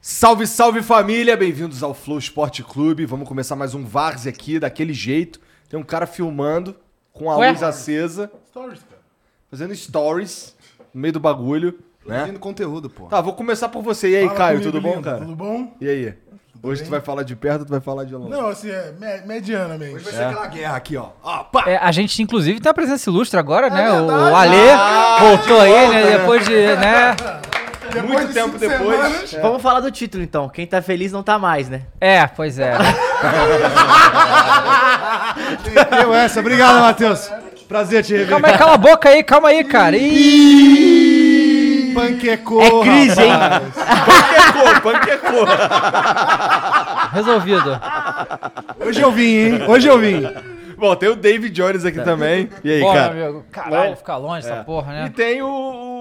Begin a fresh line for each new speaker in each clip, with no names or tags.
Salve, salve família! Bem-vindos ao Flow Esporte Clube. Vamos começar mais um Vars aqui, daquele jeito. Tem um cara filmando com a
Ué?
luz acesa,
Stories, cara.
fazendo stories no meio do bagulho, né?
Produzindo conteúdo, pô.
Tá, vou começar por você. E aí,
Fala
Caio,
comigo,
tudo bom,
lindo.
cara?
Tudo bom?
E aí? Hoje tu vai falar de perto ou tu vai falar de longe?
Não, assim, é me- medianamente. Hoje vai
É.
ser aquela guerra aqui, ó. Ó,
É, a gente, inclusive, tem uma presença ilustre agora, né? O,
verdade.
o Alê voltou aí, né? Depois de. né?
Muito tempo depois. É.
Vamos falar do título então. Quem tá feliz não tá mais, né?
É, pois é.
Deu essa. Obrigado, Matheus. Prazer te rever.
Calma aí, cala a boca aí, calma aí, cara. Ih,
Panquecou.
É crise, hein?
Panquecou, panquecou.
resolvido.
Hoje eu vim, hein? Hoje eu vim.
bom, tem o David Jones
Tá.
aqui também. E aí,
Bora,
cara? Então,
amigo. Caralho, fica longe essa porra,
E
né?
tem o.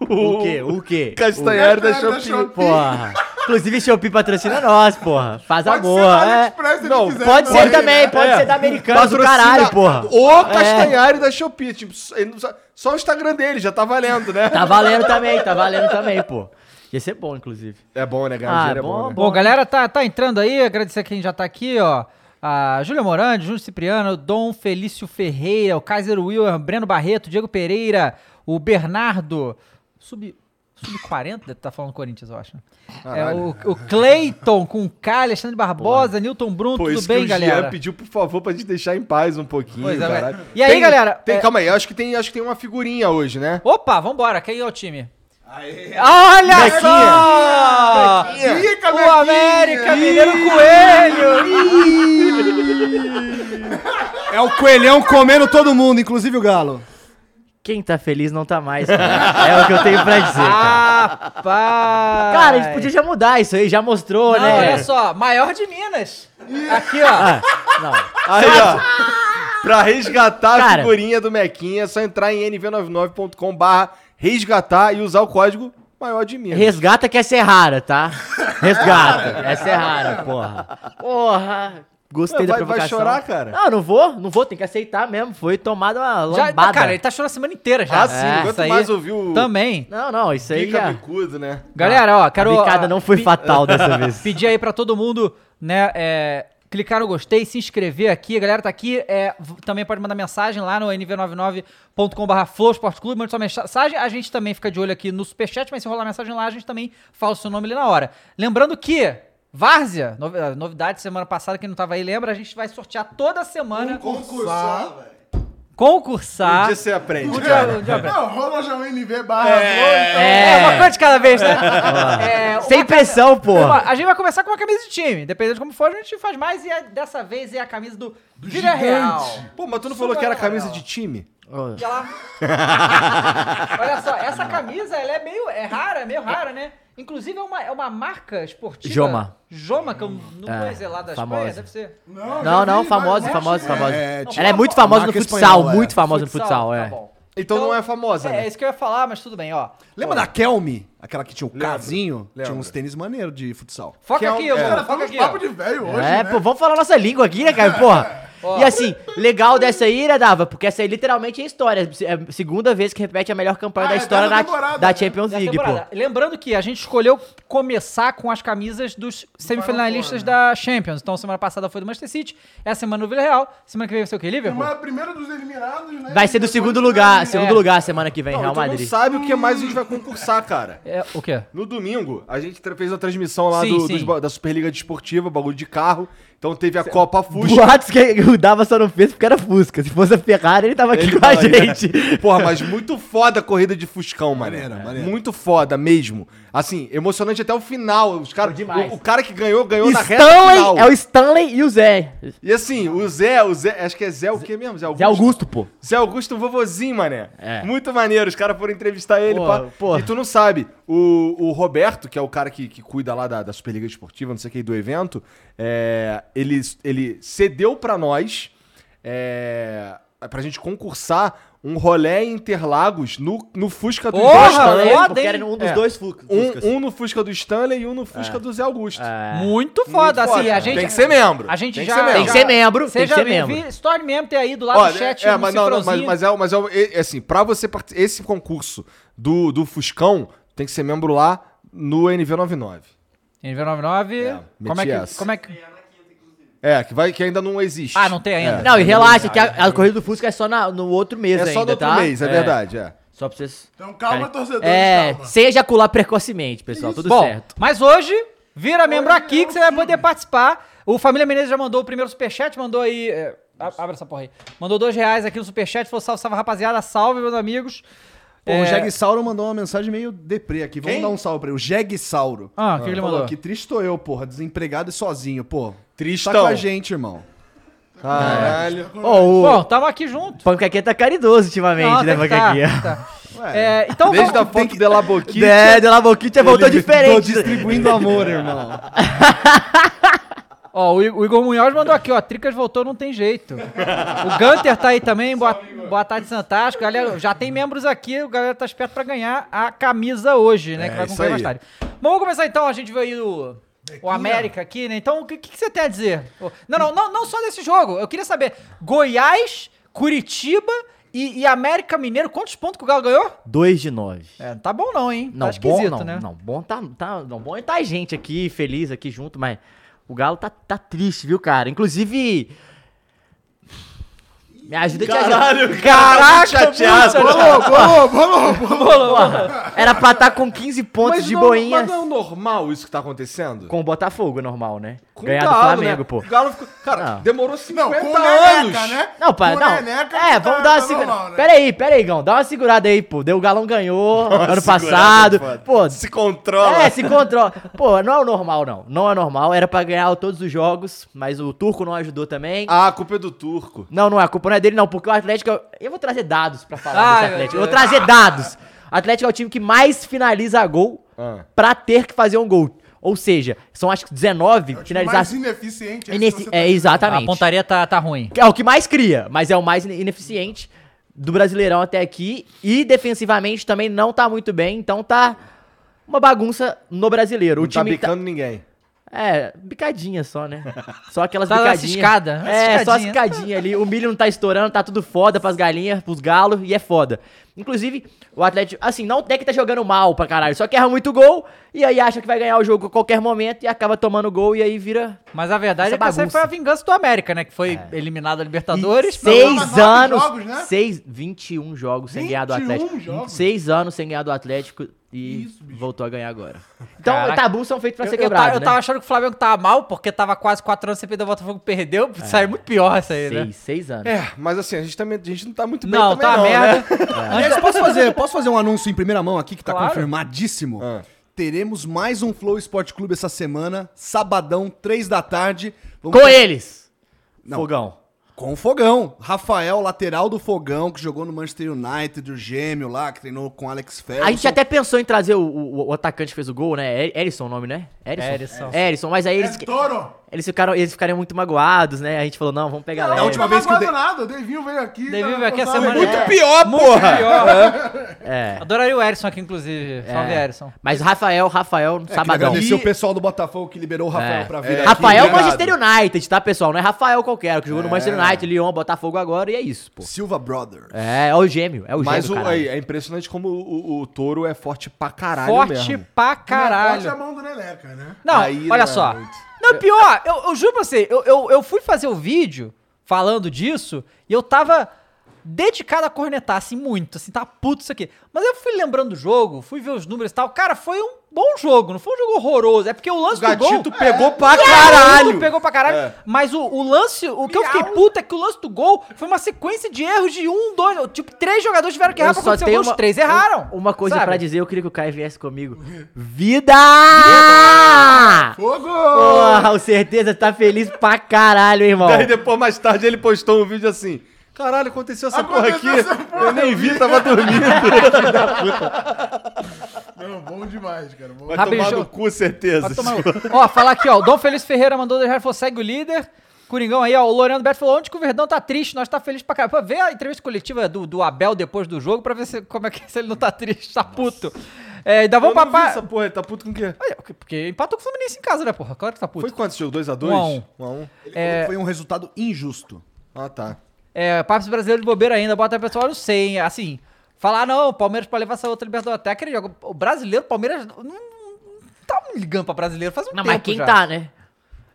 O quê? O quê?
Castanheiro da
Castanheiro da
Shopee.
Shopee.
Porra. Inclusive, Shopee patrocina nós, porra. Faz
Pode
amor.
ser da
é.
AliExpress se
Não,
ele quiser. né?
Pode ser
mas-
também, pode
É.
ser da americana, do
Patrocina
caralho, porra. É.
O Castanhari da Shopee. Tipo, só- ele não sa- só o Instagram dele já tá valendo, né?
Tá valendo também, tá valendo também, pô. Ia ser bom, inclusive.
É bom, né,
Ah,
Dinheiro
bom,
né?
Bom, galera, tá, tá entrando aí. Agradecer quem já tá aqui, ó. A Júlia Morandi, Júnior Cipriano, Dom Felício Ferreira, o Kaiser William, Breno Barreto, Diego Pereira, o Bernardo. Sub. Sub-40, tá falando Corinthians, eu acho. É, o, o Cleiton com K, Alexandre Barbosa, Newton Bruno,
Pô,
tudo
isso que
bem,
o
galera?
Jean pediu, por favor, pra gente deixar em paz um pouquinho,
Pois é,
caralho.
velho. E aí,
Tem-
galera,
tem-
é-
Calma aí, eu acho que tem, acho que tem uma figurinha hoje, né?
Opa, vambora, quem é o time? Olha só!
Ih,
O América Mineiro Coelho!
É o coelhão comendo todo mundo, inclusive o galo.
Quem tá feliz não tá mais, cara. É o que eu tenho pra dizer, cara.
Rapaz!
Cara, a gente podia já mudar isso aí, já mostrou,
Não,
né? Ah,
olha só, maior de Minas. Aqui, ó.
Aí, ó. Pra resgatar a
Cara.
figurinha do Mequinha, é só entrar em nv99.com barra resgatar e usar o código maior de mim.
Resgata que essa é rara, tá? Resgata. essa é rara, porra. Porra. Gostei
Ué,
da
vai- vai
provocação.
chorar, cara?
Não, não vou. Não vou. Tem que aceitar mesmo. Foi tomada uma
Já,
lambada.
cara, ele tá chorando a semana inteira já.
Ah, sim,
É,
quanto
isso aí
mais ouviu o-
Também.
Não, não. Isso aí
Fica
já...
bicudo, né?
Galera, ó, quero...
a bicada não foi
pe-
fatal dessa vez.
Pedir aí pra todo mundo, né, é, clicar no gostei, se inscrever aqui. A galera tá aqui, é, v- também pode mandar mensagem lá no nv99.com.br Flow Esporte Clube, manda sua mensagem. A gente também fica de olho aqui no Superchat, mas se rolar mensagem lá, a gente também fala o seu nome ali na hora. Lembrando que... Várzea, novi- ah, novidade semana passada, quem não tava aí lembra, a gente vai sortear toda
Um
semana
Concursar, velho.
concursar.
Um dia você aprende,
Um dia-
cara.
um dia-
Não, rola já o NV barra. É.
É, uma coisa de cada vez, né? É, uma
Sem pressão, porra.
Uma- a gente vai começar com uma camisa de time. Dependendo de como for, a gente faz mais. E é- dessa vez é a camisa do, Vila Real.
Pô, mas tu não falou que era camisa de time?
E ela- Olha só, essa camisa ela é meio é rara, é meio rara, né? Inclusive é uma, é uma marca esportiva.
Joma.
Joma,
Hum.
que eu não
É,
conheço é lá da
famosa.
Espanha, deve ser.
Não, não. Famosa, famosa, famosa.
É,
Ela é muito famosa no
marca
futsal.
espanhola, é.
muito famosa no futsal,
tá
é.
bom.
Então, não é famosa,
É,
né?
isso que eu ia falar, mas tudo bem, ó.
Lembra da Kelme? Aquela que tinha o
Lembro,
casinho?
lembro.
Tinha uns tênis maneiros de futsal.
Foca
é um
aqui, eu
Cara,
foca
fala
aqui.
uns
ó.
papo de velho hoje,
É,
né?
pô, vamos falar nossa língua aqui, né, cara? Porra. E assim, legal dessa aí, né, Dava? Porque essa aí literalmente é história. É a segunda vez que repete a melhor campanha
Ah,
da
é
história
dessa
na-
temporada,
da
né?
Champions
Dessa
League, pô.
temporada. Lembrando que a gente escolheu começar com as camisas dos semifinalistas
né?
da Champions. Então, semana passada foi do Manchester City, essa semana do Villarreal, semana que vem vai ser o quê? Liverpool?
Mas é primeiro dos eliminados, né?
Vai ser do
Depois
segundo
dos
lugar,
eliminados.
segundo lugar semana que vem,
Não,
Real
então não
Madrid.
sabe o que mais a gente vai concursar, cara.
É, o quê?
No domingo, a gente tra- fez uma transmissão lá
Sim,
do-
sim.
dos ba- da Superliga Desportiva, bagulho de carro. Então teve a Copa Fusca.
Boatos que o Dava só não fez porque era Fusca. Se fosse a Ferrari, ele tava aqui
Ele
com a
tava aí, né?
gente.
Porra, mas muito foda a corrida de Fuscão, mano.
Maneira, maneira.
Muito foda mesmo. Assim, emocionante até o final. Os cara,
demais.
o, o cara que ganhou, ganhou na reta final.
Stanley, é o Stanley e o Zé.
E assim, o Zé, o Zé, acho que é Zé o quê mesmo? Zé Augusto.
Zé Augusto, pô.
Zé Augusto um vovozinho, mané. Muito maneiro, os caras foram entrevistar ele.
Pô,
pá.
pô.
E tu não sabe, o, o Roberto, que é o cara que, que cuida lá da, da Superliga Esportiva, não sei o que, do evento, é, ele, ele cedeu pra nós, é, pra gente concursar um rolé em Interlagos no, no Fusca do
Porra,
Stanley.
foda,
porque
hein?
era um dos
É.
dois Fuscas.
Um, um no Fusca do Stanley e um no Fusca do Zé Augusto.
É.
Muito foda, assim, a gente...
Tem que ser membro.
A gente
tem
já...
Que ser
Tem
membro.
que ser membro, tem que
Seja
ser
bem-
membro.
vi- se torne membro, tem aí do lado
Olha,
do chat
é,
um
mas, não, não, mas,
cifrãozinho.
mas é, o- mas é, o- é, assim, pra você participar, esse concurso do, do Fuscão, tem que ser membro lá no NV99.
NV99,
É,
como, é que,
meti
como é que...
É, que, vai, que ainda não existe.
Ah, não tem ainda.
É.
Não, e relaxa, que a, a corrida do Fusca é só na- no outro mês
É
ainda,
só no outro
tá?
mês, é, verdade, é.
Só pra vocês...
Então calma, torcedor.
É,
calma.
sem ejacular precocemente, pessoal, Tá tudo
Bom,
certo.
mas hoje, vira membro aqui que você vai poder participar. O Família Menezes já mandou o primeiro superchat, mandou aí. é, a- abre essa porra aí. Mandou dois reais aqui no superchat, falou salve, salve rapaziada, salve meus amigos.
Pô,
É,
O Jeg Sauro mandou uma mensagem meio deprê aqui. Vamos dar um salve pra ele. O Jeg Sauro.
Ah, o que que ele
Falou,
mandou?
Que triste tô eu, porra. Desempregado e sozinho, pô.
Tristão.
Tá com a gente, irmão.
Caralho.
Ó, o
Bom, tava aqui junto.
Pancaquinha tá caridoso ultimamente,
Não,
né,
tem que tá,
Pancaquinha?
tem que tá. É, então
Desde a
vamos-
foto dela boquinha.
É, de Laboquinha voltou
Ele- Tô
diferente.
distribuindo amor, irmão.
Ó, o I- o Igor Munhoz mandou aqui, ó. Tricas voltou, não tem jeito. O Gunter tá aí também. Boa, boa tarde, Santástico. Galera, já tem membros aqui. O galera tá esperto pra ganhar a camisa hoje,
É
né? que vai
isso
concorrer mais
aí.
tarde. Vamos começar então. A gente viu aí o. O América aqui, né? Então, o que, que você tem a dizer? Ô, Não, não, não, não só desse jogo. Eu queria saber: Goiás, Curitiba e, e América Mineiro, quantos pontos que o Galo ganhou?
2 de 9.
É, não tá bom, não, hein?
Não,
tá
bom
esquisito,
não,
né?
não, bom tá, tá, não, bom é tá a gente aqui, feliz aqui junto, mas o Galo tá, tá triste, viu, cara? Inclusive, me ajuda a te ajudar. Caraca, chateado. Era pra estar com 15 pontos de
não,
boinha
mas não é normal isso que tá acontecendo?
com o Botafogo, normal, né?
Com
Ganhar do
Galo,
Flamengo,
né?
pô.
O Galo ficou... Cara,
Não.
demorou
Não,
50
com
anos.
neneca, né?
Não, pai,
Com
não.
neneca,
é,
tá-
vamos dar uma
tá
segurada.
normal, né?
Pera aí, pera aí, Gão. Dá uma segurada aí, pô. Deu o Galão ganhou ano passado. Pô,
é Se controla.
é, se controla. Pô, não é o normal, não. Não é normal. Era pra ganhar todos os jogos, mas o Turco não ajudou também.
Ah, a culpa é do turco.
Não, não é. A culpa não é dele, não. Porque o Atlético... é o- Eu vou trazer dados pra falar
Ai,
desse
meu
Atlético. Eu
Deus.
vou trazer dados. O Atlético é o time que mais finaliza gol
Ah.
pra ter que fazer um gol. Ou seja, são acho que 19
É o time mais
finalizações.
ineficiente. é
Inefi-
isso que você
É,
A
exatamente.
pontaria tá, tá ruim.
É o que mais cria, mas é o mais ine- ineficiente do Brasileirão até aqui. E defensivamente também não tá muito bem, então tá uma bagunça no brasileiro. O
Não tá
time tá-
bicando ninguém.
É, bicadinha só, né? Só aquelas
Tá
bicadinhas.
ciscada, uma
É, só
ciscadinha.
ciscadinha ali. O milho não tá estourando, tá tudo foda pras galinhas, pros galos, e é foda. Inclusive, o Atlético, assim, não é que tá jogando mal pra caralho, só que erra muito gol, e aí acha que vai ganhar o jogo a qualquer momento, e acaba tomando gol, e aí vira
Mas a verdade
Essa
é que essa aí
bagunça.
foi
É.
a vingança do América, né? Que foi eliminado a Libertadores.
Programa
Seis
nove
anos.
jogos, né?
seis, 21 jogos sem ganhar do
21
Atlético.
jogos?
Seis anos sem ganhar do Atlético e voltou a ganhar agora. Então,
Caraca.
tabus são feitos pra ser
eu, eu, tava,
quebrados.
eu
né?
tava achando que o Flamengo tava mal, porque tava quase 4 anos sem perder o Botafogo, perdeu. Saiu muito pior essa aí, né?
É. Seis, seis anos.
É, mas assim, a gente, também, a gente não tá muito bem
Não,
também
tá
não,
uma
né?
merda.
Aliás, posso fazer, posso fazer um anúncio em primeira mão aqui que tá
Claro.
confirmadíssimo?
Ah.
Teremos mais um Flow Esporte Clube essa semana, sabadão, três da tarde. Vamos
Com
ter-
eles!
Não.
Fogão.
Com o Fogão. Rafael, lateral do Fogão, que jogou no Manchester United, o gêmeo lá, que treinou com Alex Ferguson.
A gente até pensou em trazer o, o- o atacante que fez o gol, né? Er- Erisson o nome, né?
Erisson.
Erisson, mas aí
tá-
eles,
É Toro.
eles, ficaram, eles ficaram muito magoados, né? A gente falou, não, vamos pegar
Da
leve.
É última vez que o
eu
De-
nada, o Devinho veio aqui.
Devinho
tá-
veio aqui a
tá-
semana-
Muito
É.
Pior, porra!
né?
Adoraria o Erison aqui, inclusive. Salve, Erison.
É. Mas o Rafael, Rafael,
É, queria
Tá
sabadão.
agradecer o pessoal do Botafogo que liberou o Rafael
É.
pra vir aqui.
Rafael
Obrigado.
Manchester United, tá, pessoal? Não é Rafael qualquer, que jogou no Manchester United, Lyon, Botafogo agora, e é isso, pô.
Silva Brothers.
É, é o gêmeo, é o
Mas
gêmeo,
o,
cara.
aí, é impressionante como o, o- o touro é forte pra caralho
Forte
mesmo.
pra
é
Forte a
caralho.
um
mão do Neneca, né?
Não,
Aí
olha
não é
só.
muito.
Não, pior, eu, eu juro pra você, eu, eu, eu fui fazer o vídeo falando disso e eu tava dedicado a cornetar, assim, muito. Assim, tá puto isso aqui. Mas eu fui lembrando do jogo, fui ver os números e tal. Cara, foi um bom jogo, não foi um jogo horroroso. É porque o lance
O
do gol...
gatito pegou pra
O
caralho.
Gatito pegou pra caralho.
É.
Mas o, o lance, o que eu fiquei puta é que o lance do gol foi uma sequência de erros de um, dois, tipo, três jogadores tiveram que errar
Eu
pra
só
acontecer o
tenho
gol.
uma,
Os três erraram.
um- Uma coisa
sabe?
pra dizer, eu queria que o Caio viesse comigo. Vida!
Fogo!
Porra, o certeza tá feliz pra caralho, irmão.
Daí depois, mais tarde, ele postou um vídeo assim. Caralho, aconteceu essa porra
Aconteceu
aqui.
essa porra,
eu nem
eu
vi,
vi."
tava dormindo.
Não, bom demais, cara. Bom.
Vai
Rapidinho.
tomar no cu, certeza.
Vai tomar no- ó, falar aqui, ó. O Dom Feliz Ferreira mandou deixar falou: segue o líder. Coringão aí, ó. O Loreno Beto falou: onde que o Verdão tá triste? Nós tá feliz pra caralho. Pô, Vê a entrevista coletiva do, do Abel depois do jogo pra ver se, como é que se ele não tá triste, tá puto. É, ainda
Eu
vamos
não vi
papai.
essa porra, ele tá puto com o quê?
Porque empatou com o Fluminense em casa, né, porra? Claro que tá puto.
Foi quanto esse jogo? 2x2?
Um a um.
1x1.
É,
Foi um resultado injusto.
Ah, tá.
É, Papos brasileiro de bobeira ainda, bota aí, pessoal, eu não sei, hein? Assim, falar, não, o Palmeiras pode levar essa outra Libertadores. Até aquele jogo. O brasileiro, o Palmeiras não, não tá ligando pra brasileiro faz um
Não,
tempo.
mas quem
já.
tá, né?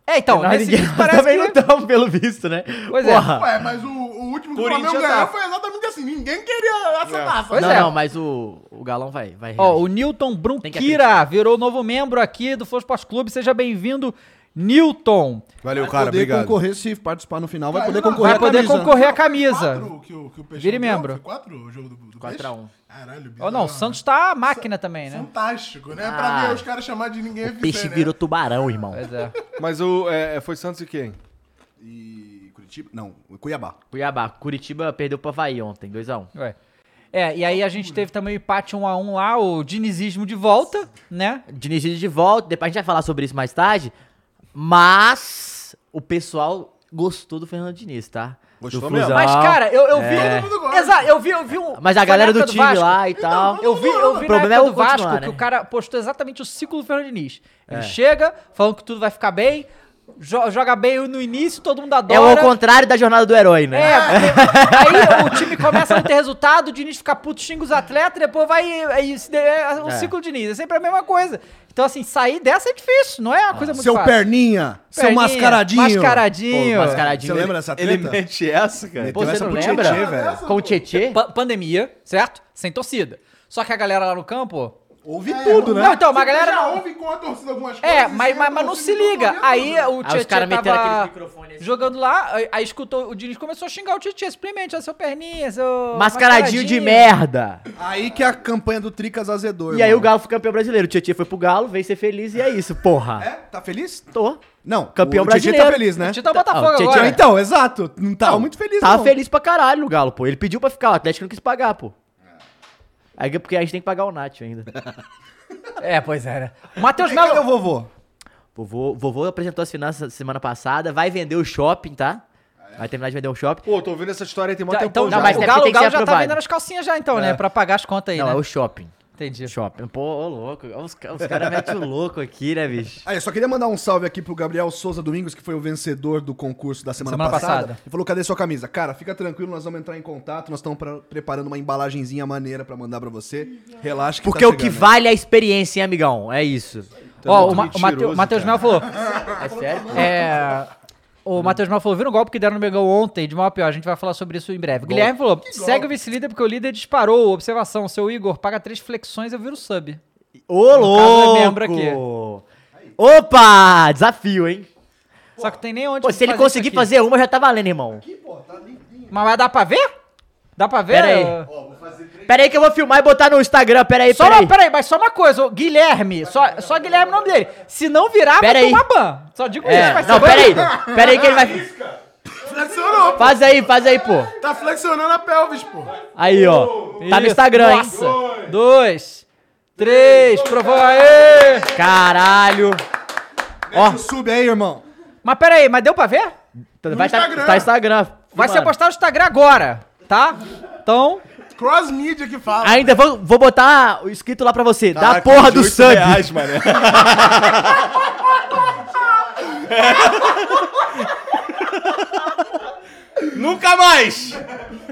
É, então,
Nós
nesse
ninguém,
vídeo parece
também
que. é-
não tá estamos, pelo visto, né?
Pois é.
Porra.
Ué, mas o, o último que o
Corinthians
Flamengo
já tá.
ganhou foi exatamente assim. Ninguém queria essa taça.
Pois
não,
é.
não, mas o, o Galão vai. vai
Ó,
reagir.
o Newton
que
Brunquira virou novo membro aqui do Fosfo Sports Clube. Seja bem-vindo, Newton.
Valeu, cara.
poder
Obrigado.
concorrer, se participar no final, vai
Caiu
poder
na-
concorrer
Vai
à
poder
camisa.
concorrer à camisa.
Quatro que o, que o Peixe
Vire
ganhou?
membro.
Foi quatro o jogo do, do Peixe?
4 a 1.
Caralho, bizarro.
Ó, não, o Santos tá máquina também, né?
Fantástico, né? Pra
Ah.
ver os caras chamar de ninguém FC,
Peixe
né?
virou tubarão, irmão.
Pois é.
Mas o, é, foi Santos e quem?
E Curitiba? Não, Cuiabá.
Cuiabá, Curitiba perdeu pro Havaí ontem, 2x1.
Ué. É, e aí a gente teve também o empate 1 a 1 lá, o dinizismo de volta, né?
Diniz de volta, depois a gente vai falar sobre isso mais tarde. Mas o pessoal gostou do Fernando Diniz, tá?
Gostou
do
mesmo?
Flusão.
Mas, cara, eu, eu vi.
É.
Todo mundo gosta. Então,
Exato, eu vi, eu vi um.
Mas a
foi
galera
na
do
época
time
Vasco.
lá e tal.
Eu vi, eu vi na
O
época
problema é o
do Vasco
continuar,
que
né? É.
o cara postou exatamente o ciclo do Fernando Diniz. Ele chega, falando que tudo vai ficar bem, jo- joga bem no início, todo mundo adora.
É o ao contrário da jornada do herói, né?
É, porque aí o time começa a não ter resultado, o Diniz fica puto, xinga os atletas, e depois vai. Aí, se der- é o
É.
ciclo Diniz. É sempre a mesma coisa. Então, assim, sair dessa é difícil, não é uma coisa muito
Seu
fácil.
perninha, seu
Perninha,
mascaradinho.
Mascaradinho.
Pô, mascaradinho.
Você lembra dessa treta?
Ele mete essa, cara.
Pô,
Meteu
você
essa
não
pro Tietê,
lembra?
velho.
Com o Tietê?
Pa- pandemia, certo? Sem torcida. Só que a galera lá no campo.
Ouve tudo, né?
Não, então, mas a
Você
galera
Tipo, já
não.
ouve com a torcida algumas coisas.
É,
e
mas,
sem a
mas, mas não se
torcida,
liga.
não
aí
ouve
o Tietchan
caras meteram
tava
aquele microfone assim.
jogando lá, aí, aí escutou, o Diniz começou a xingar o Tietchan, simplesmente, ó, seu perninha, seu...
Mascaradinho de merda.
Aí que a campanha do Tricas azedou,
E aí
irmão.
o Galo foi campeão brasileiro. O Tietchan foi pro Galo, veio ser feliz e é isso, porra.
É? Tá feliz?
Tô.
Não,
Campeão
o Tietchan
brasileiro.
tá feliz, né?
O Tietchan tá o
Ah, o
Botafogo
Tietchan
agora.
Então, exato. Não tava
Não,
muito feliz,
Tava
não.
feliz pra caralho o Galo, pô. Ele pediu pra ficar, o Atlético não quis pagar, pô. Aí é porque a gente tem que pagar o Nath ainda.
É, pois é, né? O Matheus
E cadê o
Melo...
vovô?
Vovô, vovô apresentou as finanças semana passada, vai vender o shopping, tá? Vai terminar de vender o shopping.
Pô, tô ouvindo essa história aí tem mó
Tá,
tempo
então,
já,
não,
mas
mas o
é porque
Galo,
tem
o
que
Galo
ser
já tá
aprovado.
vendendo as calcinhas já, então, né? Pra pagar as contas aí,
não,
né?
é o shopping.
Entendi.
Shopping. Pô, ô louco. Ó, Os, ca- os caras metem o louco aqui, né, bicho?
Tá
Ah, eu só queria mandar um salve aqui pro Gabriel Souza Domingos, que foi o vencedor do concurso da semana,
Semana
passada.
passada.
Ele falou: cadê sua camisa? Cara, fica tranquilo, nós vamos entrar em contato, nós estamos pra- preparando uma embalagenzinha maneira pra mandar pra você. Relaxa que
Porque
tá
o que
né?
chegando,
vale é a experiência, hein, amigão? É isso.
Ó, o,
muito
Ma o Mateu-
mentiroso,
Matheus
cara.
Melo falou...
É sério?
É. O Matheus Mal falou, viram o golpe que deram no Mengão ontem, de mal a pior, a gente vai falar sobre isso em breve. Guilherme falou, segue o vice-líder porque o líder disparou, observação, seu Igor paga três flexões, eu viro sub.
Ô,
caso, é membro
louco! Opa! Desafio, hein?
Só que tem nem onde
Pô, se ele
fazer isso
conseguir
aqui.
fazer uma, já tá valendo, irmão.
Mas vai dar pra ver? Dá pra ver?
Pera aí.
Ô,
Pera aí que eu vou filmar e botar no Instagram, pera aí,
Só
pera
uma,
aí.
pera aí, mas só uma coisa, ô, Guilherme, só, só Guilherme é o nome dele. Se não virar,
Pera
vai
aí.
tomar ban. Só digo isso, vai
É,
ser
não, pera aí.
banido.
Pera aí que ele vai...
Flexionou, pô.
Faz aí, faz aí, pô.
Tá flexionando a pelvis, pô.
Aí, ó. Tá no
Isso,
Instagram, hein?
nossa. Dois, três, provou aí.
Caralho.
Ó, sube aí, irmão.
Mas pera aí, mas deu pra ver?
Vai tá,
Instagram.
tá no Instagram.
Vai ser
Filmando.
postado no Instagram agora, tá? Então,
Cross media que fala.
Ainda vou, vou botar o escrito lá pra você. da
Caraca,
porra do
28
sub.
reais, mané. Nunca mais!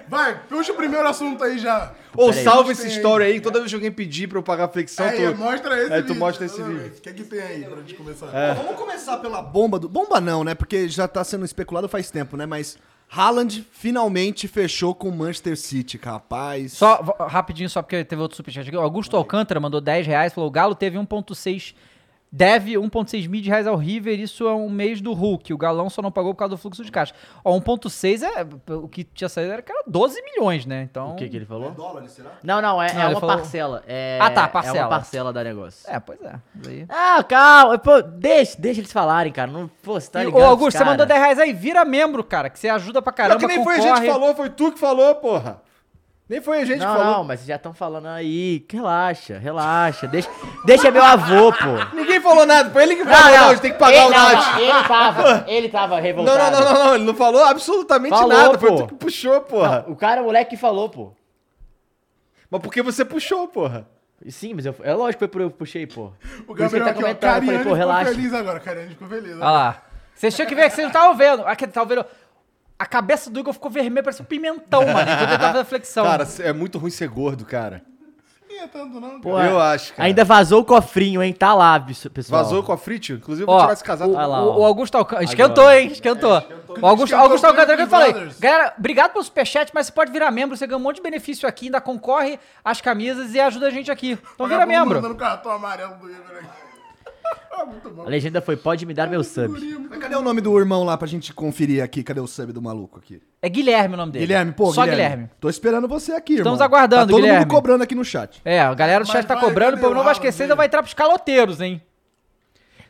Vai, puxa o primeiro assunto aí já.
Ou salva esse story aí, toda vez que alguém pedir pra eu pagar flexão,
É,
Aí,
tu...
mostra esse
Aí tu
vídeo.
mostra esse
exatamente.
vídeo. É.
O que é que tem aí pra
Então,
gente começar?
Vamos começar pela bomba do. Bomba não, né? Porque já tá sendo especulado faz tempo, né? Mas Haaland finalmente fechou com o Manchester City, capaz.
Só v- rapidinho, só porque teve outro superchat aqui. O Augusto Alcântara mandou 10 reais, falou: o Galo teve 1,6. Deve 1,6 mil de reais ao River, isso é um mês do Hulk. O Galão só não pagou por causa do fluxo de caixa. Ó, 1,6 é. O que tinha saído era que era 12 milhões, né? Então.
O que, é que ele falou?
É
Não, não, é,
Não,
é
ele
uma
falou-
parcela. É,
Ah, tá,
É
parcela.
uma parcela da negócio.
É, pois é. Isso aí.
Ah, calma. Pô, deixa, deixa eles falarem, cara. Não, pô, você tá
E,
ligado.
ô, Augusto,
cara.
você mandou 10 reais aí, vira membro, cara, que você ajuda pra
Pior
caramba.
é que nem foi a gente que falou, foi tu que falou, porra. Nem foi a gente
Não,
que falou.
não, mas vocês já estão falando aí. Relaxa, relaxa. Deixa, deixa meu avô, pô.
Ninguém falou nada, foi ele que falou, não, a gente tem que pagar
ele,
o
não,
Nath.
Ele tava, ele tava revoltado.
Não, não, não, não, não, ele não falou absolutamente
Falou,
nada, foi
pô.
tu que puxou, porra.
O cara, o moleque, que falou, pô.
Mas por que você puxou, porra?
Sim, mas eu, é lógico que foi por eu que puxei, pô.
O
Por isso que ele
Gabriel
tá
aqui, ó.
comentando, eu falei,
Cariani
pô,
ficou
relaxa.
feliz agora. Cariani ficou feliz.
Olha Ah lá. Vocês tinham que ver, vocês não estavam vendo. Ah, que tava vendo. A cabeça do Igor ficou vermelha, parece um pimentão, mano. Enquanto ele tava fazendo flexão.
Cara, é muito ruim ser gordo, cara.
Não é tanto, não.
Pô,
Eu acho, cara.
Ainda vazou o cofrinho, hein? Tá lá, bicho- pessoal.
Vazou com a Frit, inclusive eu vou
Ó,
tirar esse casaco.
o,
Vai lá,
o-
ó.
o Augusto Alcântara. Esquentou, hein? Esquentou. O Augusto,
Esquentou
Augusto Alcântara que eu
Big
falei.
Brothers.
Galera, obrigado pelo superchat, mas você pode virar membro. Você ganha um monte de benefício aqui, ainda concorre às camisas e ajuda a gente aqui. Então vira
Vagabundo
membro.
mandando cartão amarelo do Igor aqui. Ah, muito bom.
A legenda foi, pode me dar meu sub.
Mas cadê o nome do irmão lá pra gente conferir aqui? Cadê o sub do maluco aqui?
É Guilherme o nome dele.
Guilherme, pô,
Só Guilherme.
Tô esperando você aqui, irmão.
Estamos aguardando,
tá todo
Guilherme.
mundo cobrando aqui no chat.
É, a galera do chat tá
vai,
cobrando, o
cadê
povo não
o
vai
Haaland
esquecer, ainda
dele?
vai entrar pros caloteiros, hein?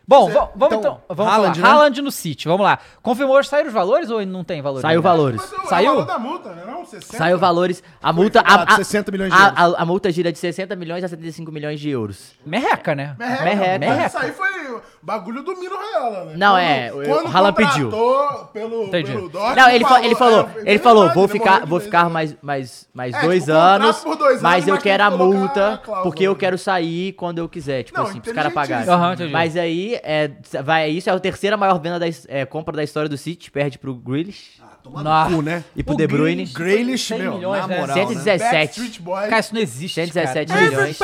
Bom, va- vamos então.
então,
vamos
Haaland,
falar.
né?
Haaland no City, vamos lá. Confirmou hoje saíram os valores ou não tem valores?
Saiu
ainda?
valores.
Mas é o- é o
Saiu?
valor da multa, né? Não, 60.
Saiu valores. A multa. A,
cobrado
a,
60 milhões de
a,
euros.
a- a multa gira de 60 milhões a 75 milhões de euros.
Merreca, né?
Merreca.
Merreca.
Mas Isso aí foi o bagulho do Miro Raiola, né?
Não, é, o- o Haaland pediu.
contratou Pelo,
Entendi.
pelo Dortmund,
Não, ele, fa- ele falou,
é,
ele falou,
verdade,
vou
demorou
ficar,
de
vou
vez.
ficar mais, mais, mais
É,
dois,
tipo, contrato
anos,
por dois anos,
mas eu
mas tem
quero
que
a
colocar a
multa,
cláusula,
porque eu
né?
quero sair quando eu quiser, tipo
Não,
assim, pros caras pagarem.
inteligentíssimo.
Aham, entendi.
mas aí, é, vai, isso é a terceira maior venda da, his- é, compra da história do City, perde pro Grealish
Ah.
Nossa.
Cu, né?
e pro De Bruyne.
Grealish,
100
meu,
milhões,
na
né?
moral, né?
117.
Backstreet Boys.
Cara, isso não existe.
117
cara.
milhões.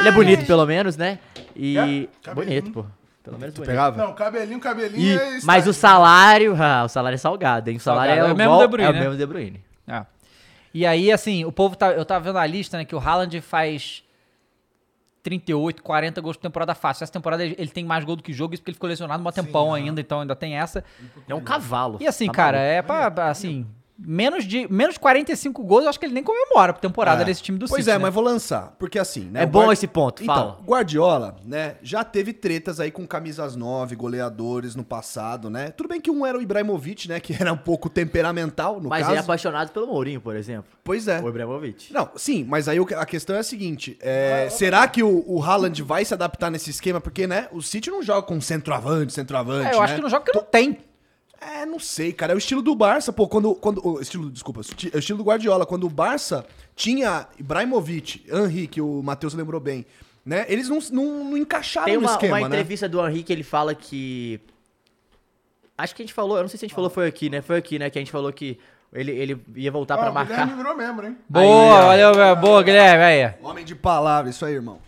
Ele é bonito, pelo menos, né?
É,
E.
cabelinho.
Bonito, pô. Pelo menos bonito.
Pegava?
Não, cabelinho, cabelinho.
E-
é isso
mas
aí.
o salário, ah, o salário é salgado, hein? O salário
Salgado.
é,
É o
o
mesmo
mesmo
De Bruyne,
é o
né?
mesmo De Bruyne.
É. E aí, assim, o povo tá. Eu tava vendo a lista, né? Que o Haaland faz 38, 40 gols por temporada fácil. Essa temporada ele ele tem mais gol do que jogo, isso porque ele ficou lesionado um tempão ainda, então ainda tem essa.
É um cavalo.
E assim,
Tá
cara,
maluco.
é pra. Assim, menos de menos 45 gols, eu acho que ele nem comemora por temporada
É.
desse time do
Pois
City.
é,
né?
mas vou lançar, porque assim, né?
É
o
bom esse ponto,
Então,
fala.
o Guardiola, né, já teve tretas aí com camisas 9, goleadores no passado, né? Tudo bem que um era o Ibrahimovic, né, que era um pouco temperamental no
Mas
caso.
ele é apaixonado pelo Mourinho, por exemplo.
Pois é.
O Ibrahimovic.
Não, sim, mas aí o que- a questão é a seguinte: é, será que o, o Haaland vai se adaptar nesse esquema? Porque, né, o City não joga com centroavante, centroavante.
É, eu acho
né?
que não joga porque não tem.
É, não sei, cara. É o estilo do Barça, pô. Quando. quando o estilo, desculpa, esti- é o estilo do Guardiola. Quando o Barça tinha Ibrahimovic, Henry, que o Matheus lembrou bem, né? Eles não, não, não encaixaram
Tem
no
uma,
esquema,
uma
né?
entrevista do Henrique, ele fala que. Acho que a gente falou, eu não sei se a gente falou, foi aqui, né? Foi aqui, né? Que a gente falou que ele, ele ia voltar
Ó,
pra
Ah,
o Guilherme
marcar.
virou membro, hein?
Boa, valeu, meu. Boa, Guilherme. Aí.
Homem de palavra, isso aí, irmão.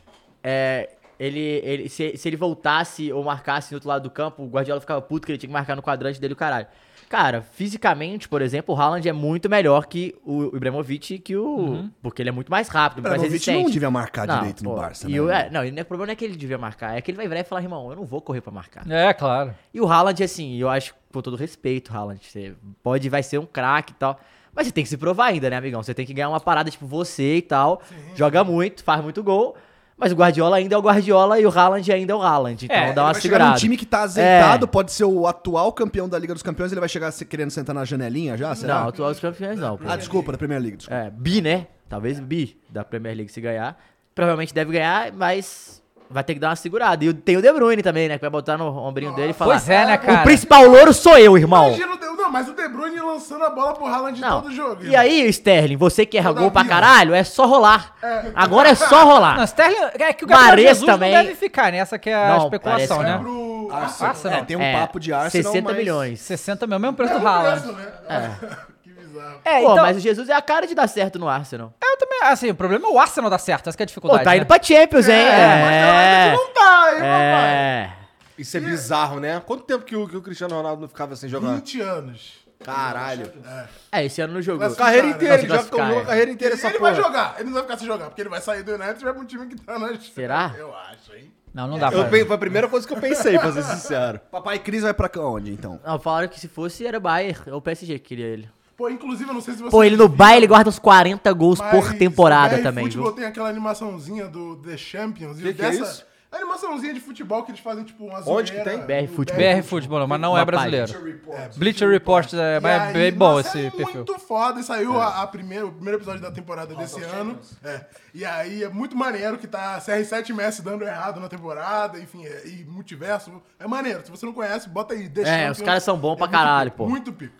É, ele, ele, se, se ele voltasse ou marcasse no outro lado do campo, o Guardiola ficava puto que ele tinha que marcar no quadrante dele, o caralho. Cara, fisicamente, por exemplo, o Haaland é muito melhor que o Ibrahimovic, que o. Porque ele é muito mais rápido, muito mais
Ibrahimovic
resistente.
não devia marcar direito no Barça,
e
né?
o- é, não, ele- o problema não é que ele devia marcar, é que ele vai virar e falar, irmão, eu não vou correr pra marcar.
É, claro.
E o Haaland, assim, eu acho, com todo respeito, Haaland, você pode, vai ser um craque e tal. Mas você tem que se provar ainda, né, amigão? Você tem que ganhar uma parada tipo você e tal. Joga muito, faz muito gol. Mas o Guardiola ainda é o Guardiola e o Haaland ainda é o Haaland. Então
É,
dá uma
Vai chegar
um
segurada. É.
num time que tá azeitado, pode ser o atual campeão da Liga dos Campeões, ele vai chegar se- querendo sentar na janelinha já, será?
Não, atual dos campeões não. Pô.
Ah, desculpa, da Premier League. desculpa.
É, bi, né? Talvez bi da Premier League se ganhar. Provavelmente deve ganhar, mas vai ter que dar uma segurada. E o- tem o De Bruyne também, né? Que vai botar no ombrinho dele e falar...
Pois é, né, cara?
O principal louro sou eu, irmão.
Imagina o De... Não, mas o De Bruyne lançando a bola pro Haaland
Não.
todo jogo.
E aí, Sterling, você que erra
Toda
gol pra
vida.
caralho, é só rolar. Agora é só rolar.
Não, Sterling, é que o Gabriel
Mahrez
Jesus
também.
não deve ficar, né? Essa que é a
Não,
especulação,
parece
né?
que não.
Pro...
Arsenal.
É, tem um
É,
papo de Arsenal,
60
mas-
milhões.
60 mil, mesmo preço do
Arsenal,
Haaland.
né? que bizarro.
É,
Pô,
então,
mas o Jesus é a cara de dar certo no Arsenal.
eu também, assim, o problema é o Arsenal dar certo, essa que é a
Pô,
dificuldade,
tá
né?
indo pra Champions, hein?
Mas
É.
não tá, hein,
É.
Isso é bizarro, né? Quanto tempo que o, que o Cristiano Ronaldo não ficava sem
papai?
jogar?
20 anos.
Caralho.
É, esse ano não jogou.
Mas
Carreira
Cara,
inteira,
não,
ele já
se
ficou
classificar,
jogando a carreira
E
inteira
ele
essa
vai
porra.
jogar. Ele não vai ficar sem jogar, porque ele vai sair do United e vai pra um time que tá na...
Será?
Eu acho, hein?
Não, não dá
Eu,
pra.
pe- foi a primeira coisa que eu pensei, pra ser sincero.
Papai Cris vai pra onde, então?
Não, falaram que se fosse era o Bayern ou o PSG que queria ele.
Pô, inclusive, eu não sei se você...
Pô, ele no Bayern ele guarda uns 40 gols
Mas
por temporada
o
também,
futebol
viu?
tem aquela animaçãozinha do The Champions. e
Que que é isso?
A animaçãozinha de futebol que eles fazem, tipo, uma
Onde que tem?
BR Futebol.
BR Futebol, mas não é
Uma
brasileiro.
Report.
Bleacher Report, é,
E
mas é
aí,
bem bom
nossa,
esse
é
perfil. É.
muito foda. E saiu a, a primeira, o primeiro episódio da temporada desse ano. É. E aí é muito maneiro que tá CR7 Messi dando errado na temporada, enfim, é- e multiverso. É maneiro. Se você não conhece, bota aí. The
É,
Champions.
os caras são bons pra
muito
caralho,
pico,
pô.
Muito pico.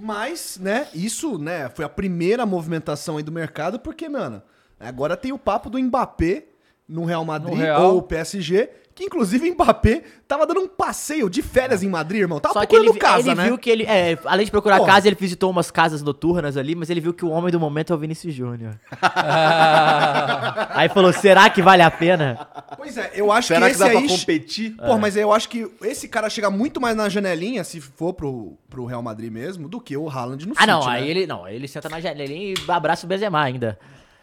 Mas, né, isso, né, foi a primeira movimentação aí do mercado, porque, mano, agora tem o papo do Mbappé no Real Madrid
No Real.
ou PSG, que inclusive o Mbappé tava dando um passeio de férias em Madrid, irmão.
Tá
Tava
É. Só que
procurando
ele,
casa,
ele
né?
viu que ele, é, além de procurar
Porra.
casa, ele visitou umas casas noturnas ali, mas ele viu que o homem do momento é o Vinícius Júnior. Aí falou, será que vale a pena?
Pois é, eu acho
Será
que
que
esse
dá pra
aí...
competir? É.
Pô, mas eu acho que esse cara chega muito mais na janelinha, se for pro, pro Real Madrid mesmo, do que o Haaland no
Ah, não,
City,
aí
né?
ele, não, aí ele senta na janela e abraça o Benzema ainda.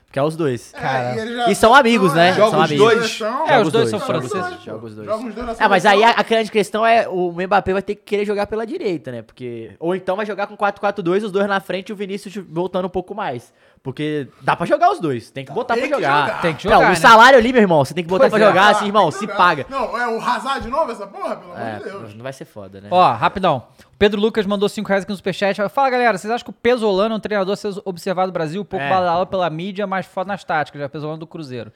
Porque é os dois.
Cara.
E são amigos, né?
Joga
são
os
amigos.
dois.
É, os dois são
Joga os
franceses.
dois,
Joga os dois.
Joga os dois na
É, mas
seleção.
aí a, a grande questão é o Mbappé vai ter que querer jogar pela direita, né? Porque ou então vai jogar com 4-4-2, os dois na frente e o Vinícius voltando um pouco mais. Porque dá pra jogar os dois, tem que botar
Tem
pra
que
jogar.
jogar.
Tem que
Não,
jogar,
o
né?
salário ali, meu irmão, você tem que botar
Pois
pra
é.
jogar assim,
Ah,
irmão,
tem
se
que jogar.
paga.
Não, é o Hazard de novo essa porra, pelo amor de Deus.
É, não vai ser foda, né?
Ó, rapidão. O Pedro Lucas mandou 5 reais aqui no superchat. Fala, galera, vocês acham que o Pesolano é um treinador a ser observado no Brasil, pouco
É.
badalado pela mídia, mas foda nas táticas, já Pesolano do Cruzeiro.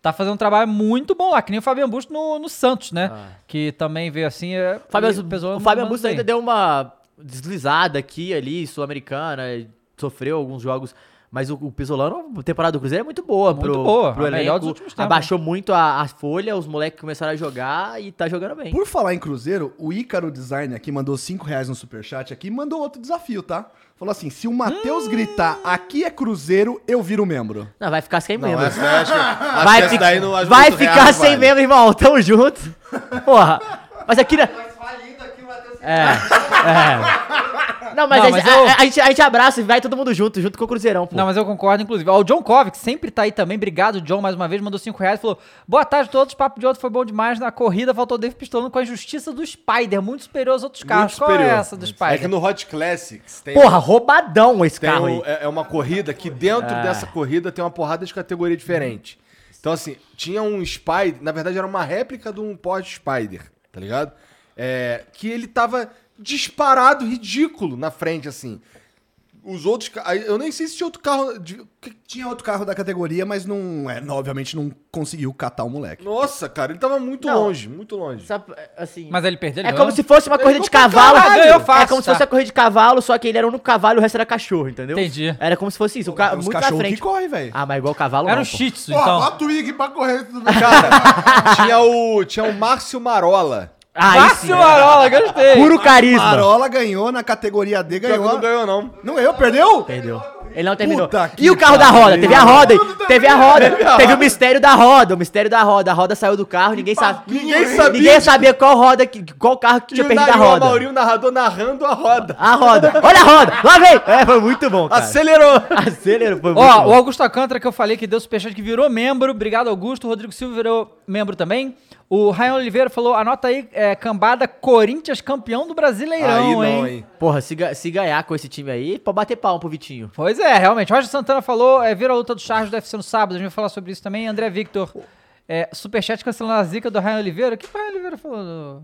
Tá fazendo um trabalho muito bom lá, que nem o Fabian Busto no, no Santos, né? Que também veio assim. É,
Ah. O Fábio,
e
Azu-
Pesolano
o Fábio
mandando
Augusto
bem.
ainda deu uma deslizada aqui e ali, sul-americana, e sofreu alguns jogos. Mas o, o Pesolano, a temporada do Cruzeiro é muito boa.
Muito boa, a melhor dos últimos tempos. né?
Abaixou muito a, a folha, os moleques começaram a jogar e tá jogando bem.
Por falar em Cruzeiro, o Ícaro Design aqui mandou 5 reais no superchat aqui e mandou outro desafio, tá? Falou assim: se o Matheus gritar aqui é Cruzeiro, eu viro membro.
Não, vai ficar sem
Não,
membro.
essa, eu acho, acho
vai
que essa
fi-
daí não acho
vai
muito
ficar
real,
sem
vale.
membro, irmão. Tamo junto. Porra. Mas aqui na. É, é. Não, mas,
Não,
a,
mas
a-
eu-
a- a gente, a gente abraça e vai todo mundo junto, junto com o Cruzeirão. Pô.
Não, mas eu concordo, inclusive. Ó, o John Kovic sempre tá aí também. Obrigado, John, mais uma vez. Mandou 5 reais. Falou: Boa tarde a todos. Papo de outro foi bom demais. Na corrida faltou o Dave pistolando com a injustiça do Spider, muito superior aos outros carros. Qual é
superior.
essa do Spider?
É que no Hot Classics tem,
Porra, roubadão esse
tem
carro
um-
aí. Ah.
é, é uma corrida que dentro dessa corrida tem uma porrada de categoria diferente. Então, assim, tinha um Spider, na verdade era uma réplica de um Porsche Spider, tá ligado? É, que ele tava disparado, ridículo na frente, assim. Os outros. ca- aí Eu nem sei se tinha outro carro. de- que-
Tinha outro carro da categoria, mas não. É, não, obviamente não conseguiu catar o moleque.
Nossa, cara, ele tava muito
Não.
longe, muito longe.
Sabe, assim,
Mas ele perdeu, ele
É
ganhou?
como se fosse uma
Ele
corrida de
ganhou pra
cavalo.
caralho, eu
é
faço,
como se
tá.
fosse a corrida de cavalo, só que ele era um cavalo e o resto era cachorro, entendeu?
Entendi.
Era como se fosse isso. O ca...
Os
Muito na
cachorros que
frente.
correm, velho.
Ah, mas igual cavalo
Era
não,
um
pô.
shih tzu,
Porra,
então.
bota o Ig pra correr tudo bem.
Cara, tinha o. Tinha o Márcio Marola.
Ah, isso.
Márcio Marola, gostei.
Puro carisma.
Marola ganhou na categoria D,
Pior que
ganhou.
não ganhou, não.
Não ganhou, perdeu?
Perdeu. Ele não terminou.
Puta que
E o carro da roda? Teve a roda, hein? Teve a roda. Teve o mistério da roda. O mistério da roda. A roda saiu do carro, ninguém sabe.
Ninguém sabia.
Ninguém sabia qual roda, que- qual carro que
E
tinha
o
perdido a
Dario
roda.
Amauri, o narrador, narrando a roda.
Ah,
A roda. Olha a roda. Lá vem. É, foi muito bom, cara.
Acelerou.
Acelerou. Foi muito
Ó, o
bom.
Augusto Alcântara que eu falei que deu superchat que virou membro. Obrigado, Augusto. O Rodrigo Silva virou membro também. O Ryan Oliveira falou: anota aí, é, cambada Corinthians campeão do Brasileirão,
Aí não,
hein?
hein.
Porra, se, ga- se ganhar com esse time aí, pode bater palma pro Vitinho.
Pois é, realmente. Roger Santana falou, é, vira a luta do Charles do UFC no sábado, a gente vai falar sobre isso também. André Victor, é, superchat cancelando a zica do Ryan Oliveira. O que o Ryan Oliveira falou? do-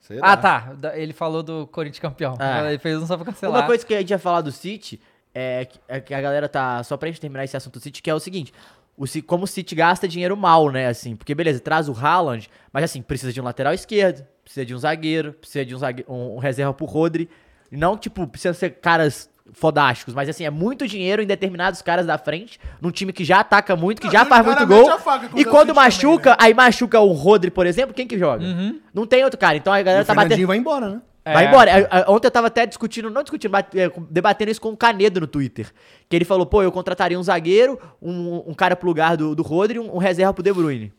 Sei lá.
Ah, tá. Da- Ele falou do Corinthians campeão.
É.
Ele fez um só pra cancelar.
Uma coisa que a gente ia falar do City é que, é que a galera tá. Só pra gente terminar esse assunto do City, que é o seguinte. O, Ci- como o City gasta dinheiro mal, né? Assim, porque beleza, traz o Haaland, mas assim, precisa de um lateral esquerdo, precisa de um zagueiro, precisa de um, zague- um- um reserva pro Rodri. Não, tipo, precisa ser caras fodásticos, mas assim, é muito dinheiro em determinados caras da frente, num time que já ataca muito, que já
e
faz muito
claramente
gol.
a faca contra
E
o
quando
City também, né?
machuca, aí machuca o Rodri, por exemplo, quem que joga? Não tem outro cara. Então a
E
galera
o
tá
Fernandinho
batendo.
vai embora, né?
Vai
É.
embora. A- a- Ontem eu tava até discutindo, não discutindo, bate- é, com- debatendo isso com o Canedo no Twitter. Que ele falou, pô, eu contrataria um zagueiro, um, um cara pro lugar do, do Rodri e um, um reserva pro De Bruyne.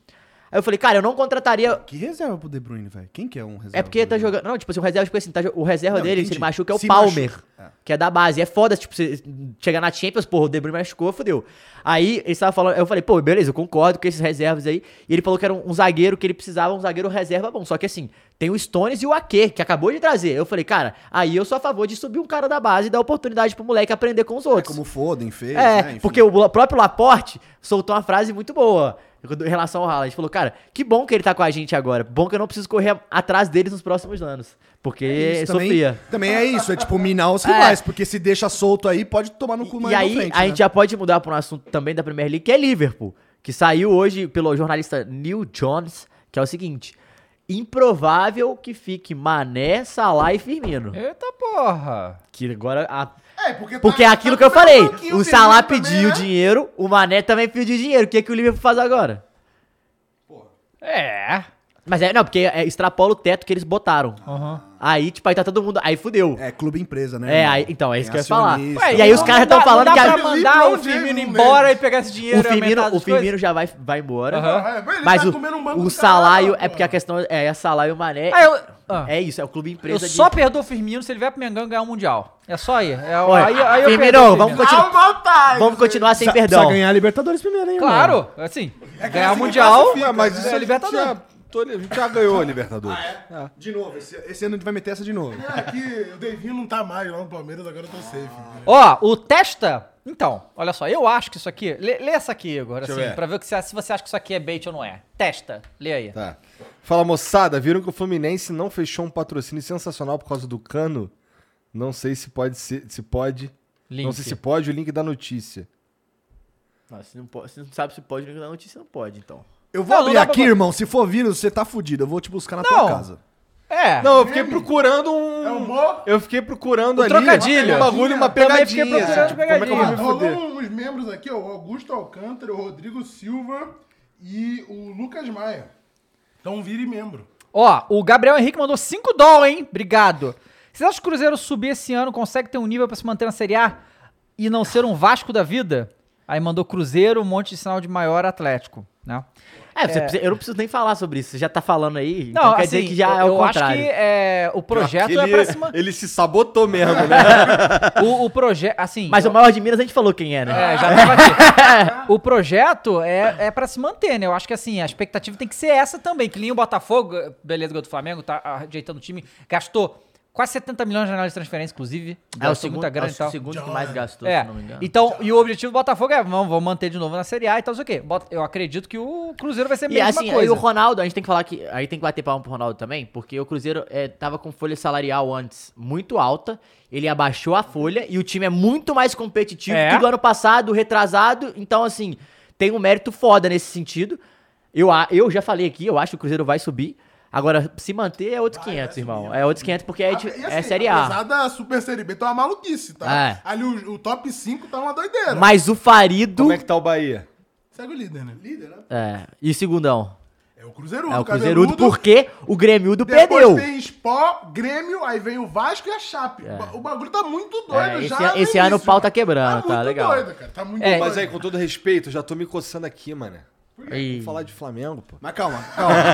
Aí eu falei, cara, eu não contrataria.
Que reserva pro De Bruyne, velho? Quem que é um reserva?
É porque
pro
tá
De Bruyne?
jogando. Não, tipo assim, o reserva, tipo assim, tá jo- o reserva
Não,
dele, se
entendi.
ele machuca, é o
Se
Palmer,
machuca. É.
que é da base. E é foda, tipo, você chegar na Champions, porra, o De Bruyne machucou, fodeu. Aí ele tava falando, eu falei, pô, beleza, eu concordo com esses reservas aí. E ele falou que era um, um zagueiro que ele precisava, um zagueiro reserva bom. Só que assim, tem o Stones e o Ake, que acabou de trazer. Eu falei, cara, aí eu sou a favor de subir um cara da base e dar oportunidade pro moleque aprender com os
É
outros.
como o Foden fez,
É,
né? Enfim.
porque o La- próprio Laporte soltou uma frase muito boa quando- em relação ao Haaland. Falou, cara, que bom que ele tá com a gente agora. Bom que eu não preciso correr a- atrás deles nos próximos anos. Porque
Isso também,
sofria.
também é isso, é tipo minar os rivais, porque se deixa solto aí, pode tomar no cu mais
E aí,
na frente,
a
né?
gente já pode mudar para um assunto também da Premier League, que é Liverpool. Que saiu hoje pelo jornalista Neil Jones, que é o seguinte. Improvável que fique Mané, Salah e Firmino.
É.
Eita porra.
Que agora a
É, porque, tá-
Porque é
tá
aquilo que eu
comendo
falei.
banquinho,
O
Firmino
Salah
também,
pediu
né?
dinheiro, o Mané também pediu dinheiro. O que, é que o Liverpool faz agora?
É.
Mas é, não, porque é, extrapola o teto que eles botaram. Aí, tipo, aí tá todo mundo. Aí fudeu.
É clube empresa, né?
É,
irmão?
aí, então, é isso que
Tem
eu ia falar.
acionista,
Ué,
tem
e aí
um
os
Não
caras
dá-
tão falando
não
que
dá
a-
pra mandar o
Livrão
Firmino
deles,
embora
né?
e pegar esse
o
dinheiro e
Firmino,
aumentar
o
as coisas?
Firmino já vai, vai embora.
Ah, é, ele
Mas
tá
o,
comendo um banco
o
do
salário.
caralho,
É porque a questão é, é salário e o Mané.
Ah, eu- ah.
É isso, é o clube
Eu
empresa. de-
só perdoo o Firmino se ele vier pro Mengão e ganhar o Mundial. É só aí. É,
Olha,
aí, aí eu perdoo o
Firmino, vamos continuar.
Calma, otário.
Vamos continuar sem
Precisa-
perdão.
Precisa ganhar a Libertadores primeiro, hein, irmão?
Claro, assim, ganhar o
assim que
Mundial,
classifica,
mas
né?
isso é Libertadores.
a gente já ganhou a Libertadores.
Ah, é?
Ah.
De novo, esse, esse ano a gente vai meter essa de novo.
É, aqui o Devinho não tá mais lá no Palmeiras, agora eu tô
Hum.
safe.
Ó, o testa. Então, olha só, eu acho que isso aqui. Lê, lê essa aqui, Igor, assim, pra ver o que você- se você acha que isso aqui é bait ou não é. Testa, lê aí.
Tá. Fala, moçada, viram que o Fluminense não fechou um patrocínio sensacional por causa do cano? Não sei se pode ser, se pode.
Link.
Não sei se pode o link da notícia.
Nossa, se não, pode, se não sabe se pode, na notícia não pode, então.
Eu vou
Não, não
abrir
dá
aqui,
pra-
irmão. Se for vírus, você tá fudido. Eu vou te buscar na
Não.
tua casa.
É.
Não, eu fiquei procurando um.
É humor?
Eu fiquei procurando
Um
ali.
trocadilho.
Um bagulho, uma
Também
pegadinha.
fiquei procurando
assim, tipo, como é que eu vou me
pegadinha.
fuder?
Rolou um- uns membros aqui, ó, o Augusto Alcântara, o Rodrigo Silva e o Lucas Maia. Então vire membro.
Ó, o Gabriel Henrique mandou 5 dólares, hein? Obrigado. Vocês acham que o Cruzeiro subir esse ano consegue ter um nível pra se manter na Série A e não ser um Vasco da vida? Aí mandou Cruzeiro, um monte de sinal de maior Atlético, né?
É, você precisa- eu não preciso nem falar sobre isso. Você já tá falando aí. Não,
Não,
então quer
assim,
dizer que já
eu,
é o
eu acho
contrário.
que é, o projeto
ele,
é pra cima.
ele se sabotou mesmo, né?
O, o projeto, assim.
Mas o maior de Minas a gente falou quem é, né?
É, já tava aqui. o projeto é, é para se manter, né? Eu acho que assim, a expectativa tem que ser essa também. Que linha o Botafogo, beleza, gol do Flamengo, tá ajeitando o time, gastou quase 70 milhões de janela de transferência, inclusive.
É o
gastou
segundo,
muita grana
é
e
o
tal.
segundo que mais gastou,
É,
se não me engano.
então, e o objetivo do Botafogo é, vamos, vamos manter de novo na Série A e tal, não sei o quê. Bota- Eu acredito que o Cruzeiro vai ser é a
E
mesma
assim, aí
coisa.
o Ronaldo, a gente tem que falar que. Aí tem que bater palma pro Ronaldo também, porque o Cruzeiro eh, tava com folha salarial antes muito alta. Ele abaixou a folha e o time é muito mais competitivo
É.
que do ano passado, retrasado. Então, assim, tem um mérito foda nesse sentido. Eu, a- eu já falei aqui, eu acho que o Cruzeiro vai subir. Agora, se manter é outros 500, irmão. É outros 500 porque é, de-
Ah,
E
é
assim,
Série A.
Apesar da Super Série B, tá uma maluquice, tá?
É.
Ali o, o top 5 tá uma doideira.
Mas o Farido.
como é que tá o Bahia?
Segue o líder, né? Líder, né?
É, e o segundão?
É o Cruzeirudo.
É o Cruzeirudo,
Cabeludo.
porque o Grêmiudo
Depois
perdeu.
tem Spó, Grêmio, aí vem o Vasco e a Chape. O bagulho tá muito
É,
doido
esse
já.
ano-
no
esse ano o
início,
pau tá
mano.
quebrando, tá
muito
legal.
doido, cara. Tá muito
É,
doido.
Mas aí, com todo respeito, eu já tô me coçando aqui, mano.
Ih.
Vamos falar de Flamengo, pô.
Mas calma,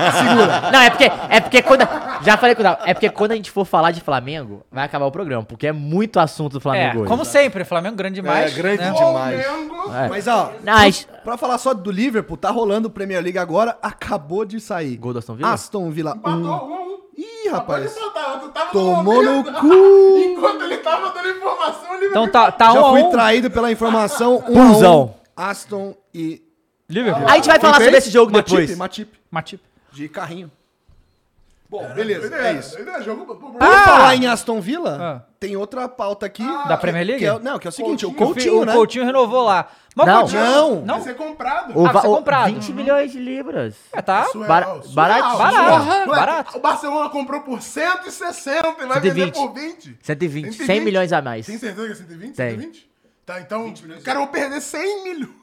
calma. Segura.
Não, é porque, é porque quando. Já falei com o Dal, É porque quando a gente for falar de Flamengo, vai acabar o programa, porque é muito assunto do
É,
Flamengo hoje. né? É.
como sempre, Flamengo grande demais.
é grande
né?
demais.
Flamengo.
Mas ó,
Mas-
pra, pra falar só do Liverpool, tá rolando Premier League agora, acabou de sair.
Gol do Aston Villa?
Ah,
Aston Villa 1.
Empatou um a um.
Ih,
Acabou de
rapaz.
empatar, tu tava
Tomou no
momento-
cu.
Enquanto ele tava dando informação, ele
Então tá, tá um
Já
a
fui
um.
traído pela informação. Um
Pulsão.
a um, Aston e.
Liverpool.
A gente vai falar
Quem
sobre
fez?
esse jogo
Ah,
Matip,
depois.
Matip,
Matip.
de carrinho. Bom, beleza,
Doideira,
é isso.
doideira, jogo- pô, pô,
Por
Ah,
falar em Aston Villa,
Ah.
tem outra pauta aqui.
Da Premier League?
Que é, não, que é o seguinte,
O
o
Coutinho,
Coutinho, né?
O Coutinho renovou lá. Mas
Não.
o Coutinho,
Não.
Vai
não.
ser comprado.
O
Ah,
va-
você
o
comprado.
20 milhões de libras.
É, tá.
Surreal,
bara-
surreal,
barato,
surreal.
barato,
é
Moleque,
barato.
O Barcelona comprou por 160 e vai vender
120.
por
é-
20.
120, 100 milhões a mais.
Tem certeza que é 120?
Tem.
120? Tá, então, o cara vai perder 100 milhões.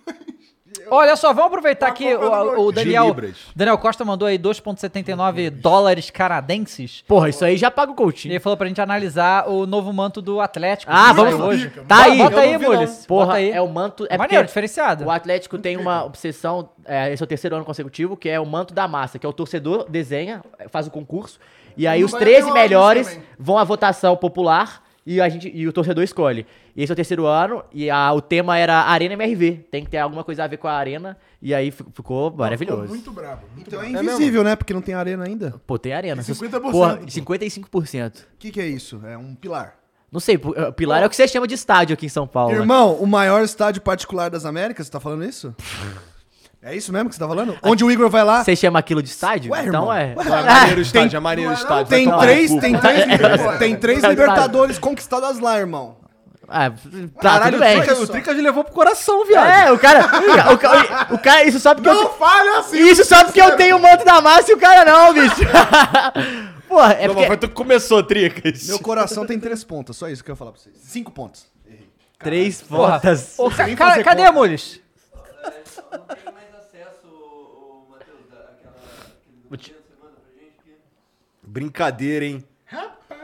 Olha só, vamos aproveitar aqui. O, o
De
Daniel,
libras.
Daniel Costa mandou aí 2,79 dólares canadenses.
Porra, isso aí já paga o
E
Coutinho.
ele falou pra gente analisar o novo manto do Atlético.
Ah,
que saiu
vamos-
Tá
Bota-
aí, eu
Bota aí,
não vi,
Mules.
Porra,
Bota aí.
é o manto. É
Maneiro,
porque
diferenciado.
O Atlético tem uma obsessão, é, esse é o terceiro ano consecutivo, que é o manto da massa, que é o torcedor desenha, faz o concurso, e aí
Não
os
vai
13
ter uma
melhores
lista também.
vão à votação popular e, a gente, e o torcedor escolhe. E esse é o terceiro ano, e a- o tema era Arena MRV. Tem que ter alguma coisa a ver com a Arena, e aí fi- ficou maravilhoso.
Muito brabo. Muito
Então é
brabo.
invisível, né? Porque não tem arena ainda.
Pô, tem Arena.
50%,
Porra,
pô.
55%.
O que, que é isso? É um pilar.
Não sei, pu- eh, Pilar é o que você chama de estádio aqui em São Paulo. né?
Irmão, o maior estádio particular das Américas, você tá falando isso? É isso mesmo que você tá falando? Onde o Igor vai lá?
Você chama aquilo de estádio?
Ué,
então
irmão.
é.
É maneiro o estádio, é maneiro o estádio.
Tem
Vai tomar
três,
no cu.
tem três, liber- tem três
Tá, tá.
libertadores conquistadas lá, irmão.
Ah, tá,
Caralho,
tudo bem.
o Trica-
O Trica já levou pro coração, viado.
É, o cara, o, ca- o cara, isso só porque eu,
Não falha assim.
isso só porque eu tenho o manto da massa e o cara não, bicho. Porra, é
Não, mas
porque
foi tu que começou, Tricas.
Meu coração tem três pontas, só isso que eu ia falar pra vocês. Cinco pontos.
três
Porra.
fotos.
Ô, ca-
nem
cara,
fazer
cadê,
conta.
Mules?
Brincadeira, hein?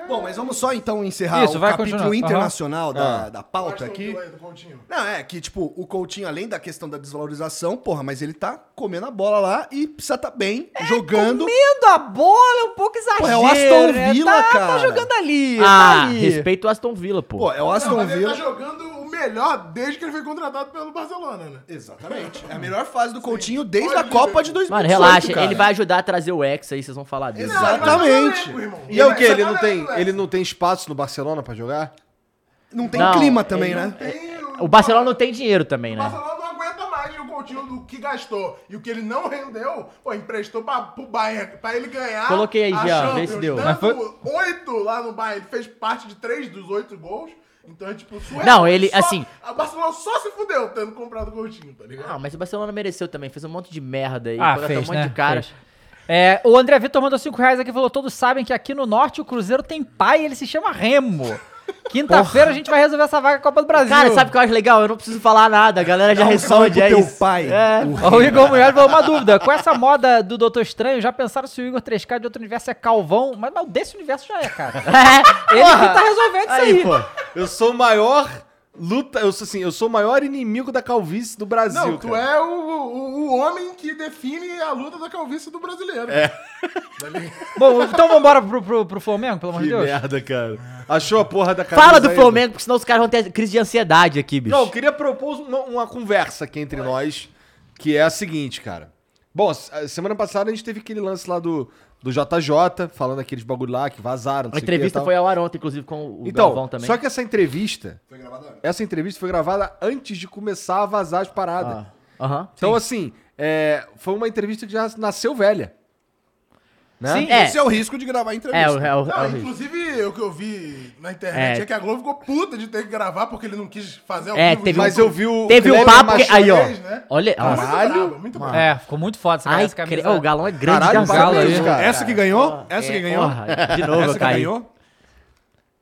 Bom, mas vamos só então encerrar
Isso,
o
vai
capítulo
continuar. Aham. Ah.
internacional da, da pauta aqui.
Aqui.
Não, é que, tipo, o Coutinho, além da questão da desvalorização, porra, mas ele tá comendo a bola lá e precisa tá bem, jogando.
Comendo a bola, é um pouco exagero.
Pô, é o Aston
né?
Villa,
tá, Tá
cara.
jogando ali, tá
Ah,
ali.
respeito o Aston Villa, pô.
Pô, é o Aston
Mas ele
Villa.
tá jogando o melhor desde que ele foi contratado pelo Barcelona, né?
Exatamente. É a melhor fase do Coutinho desde a Copa de 2018,
Mano, relaxa,
cara.
ele vai ajudar a trazer o ex aí, vocês vão falar dele.
Exatamente.
E é o quê? Ele
tá
não, tem,
é.
ele não tem espaço no Barcelona pra jogar?
Não tem
Não,
clima
ele
também, né?
O Barcelona não tem dinheiro também,
O
né?
Barcelona não aguenta mais o Coutinho do que gastou. E o que ele não rendeu, pô, emprestou pra, pro Bayern, pra ele ganhar.
Coloquei aí, Jean,
a
vê
Champions,
se deu.
dando
Mas
Oito lá no Bayern, ele fez parte de três dos oito gols. Então, é tipo, surreal.
Não, ele,
Só-
assim-
A Barcelona só se fudeu tendo comprado o Coutinho, tá ligado?
Ah, mas o Barcelona mereceu também, fez um monte de merda aí,
Ah,
contratou
fez,
um monte
né?
de cara.
Fez. É, o André Vitor mandou 5 reais aqui e falou: Todos sabem que aqui no norte o Cruzeiro tem pai e ele se chama Remo. Quinta-feira a gente vai resolver essa vaga da Copa do Brasil.
Cara, sabe o que eu acho legal? Eu não preciso falar nada, a galera já responde, é
teu
isso.
pai.
É.
O Igor Mulher falou uma dúvida. Com essa moda do Doutor Estranho, já pensaram se o Igor 3K de outro universo é calvão? Mas não, desse universo já é, cara. Ele que tá resolvendo isso aí.
Aí, pô.
Eu sou o maior luta... Eu sou, assim, eu sou o maior inimigo da calvície do Brasil,
Não, tu
cara.
é o, o, o homem que define a luta da calvície do brasileiro. É.
Bom, então vambora pro, pro, pro Flamengo, pelo amor de
Que
Deus.
merda, cara. Achou a porra da camisa
Fala do
aí, né?
Flamengo, porque senão os caras vão ter crise de ansiedade aqui, bicho.
Não, eu queria propor uma, uma conversa aqui entre nós, que é a seguinte, cara. Bom, s- a semana passada a gente teve aquele lance lá do, do JJ, falando aqueles bagulho lá que vazaram. não
A
sei o quê e
entrevista
é tal.
foi ao ar ontem, inclusive, com o Galvão
Então,
também.
só que essa entrevista. Essa entrevista foi gravada antes de começar a vazar as paradas.
Ah, Aham.
Então, assim, é, foi uma entrevista que já nasceu velha. Né?
Sim, é.
Esse é o risco de gravar entrevista. Ah,
É, o, é, o,
Não,
é o risco.
inclusive, o que eu vi na internet
É.
é. que a Globo ficou puta de ter que gravar porque ele não quis fazer ao
É,
vivo
teve
junto.
Mas eu vi o.
Teve um
Kleber
papo que...
Machado-
Aí, ó.
Machado, né?
Olha...
Muito
Olha.
brava, muito brava.
É, ficou muito foda essa
Ai,
essa camisa.
cre- Ô, o galão é grande
Caralho,
da
parabéns,
Galo,
cara.
hein?
Essa que ganhou? Essa que
É,
ganhou?
porra, de novo,
Essa
eu
que
caí.
ganhou?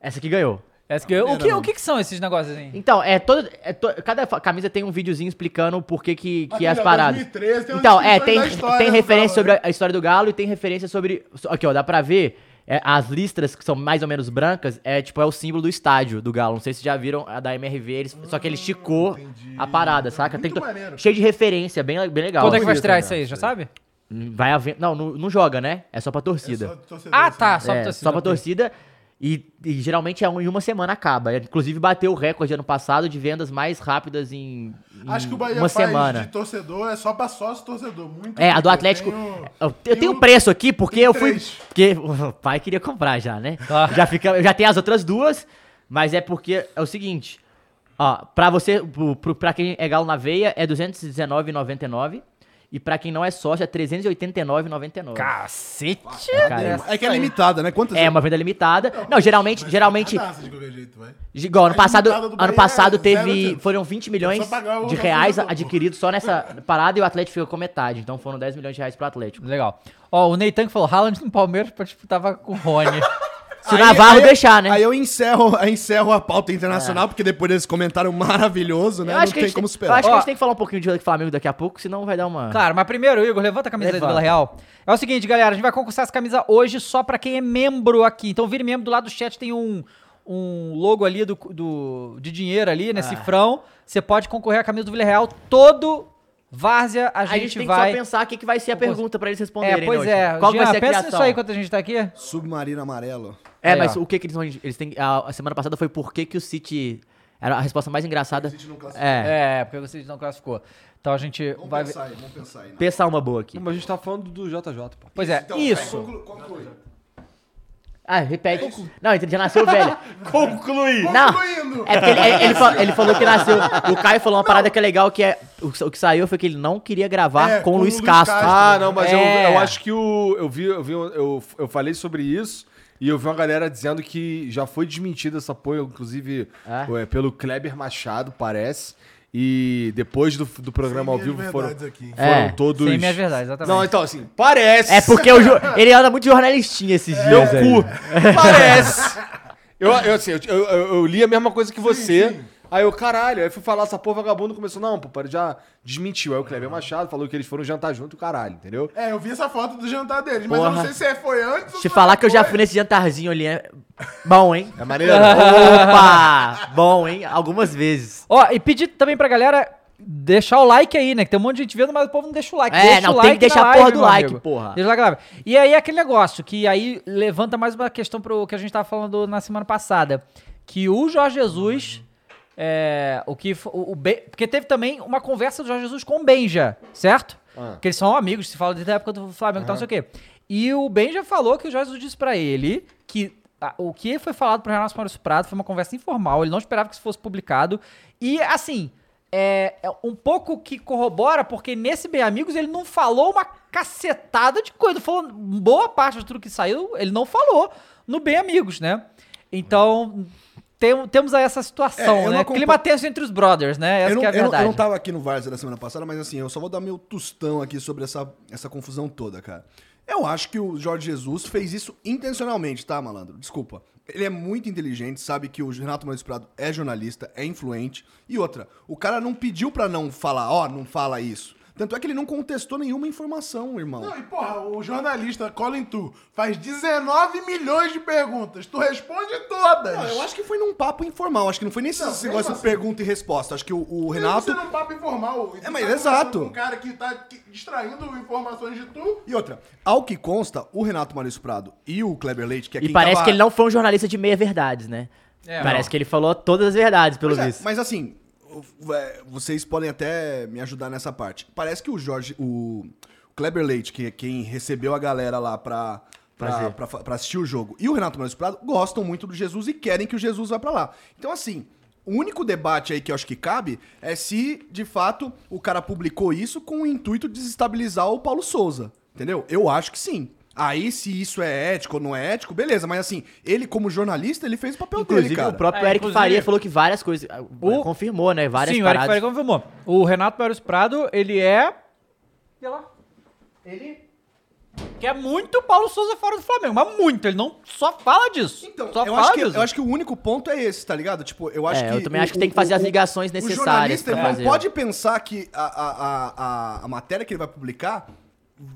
Essa que ganhou.
Essa É, que- o, que, o que que são esses negócios aí?
Então, é todo. é to- cada fa- camisa tem um videozinho explicando por que que, que é
Aqui, tá
as
ó,
paradas.
2013, tem umas
então, é,
discussões
tem,
da história
tem
do
referência
Galo,
sobre
né?
a- a história do Galo e tem referência sobre. so- Aqui, ó, dá pra ver. é, as listras que são mais ou menos brancas, é tipo, é o símbolo do estádio do Galo. Não sei se já viram a da MRV, eles, só que ele esticou a parada, saca? Tem
Ah, Muito
to-
maneiro.
cheio de referência, bem, le- bem legal.
Quando é que vai
bonito,
estrear
né?
isso aí, já sabe?
Hum, Vai haver. Não, não, não joga, né? É só pra torcida.
Só torcedor,
Ah,
assim.
tá, só
É,
pra torcida.
só pra torcida. E, e geralmente é um, em uma semana acaba. Inclusive bateu o recorde ano passado de vendas mais rápidas em, em
Acho que o Bahia
uma
faz
semana.
de torcedor é só pra sócio torcedor. Muito
É, a do
Eu
Atlético.
tenho-
Eu eu tenho
um-
o preço aqui porque
tem
eu fui.
três.
Porque o pai queria comprar já, né?
Ah.
Já fica, eu já tenho as outras duas, mas é porque é o seguinte: ó, pra você, pro, pro- pra quem é galo na veia, é R$ 219,99. E pra quem não é sócio, é R$ 389,99.
Cacete!
Ah, Cara,
É que é limitada, né? Quantas?
é uma venda limitada. Não, geralmente, geralmente
Taça de qualquer jeito, vai.
Igual, ano
A
passado,
limitada do Bahia
ano passado
é
teve.
zero,
Foram 20 milhões
Só pagar o-
de
o
reais
jogador.
adquiridos só nessa parada e o Atlético ficou com metade. Então foram 10 milhões de reais pro Atlético.
Legal. Ó, o Neitan que falou, Haaland no Palmeiras pra disputar vaga com o Rony.
Se o Navarro deixar, né? É.
Aí eu encerro, aí encerro a pauta internacional, porque depois desse comentário maravilhoso, né?
Eu acho
não
que a
tem
gente
como
tem-
superar.
Eu acho que a
Ó.
gente tem que falar um pouquinho de Flamengo daqui a pouco, senão vai dar uma.
Ah. Claro, mas primeiro, Igor, levanta a camisa aí do
Levanta.
Vila Real. É o seguinte, galera, a gente vai concursar essa camisa hoje só pra quem é membro aqui. Então vire membro do lado do chat, tem um, um logo ali do, do- de dinheiro ali,
Ah.
né? Cifrão. Você pode concorrer à camisa do Vila Real todo Várzea. A gente,
A gente, tem
vai.
que só pensar o que, que vai ser a pergunta pra eles responderem.
é, pois
hoje.
é.
Qual que
Jean,
vai ser a
pensa
criação?
nisso aí enquanto a gente tá aqui.
Submarino amarelo.
É,
Aí,
mas
ó.
o que, que eles vão. Eles têm, a, a semana passada foi por que, que o City. Era a resposta mais engraçada. É,
É, porque vocês não classificou. Então a gente vai ver.
aí, vamos pensar aí.
pensar uma boa aqui.
Mas a gente tá falando do JJ, pô.
Pois é,
Então,
isso.
Ah, repete. Não, ele já nasceu velho.
Concluir!
Não.
Concluindo.
É porque ele, ele fa- ele falou que nasceu. O Caio falou uma parada que é legal, que é. O, que- o que saiu foi que ele não queria gravar
É,
com o Luiz
Luiz
Castro.
Castro.
Ah, não, mas eu-
É.
eu, acho que o. Eu vi, eu vi, um- eu, eu falei sobre isso e eu vi uma galera dizendo que já foi desmentida essa apoio, inclusive
É?
ué, pelo Kleber Machado, parece. E depois do, do programa ao
minhas
vivo foram,
verdades aqui.
Ah,
foram
É,
todos.
Sem minhas verdades, exatamente.
Não, então assim, parece.
É porque o ju- ele anda muito jornalistinha esses
Meu
dias. aí.
cu. Parece. Eu, eu, assim, eu, eu, eu li a mesma coisa que você. Aí eu, caralho, aí fui falar essa porra vagabundo começou, não, pô, para, já desmentiu. Aí o Kleber Machado falou que eles foram jantar junto, caralho, entendeu?
É, eu vi essa foto do jantar deles, mas eu não
Porra.
sei se é- foi antes ou
Te
foi
falar que eu já
depois.
fui nesse jantarzinho ali, é bom, hein?
É maneiro.
Opa! Bom, hein? Algumas vezes.
Ó, e pedir também pra galera deixar o like aí, né? Que tem um monte de gente vendo, mas o povo não deixa o like.
É,
deixa
não,
o
tem
like
que deixar
na
a porra
live,
do
meu
like,
amigo.
porra.
Deixa o like na live. E aí é aquele negócio que aí levanta mais uma questão pro que a gente tava falando na semana passada. Que o Jorge Jesus. É, o que fo- o, o Ben- porque teve também uma conversa do Jorge Jesus com o Benja, certo? Que eles são amigos, se fala desde a época do Flamengo e tal, não sei o quê. E o Benja falou que o Jorge Jesus disse pra ele que a- o que foi falado pro Renato Maurício Prado foi uma conversa informal, ele não esperava que isso fosse publicado. E assim, é, é um pouco que corrobora, porque nesse Bem Amigos ele não falou uma cacetada de coisa. Falou, boa parte de tudo que saiu, ele não falou no Bem Amigos, né? Então, tem- temos aí essa situação,
É, eu
né?
não acompa-
Clima tenso entre os brothers, né? Essa
Eu não,
que é a
eu, não, eu
verdade.
não tava aqui no Varsa da semana passada, mas assim, eu só vou dar meu tostão aqui sobre essa, essa confusão toda, cara. Eu acho que o Jorge Jesus fez isso intencionalmente, tá, malandro? Desculpa. Ele é muito inteligente, sabe que o Renato Maurício Prado é jornalista, é influente. E outra, o cara não pediu pra não falar, ó, não fala isso. Tanto é que ele não contestou nenhuma informação, irmão.
Não, e porra, o jornalista Colin Tu faz 19 milhões de perguntas. Tu responde todas.
Não, eu acho que foi num papo informal. Acho que não foi nem esse
Não,
negócio
mesmo
de
assim.
pergunta e resposta. Acho que o, o
Você
Renato.
num papo informal. e tu
É, mas
tá
exato.
conversando com Um cara que tá que- distraindo informações de tu.
E outra, ao que consta, o Renato Maurício Prado e o Kleber Leite, que é
E
quem
parece
tava-
que ele não foi um jornalista de meia-verdades, né?
É,
parece que ele falou todas as verdades, pelo
Pois é,
visto.
mas assim, o- é, vocês podem até me ajudar nessa parte. Parece que o Jorge, o Kleber Leite, que é quem recebeu a galera lá pra, pra,
Prazer.
pra, fa- pra assistir o jogo, e o Renato Maurício Prado gostam muito do Jesus e querem que o Jesus vá pra lá. Então, assim. O único debate aí que eu acho que cabe é se, de fato, o cara publicou isso com o intuito de desestabilizar o Paulo Souza. Entendeu? Eu acho que sim. Aí, se isso é ético ou não é ético, beleza. Mas, assim, ele, como jornalista, ele fez o papel
Inclusive,
dele, cara.
o próprio
É,
Eric
inclusive-
Faria falou que várias coisas. ah,
O-
Confirmou, né? Várias
Sim, o Eric
paradas.
Faria confirmou. O Renato Maurício Prado, ele é. Sei lá. Ele. Quer é muito o Paulo Souza fora do Flamengo, mas muito. Ele não só fala disso.
Então,
só
eu
fala
acho, que,
disso.
eu acho que o único ponto é esse, tá ligado? Tipo, eu acho
É,
que.
eu também
o-
acho que tem que fazer as ligações
O
necessárias
jornalista
pra
ele não
fazer.
pode pensar que a, a, a, a- a matéria que ele vai publicar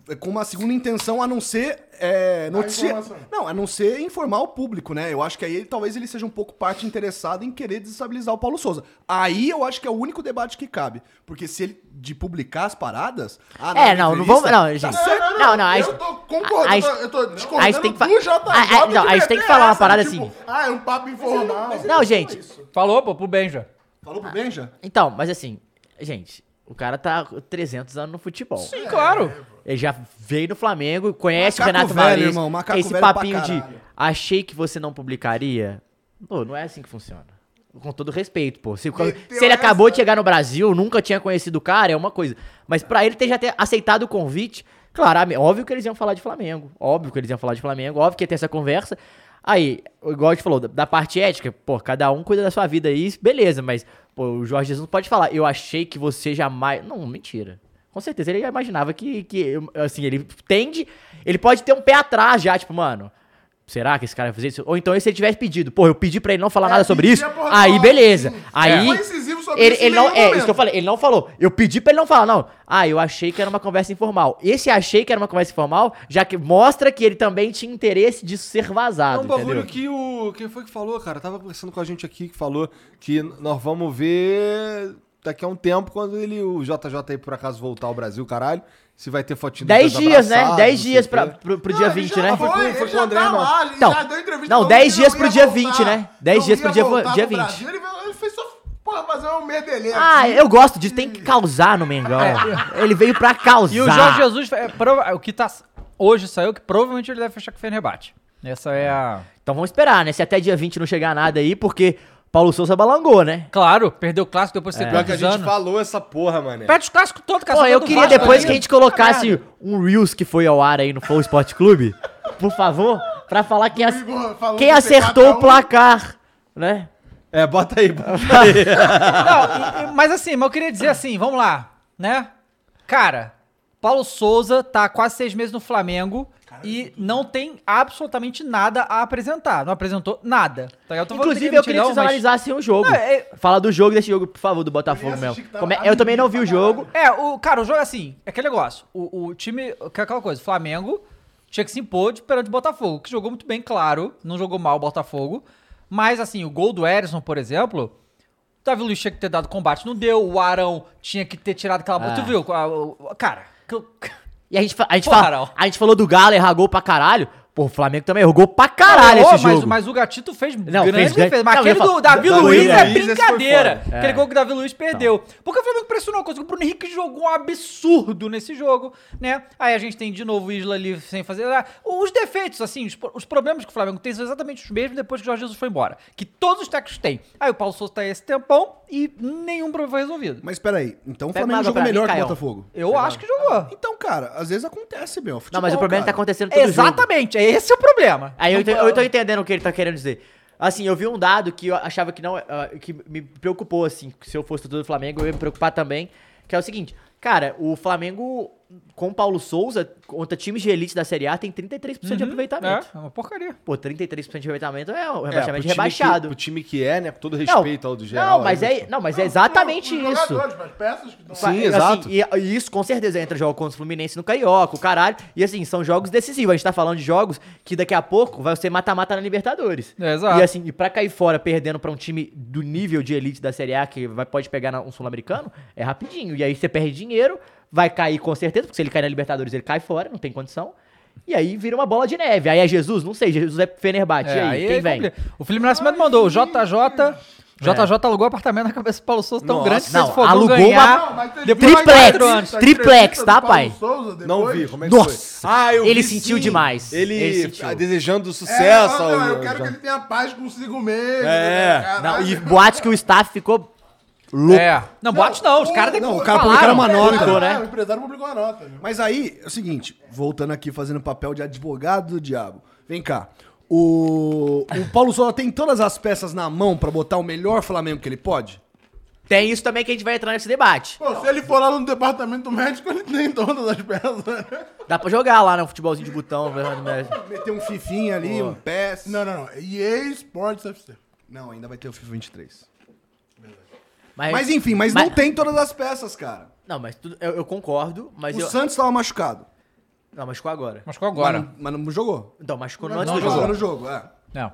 é com uma segunda intenção a não ser é, noticiar.
informação.
Não, a não ser informar o público, né? Eu acho que aí ele- talvez ele seja um pouco parte interessada em querer desestabilizar o Paulo Souza. Aí eu acho que é o único debate que cabe. Porque se ele de publicar as paradas. ah,
É,
na
não, não vamos.
entrevista,
Não,
tá
gente.
certo.
Não, não, a
eu
gente-
tô concordando,
a gente-
eu tô discordando
a gente tem que fa-
do JJ.
a- a- não,
de
a gente tem que
meter
falar uma
essa,
parada
tipo,
assim.
Ah, é um papo informal.
Não, gente.
Falou, pô, pro Benja.
Falou pro Benja?
Então, mas assim, gente, o cara tá 300 anos no futebol.
Sim, claro.
Ele já veio no Flamengo, conhece
Macaco
o Renato
velho,
Maurício.
irmão, macaco
esse
velho pra
papinho de
caralho.
achei que você não publicaria. Pô, não é assim que funciona. Com todo respeito, pô. Se,
Meteu
se ele
essa.
acabou de chegar no Brasil, nunca tinha conhecido o cara, é uma coisa. Mas pra ele ter já ter aceitado o convite, claramente, óbvio que eles iam falar de Flamengo. Óbvio que eles iam falar de Flamengo, óbvio que ia ter essa conversa. Aí, igual a gente falou, da, da parte ética, pô, cada um cuida da sua vida aí, beleza, mas, pô, o Jorge Jesus não pode falar, eu achei que você jamais. Não, mentira. Com certeza ele já imaginava que, que, assim, ele tende. Ele pode ter um pé atrás já, tipo, mano. Será que esse cara ia fazer isso? Ou então se ele tivesse pedido, pô, eu pedi pra ele não falar
É,
nada sobre
pedir
isso,
a porra do
aí
mal,
beleza.
sim.
Aí.
Não foi incisivo sobre
ele,
isso em
ele não,
nenhum
é,
momento.
isso que eu falei, ele não falou. Eu pedi pra ele não falar, não. Ah, eu achei que era uma conversa informal. Esse achei que era uma conversa informal, já que mostra que ele também tinha interesse disso ser
É
vazado.
um
entendeu?
bagulho que o. Quem foi que falou, cara? Tava conversando com a gente aqui que falou que nós vamos ver daqui a um tempo, quando ele, o JJ aí por acaso voltar ao Brasil, caralho, se vai ter fotinho dos
10
dois
dias, né?
abraçados,
10
não sei
dias
o
pra,
quê.
pro, pro dia
ele
20,
já
né?
Foi,
Foi com-
ele
foi com
já
o André,
tá
não.
lá, ele
Então,
já deu entrevista
não,
falando
10
que
dias
não
pro
ia
dia
voltar,
20, né?
não
10 dias
ia
pro dia-
voltar
dia
pro
20.
Brasil, ele, ele fez só, porra, fazer um merdelê.
Ah, eu gosto disso, tem que causar no Mengão.
É.
Ele veio pra causar.
E o Jorge Jesus, é, prova- o que tá hoje saiu, que provavelmente ele deve fechar com o Fenerbahçe. Essa é a...
Então vamos esperar, né? Se até dia 20 não chegar nada aí, porque Paulo Souza balangou, né?
Claro, perdeu o clássico depois de ser
Pior que a gente
anos.
falou essa porra, mané.
Perde os clássicos todo, cara.
Pô,
só
eu
todo
queria
Vasco,
depois
né?
que a gente
Tá
colocasse um Reels que foi ao ar aí no Flow Sport Clube, por favor, pra falar quem, ac-
Igor falou
quem
que
acertou
você
o placar, né?
É, bota aí. bota aí.
Não, e- e- mas assim, mas eu queria dizer assim, vamos lá, né? Cara, Paulo Souza tá há quase seis meses no Flamengo e não tem absolutamente nada a apresentar. Não apresentou nada. Tá? ligado? tô falando
Inclusive, eu
tecnicamente
queria
não,
que vocês
mas-
analisassem o jogo.
Não, é-
Fala do jogo, desse jogo, por favor, do Botafogo
Eu queria
mesmo.
assistir que tava
Como é- eu também não vi o jogo.
É, o, cara, o jogo é assim, é aquele negócio. O, o time, que é aquela coisa, o Flamengo tinha que se impor de perante o Botafogo, que jogou muito bem, claro, não jogou mal o Botafogo. Mas, assim, o gol do Ederson, por exemplo, o Davi Luiz tinha que ter dado combate, não deu. O Arão tinha que ter tirado aquela bola. Tu viu? a- o- o- Cara, que eu-
E a gente, fa- a, gente
Porra,
fala-
Arão.
a gente falou do Galo, errar gol pra caralho. Pô, o Flamengo também errou gol pra caralho
Não,
esse
mas,
jogo.
mas o Gatito fez
Não,
grande
fez grande-
defesa. Mas
Não, eu
aquele
ia falar-
do Davi
Davi
Luiz é
Luiz, esse foi
brincadeira.
É.
fora.
Aquele gol que o Davi Luiz perdeu. Porque o Flamengo pressionou coisa. O Bruno Henrique jogou um absurdo nesse jogo, né? Aí a gente tem de novo o Isla ali sem fazer. nada. Os defeitos, assim, os, pro- os problemas que o Flamengo tem são exatamente os mesmos depois que o Jorge Jesus foi embora. Que todos os técnicos têm. Aí o Paulo Souza tá aí esse tempão e nenhum problema foi resolvido.
Mas peraí, então o
Pega uma
Flamengo
água
jogou
pra mim,
melhor que o
Caio.
Botafogo.
Eu acho que jogou.
Então, cara, às vezes acontece, meu. Futebol,
não, mas o problema é que tá
cara.
acontecendo todo jogo.
Exatamente, é esse é o problema.
Aí eu, ente-
Não-
eu tô entendendo o que ele tá querendo dizer. Assim, eu vi um dado que eu achava que não. ah, que me preocupou, assim. que Se eu fosse torcedor do Flamengo, eu ia me preocupar também. Que é o seguinte, cara, o Flamengo, com o Paulo Souza, contra times de elite da Série A, tem 33% de aproveitamento.
É, é uma porcaria.
Pô, 33% de aproveitamento é um
Uhum, É, pro
rebaixamento
time
rebaixado.
Que, pro time que é, né? Com todo
Não,
respeito ao do geral.
não, mas
aí,
é, não, mas é exatamente
Os
isso.
jogadores, mas peças que não-
Sim,
Assim,
exato.
E, e isso com certeza entra jogo contra o Fluminense no Carioca, o caralho. E assim, são jogos decisivos. A gente tá falando de jogos que daqui a pouco vai ser mata-mata na Libertadores.
É, exato.
E assim, e pra cair fora perdendo pra um time do nível de elite da Série A que vai, pode pegar na- um sul-americano, é rapidinho. E aí você perde dinheiro, vai cair com certeza, porque se ele cair na Libertadores, ele cai fora, não tem condição. E aí vira uma bola de neve. Aí é Jesus, não sei, Jesus é Fenerbahçe.
É,
e aí, quem vem?
complica. O Felipe Cimento mandou, o JJ... JJ alugou apartamento na cabeça do Paulo Souza tão
Nossa.
grande que
É. Não,
se for
alugou
ganhar,
Não, mas teve
depois de
triplex.
quatro anos.
Essa
Triplex,
entrevista
tá,
do Paulo
pai?
Souza, depois-
Não vi, como é que
Nossa!
foi? Ah, eu
Ele
vi
sentiu
sim.
demais.
Ele,
Ele sentiu.
ah, desejando
É,
sucesso
não,
ao...
eu quero que ele tenha paz consigo mesmo.
É.
né, caralho.
Não, e boates que o staff ficou louco.
É. Não, boate não, os
o-
caras têm
Não,
que
o cara
falar.
publicaram uma nota.
Publicou,
Ah,
né?
O empresário publicou a nota. né?
Mas aí, é o seguinte, voltando aqui, fazendo papel de advogado do diabo. Vem cá. O, o Paulo Sola tem todas as peças na mão pra botar o melhor Flamengo que ele pode?
Tem isso também que a gente vai entrar nesse debate.
Pô, se ele for lá no departamento médico, ele tem todas as peças. né?
Dá pra jogar lá no futebolzinho de botão. né?
Meter um fifinha ali, um PES.
Não, não, não. EA Sports FC.
Não, ainda vai ter o FIFA 23.
É. Mas,
Mas enfim, mas, não tem todas as peças, cara.
Não, mas tudo, eu, eu concordo, mas
o
eu...
Santos tava machucado.
Não, machucou agora.
Machucou agora.
Mas, não- mas não jogou.
Então, machucou no antes
não
do jogo.
jogou no jogo, é.
Não.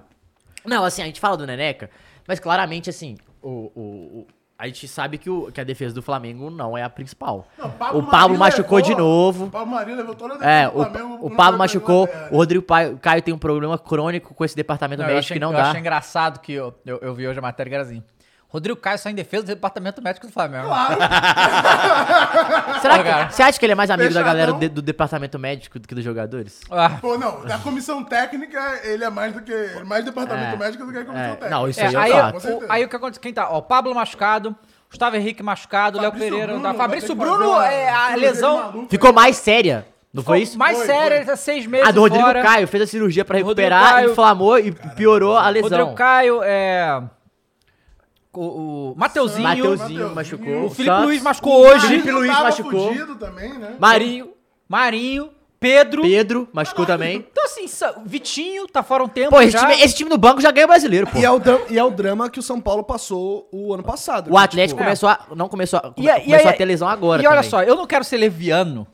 Não, assim, a gente fala do Neneca, mas claramente, assim, o... o- o- a gente sabe que, o- que a defesa do Flamengo não é a principal.
Não,
o Pablo
Marinho
machucou
levou-
de novo.
O Pablo Marinho levou toda a
É,
defesa do
o, o
Flamengo no
Pablo
Flamengo,
machucou,
um é.
o Rodrigo Pai- Caio tem um problema crônico com esse departamento
Não, eu
médico
achei,
que não
eu
dá.
achei engraçado que eu, eu, eu vi hoje a matéria que era assim. Rodrigo Caio sai em defesa do departamento médico do Flamengo.
Ah,
Será
Cara.
que, você acha que ele é mais amigo da galera
Fechadão.
de- do departamento médico do que dos jogadores?
Ah,
Pô, não, da comissão técnica, ele é mais do que. ele é mais departamento médico do que a comissão
É,
técnica.
não, isso
é,
aí é
aí,
fato.
Com
o,
certeza.
aí o que aconteceu? Quem tá? Ó, Pablo machucado, Gustavo Henrique machucado, Léo
Fabrício
Pereira não tá.
Bruno vai
Fabrício
ter que fazer
Bruno,
uma
é, a
cirurgia de
lesão.
maluco. né?
Ficou mais séria, não foi isso?
Mais
Foi,
séria,
foi.
ele tá seis meses.
A do Rodrigo
fora.
Caio fez a cirurgia pra
Rodrigo
recuperar,
Caio-
inflamou e piorou a lesão.
Rodrigo Caio, é. O, o Mateuzinho.
Mateuzinho
Mateuzinho,
machucou.
O Felipe
Santos,
Luiz machucou hoje.
Felipe Luiz
tava
machucou.
fudido também, né?
Marinho.
Marinho. Pedro.
Pedro machucou
Tá
também.
Então, assim, sa- Vitinho tá fora um tempo
Pô, esse
já.
time, esse time do banco já ganha o brasileiro, pô.
E é, o dram- e é o drama que o São Paulo passou o ano passado.
O Atlético
É.
começou a. Não começou a. Come,
E aí-
começou
e aí- é-
a ter lesão agora.
E olha
também.
só, eu não quero ser leviano,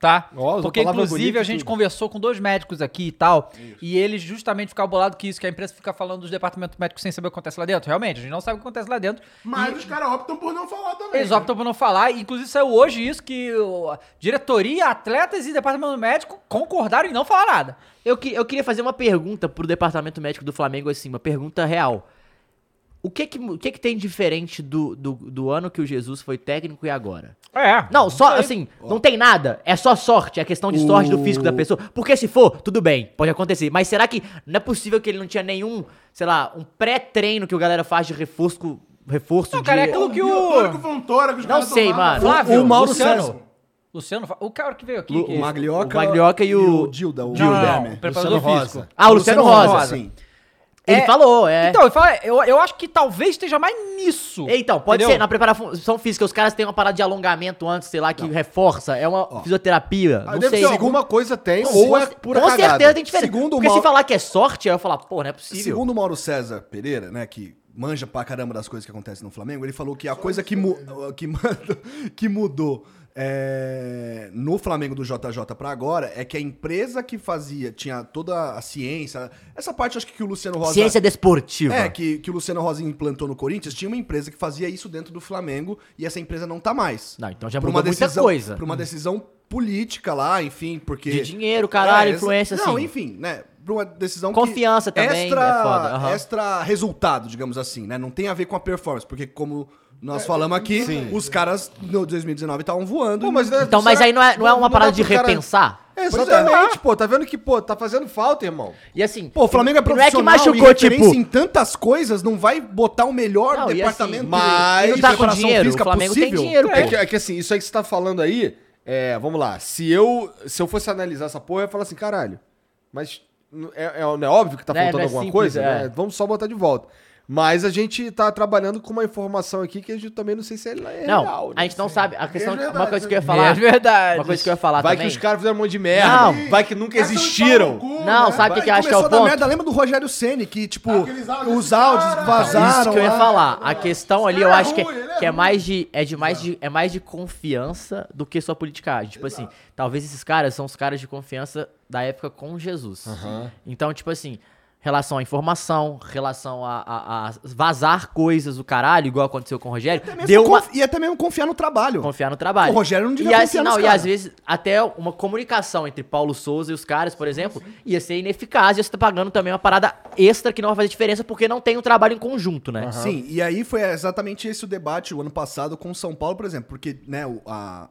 tá?
Ó, usou
Porque,
palavra
inclusive,
bonita
a
e
gente
tudo.
conversou com dois médicos aqui e tal, e eles justamente ficaram bolados que isso, que a imprensa fica falando dos departamentos médicos sem saber o que acontece lá dentro. Realmente, a gente não sabe o que acontece lá dentro.
Mas os caras optam por não falar também.
Eles
né?
optam por não falar, e, inclusive saiu hoje isso que o- a diretoria, atletas e departamento médico concordaram em não falar nada.
Eu, que- eu queria fazer uma pergunta pro departamento médico do Flamengo, assim, uma pergunta real. O que que, mu- o que, que tem diferente do, do, do ano que o Jesus foi técnico e agora?
É.
Não, só assim, não tem nada. É só sorte. É questão de sorte do físico da pessoa. Porque se for, tudo bem, pode acontecer. Mas será que não é possível que ele não tinha nenhum, sei lá, um pré-treino que o galera faz de reforço, com- reforço
Não,
de...
cara, é aquilo que
E o Tórico
o.
foi um tórax, os
Não
caras
sei,
tomaram.
mano.
Flávio,
O Mauro
Luciano.
César.
Luciano, o cara que veio aqui.
O,
que- é
o Maglioca,
o Maglioca e o-
Dilda, né? o
Não, não, não,
Guilherme.
preparador
Luciano
físico.
Rosa.
Ah, o Luciano Rosa.
sim.
Ele
É-
falou, é.
Então, eu, falo- eu, eu acho que talvez esteja mais nisso.
É, Então, pode
tipo, entendeu?
ser, na preparação física, os caras têm uma parada de alongamento antes, sei lá, que reforça, é uma fisioterapia,
Ah,
não
deve
sei.
ter alguma coisa tem,
Com-
ou é pura
Com
cagada.
certeza tem diferença,
Segundo o
porque se
Mauro-
falar que é sorte, aí eu falar, pô, não é possível.
Segundo o Mauro César Pereira, né, que manja pra caramba das coisas que acontecem no Flamengo, ele falou que a
um
coisa que, mu- que, mandou- que mudou é, no Flamengo do JJ pra agora é que a empresa que fazia, tinha toda a ciência, essa parte acho que, que o Luciano Rosa...
Ciência desportiva.
É, que, que o Luciano Rosa implantou no Corinthians, tinha uma empresa que fazia isso dentro do Flamengo e essa empresa não tá mais.
Não, então já
Por
mudou
uma
muita
decisão-
coisa.
Por uma decisão política lá, enfim, porque... É,
De dinheiro, caralho,
exa-
influência,
Não,
assim.
enfim, né? Por uma decisão
Confiança
que
também,
extra,
é foda, aham.
extra resultado, digamos assim, né? Não tem a ver com a performance, porque como
É,
nós falamos aqui, os caras no 2019 estavam voando.
Pô, mas, né,
Então, mas
será-
aí não é, não é uma
dá
parada de
pro cara-
repensar?
Exatamente, pô. Tá vendo que, pô, tá fazendo falta, irmão.
E assim,
Pô, o Flamengo é
e não é
profissional
que
e
machucou,
referência
tipo...
em tantas coisas, não vai botar o melhor
Não, e
departamento
assim, mas-
de
não tá com
preparação
dinheiro,
física
o Flamengo tem
possível.
dinheiro,
É
pô.
que, é que, assim, isso aí que você tá falando aí, é, vamos lá, se eu, se eu fosse analisar essa porra, eu ia falar assim, caralho, mas n- é, é, não é óbvio que tá
Né,
faltando
não é
alguma
simples,
coisa,
é.
né? Vamos só botar de volta. Mas a gente tá trabalhando com uma informação aqui que a gente também não sei se é, é
Não,
real. né?
a gente não sabe, a questão,
verdade,
uma coisa que eu ia
É
falar,
verdade.
uma coisa que eu ia falar
Vai
também...
que os caras fizeram um monte de merda.
Não.
Vai que nunca
Essa é um
existiram.
pau no cu,
Não,
né?
sabe o que, que eu acho que é
começou
o
a dar
ponto?
merda, Tá, lembra do Rogério Ceni que, tipo,
Ah, Aqueles áudios
os
desse
áudios
cara,
vazaram.
Isso que eu ia
lá.
falar. A questão ali, eu
Ele é
acho que,
ruim, ele é
que é
ruim.
mais de. É de mais de. É mais de confiança do que só politicagem. Tipo assim, talvez esses caras são os caras de confiança da época com Jesus. Então, tipo assim, relação à informação, relação a, a- a vazar coisas do caralho, igual aconteceu com o Rogério,
Até mesmo
deu uma.
conf- E até mesmo confiar no trabalho.
Confiar no trabalho.
O Rogério não devia
e,
confiar
assim,
nos
não, E
caras.
às vezes, até uma comunicação entre Paulo Souza e os caras, por exemplo, ia ser ineficaz. Ia estar pagando também uma parada extra que não vai fazer diferença porque não tem um trabalho em conjunto, né?
Sim, e aí foi exatamente esse o debate o ano passado com o São Paulo, por exemplo, porque né, o- a,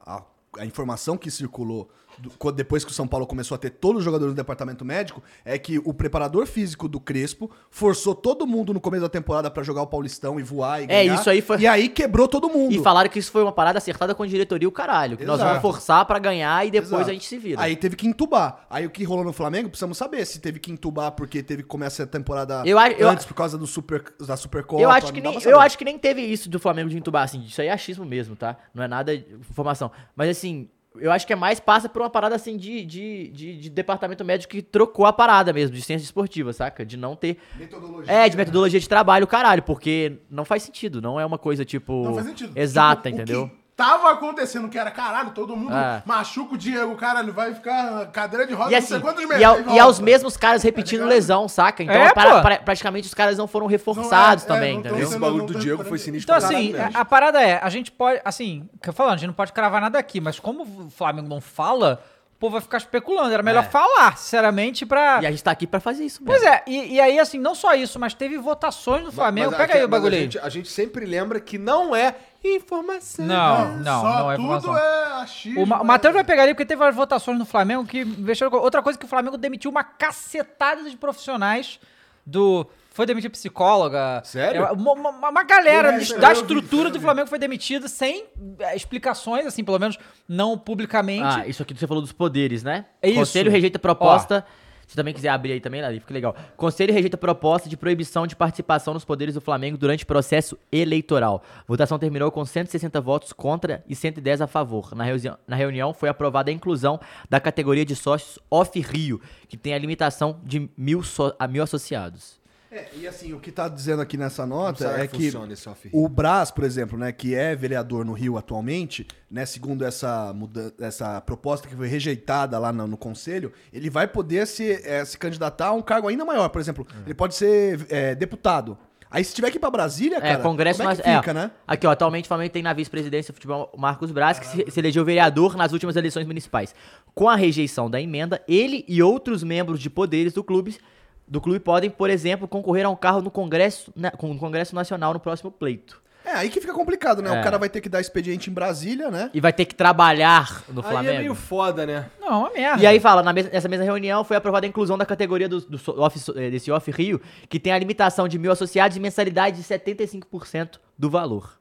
a, a informação que circulou do- co- depois que o São Paulo começou a ter todos os jogadores do departamento médico é que o preparador físico do Crespo forçou todo mundo no começo da temporada pra jogar o Paulistão e voar e ganhar.
É, isso aí foi-
E aí quebrou todo mundo.
E falaram que isso foi uma parada acertada com a diretoria e o caralho. Que nós
Exato.
vamos forçar pra ganhar e depois
Exato.
a gente se vira.
Aí teve que entubar. Aí o que rolou no Flamengo, precisamos saber se teve que entubar porque teve que começar a temporada
Eu a- eu-
antes por causa do super, da Supercopa.
eu, acho que
não
nem,
dá pra
eu
saber.
acho que nem teve isso do Flamengo de entubar, assim. Isso aí é achismo mesmo, tá? Não é nada de informação. Mas assim, eu acho que é mais passa por uma parada assim de, de, de, de departamento médico que trocou a parada mesmo, de ciência esportiva, saca? De não ter. Metodologia. É, de
né?
metodologia de trabalho, caralho, porque não faz sentido. Não é uma coisa, tipo.
Não faz sentido.
Exata,
Tipo, o
entendeu?
que tava acontecendo, que era caralho, todo mundo
É.
machuca o Diego, caralho, vai ficar na cadeira de roda,
E assim, e,
meses,
ao-
aí
e
volta. Tá
aos mesmos caras repetindo lesão, saca? Então,
É,
para-
pô.
pra- praticamente os caras não foram reforçados
é,
também,
não tão
entendeu?
Esse
Não,
bagulho
não,
do
não,
Diego
não,
foi
não.
sinistro
Então,
pra
assim,
caralho,
a,
né?
a parada é, a gente pode, assim, que eu falando, a gente não pode cravar nada aqui, mas como o Flamengo não fala, o povo vai ficar especulando. Era melhor
É.
falar, sinceramente, pra.
E a gente tá aqui pra fazer isso mesmo.
Pois é, e, e aí, assim, não só isso, mas teve votações no Flamengo.
Mas
Pega
aqui-
aí o
mas
bagulho
A
aí.
gente, a gente sempre lembra que não é informação.
Não, não,
Só
não é
tudo
informação.
é achismo.
O, Ma- o
é-
Matheus vai pegar ali porque teve as votações no Flamengo que mexeram com... Outra coisa que o Flamengo demitiu uma cacetada de profissionais do... Foi demitir psicóloga.
Sério?
É, Uma, uma- uma galera
Eu
des-
vi,
da
eu vi,
estrutura
eu
do
vi.
Flamengo foi demitida sem é, explicações, assim, pelo menos não publicamente.
Ah, isso aqui que você falou dos poderes, né?
É isso.
Conselho rejeita proposta. Se também quiser abrir aí também, Lali, fica legal. Conselho rejeita proposta de proibição de participação nos poderes do Flamengo durante processo eleitoral. Votação terminou com 160 votos contra e 110 a favor. Na, reusi- na reunião foi aprovada a inclusão da categoria de sócios off-Rio, que tem a limitação de mil, só- a mil associados.
É, e assim, o que tá dizendo aqui nessa nota
Será
é
que
que
funciona esse off-Rio?
o Brás, por exemplo, né, que é vereador no Rio atualmente, né, segundo essa, muda- essa proposta que foi rejeitada lá no, no conselho, ele vai poder se, eh, se candidatar a um cargo ainda maior, por exemplo,
É.
ele pode ser eh, deputado. Aí se tiver que ir pra Brasília,
É,
cara,
Congresso
como é
Nas-
que
é,
fica, né?
Aqui, ó, atualmente o Flamengo tem na vice-presidência do futebol Marcos Braz, que se, se elegeu vereador nas últimas eleições municipais. Com a rejeição da emenda, ele e outros membros de poderes do clube, do clube podem, por exemplo, concorrer a um carro no Congresso, na- com o Congresso Nacional no próximo pleito.
É, aí que fica complicado, né?
É.
O cara vai ter que dar expediente em Brasília, né?
E vai ter que trabalhar no Flamengo.
Aí é meio foda, né?
Não, é uma merda.
E aí fala, na mes- nessa mesma reunião foi aprovada a inclusão da categoria do, do so- off, so- eh, desse Off Rio, que tem a limitação de mil associados e mensalidade de 75% do valor.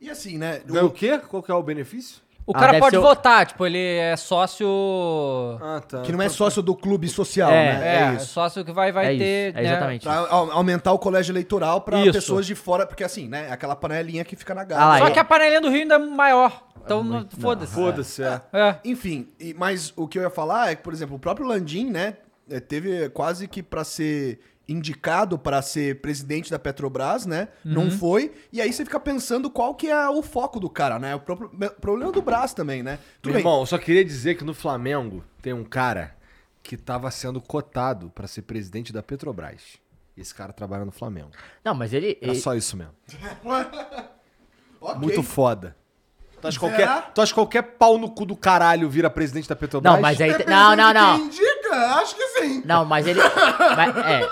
E assim, né? o-
Ganha o quê? Qual que é o benefício?
O
Ah,
cara
deve
pode
ser o-
votar, tipo, ele é sócio.
Ah, tá.
que não é sócio do clube social,
É,
né?
É, sócio que vai, vai
é
ter.
isso, é
né?
exatamente
Pra au- aumentar o colégio eleitoral pra
Isso.
pessoas de fora, porque assim, né? Aquela panelinha que fica na
Ah lá,
gata.
Só
é.
que a panelinha do Rio ainda é maior. Então, não- foda-se.
Foda-se, é.
É.
Enfim, e- mas o que eu ia falar é que, por exemplo, o próprio Landim, né? eh, Teve quase que pra ser indicado pra ser presidente da Petrobras, né? Não foi. E aí você fica pensando qual que é o foco do cara, né? O próprio o problema do Brás também, né? Tudo
Meu
bem.
irmão, eu só queria dizer que no Flamengo tem um cara que tava sendo cotado pra ser presidente da Petrobras. Esse cara trabalha no Flamengo.
Não, mas ele.
Era
ele-
só isso mesmo.
Ok.
Muito foda. Tu acha,
Será?
qualquer, tu acha qualquer pau no cu do caralho vira presidente da Petrobras?
Não, mas aí. te-
Dependendo
Não, não,
de
não.
Quem indica? Acho que sim.
Não, mas ele. mas- é.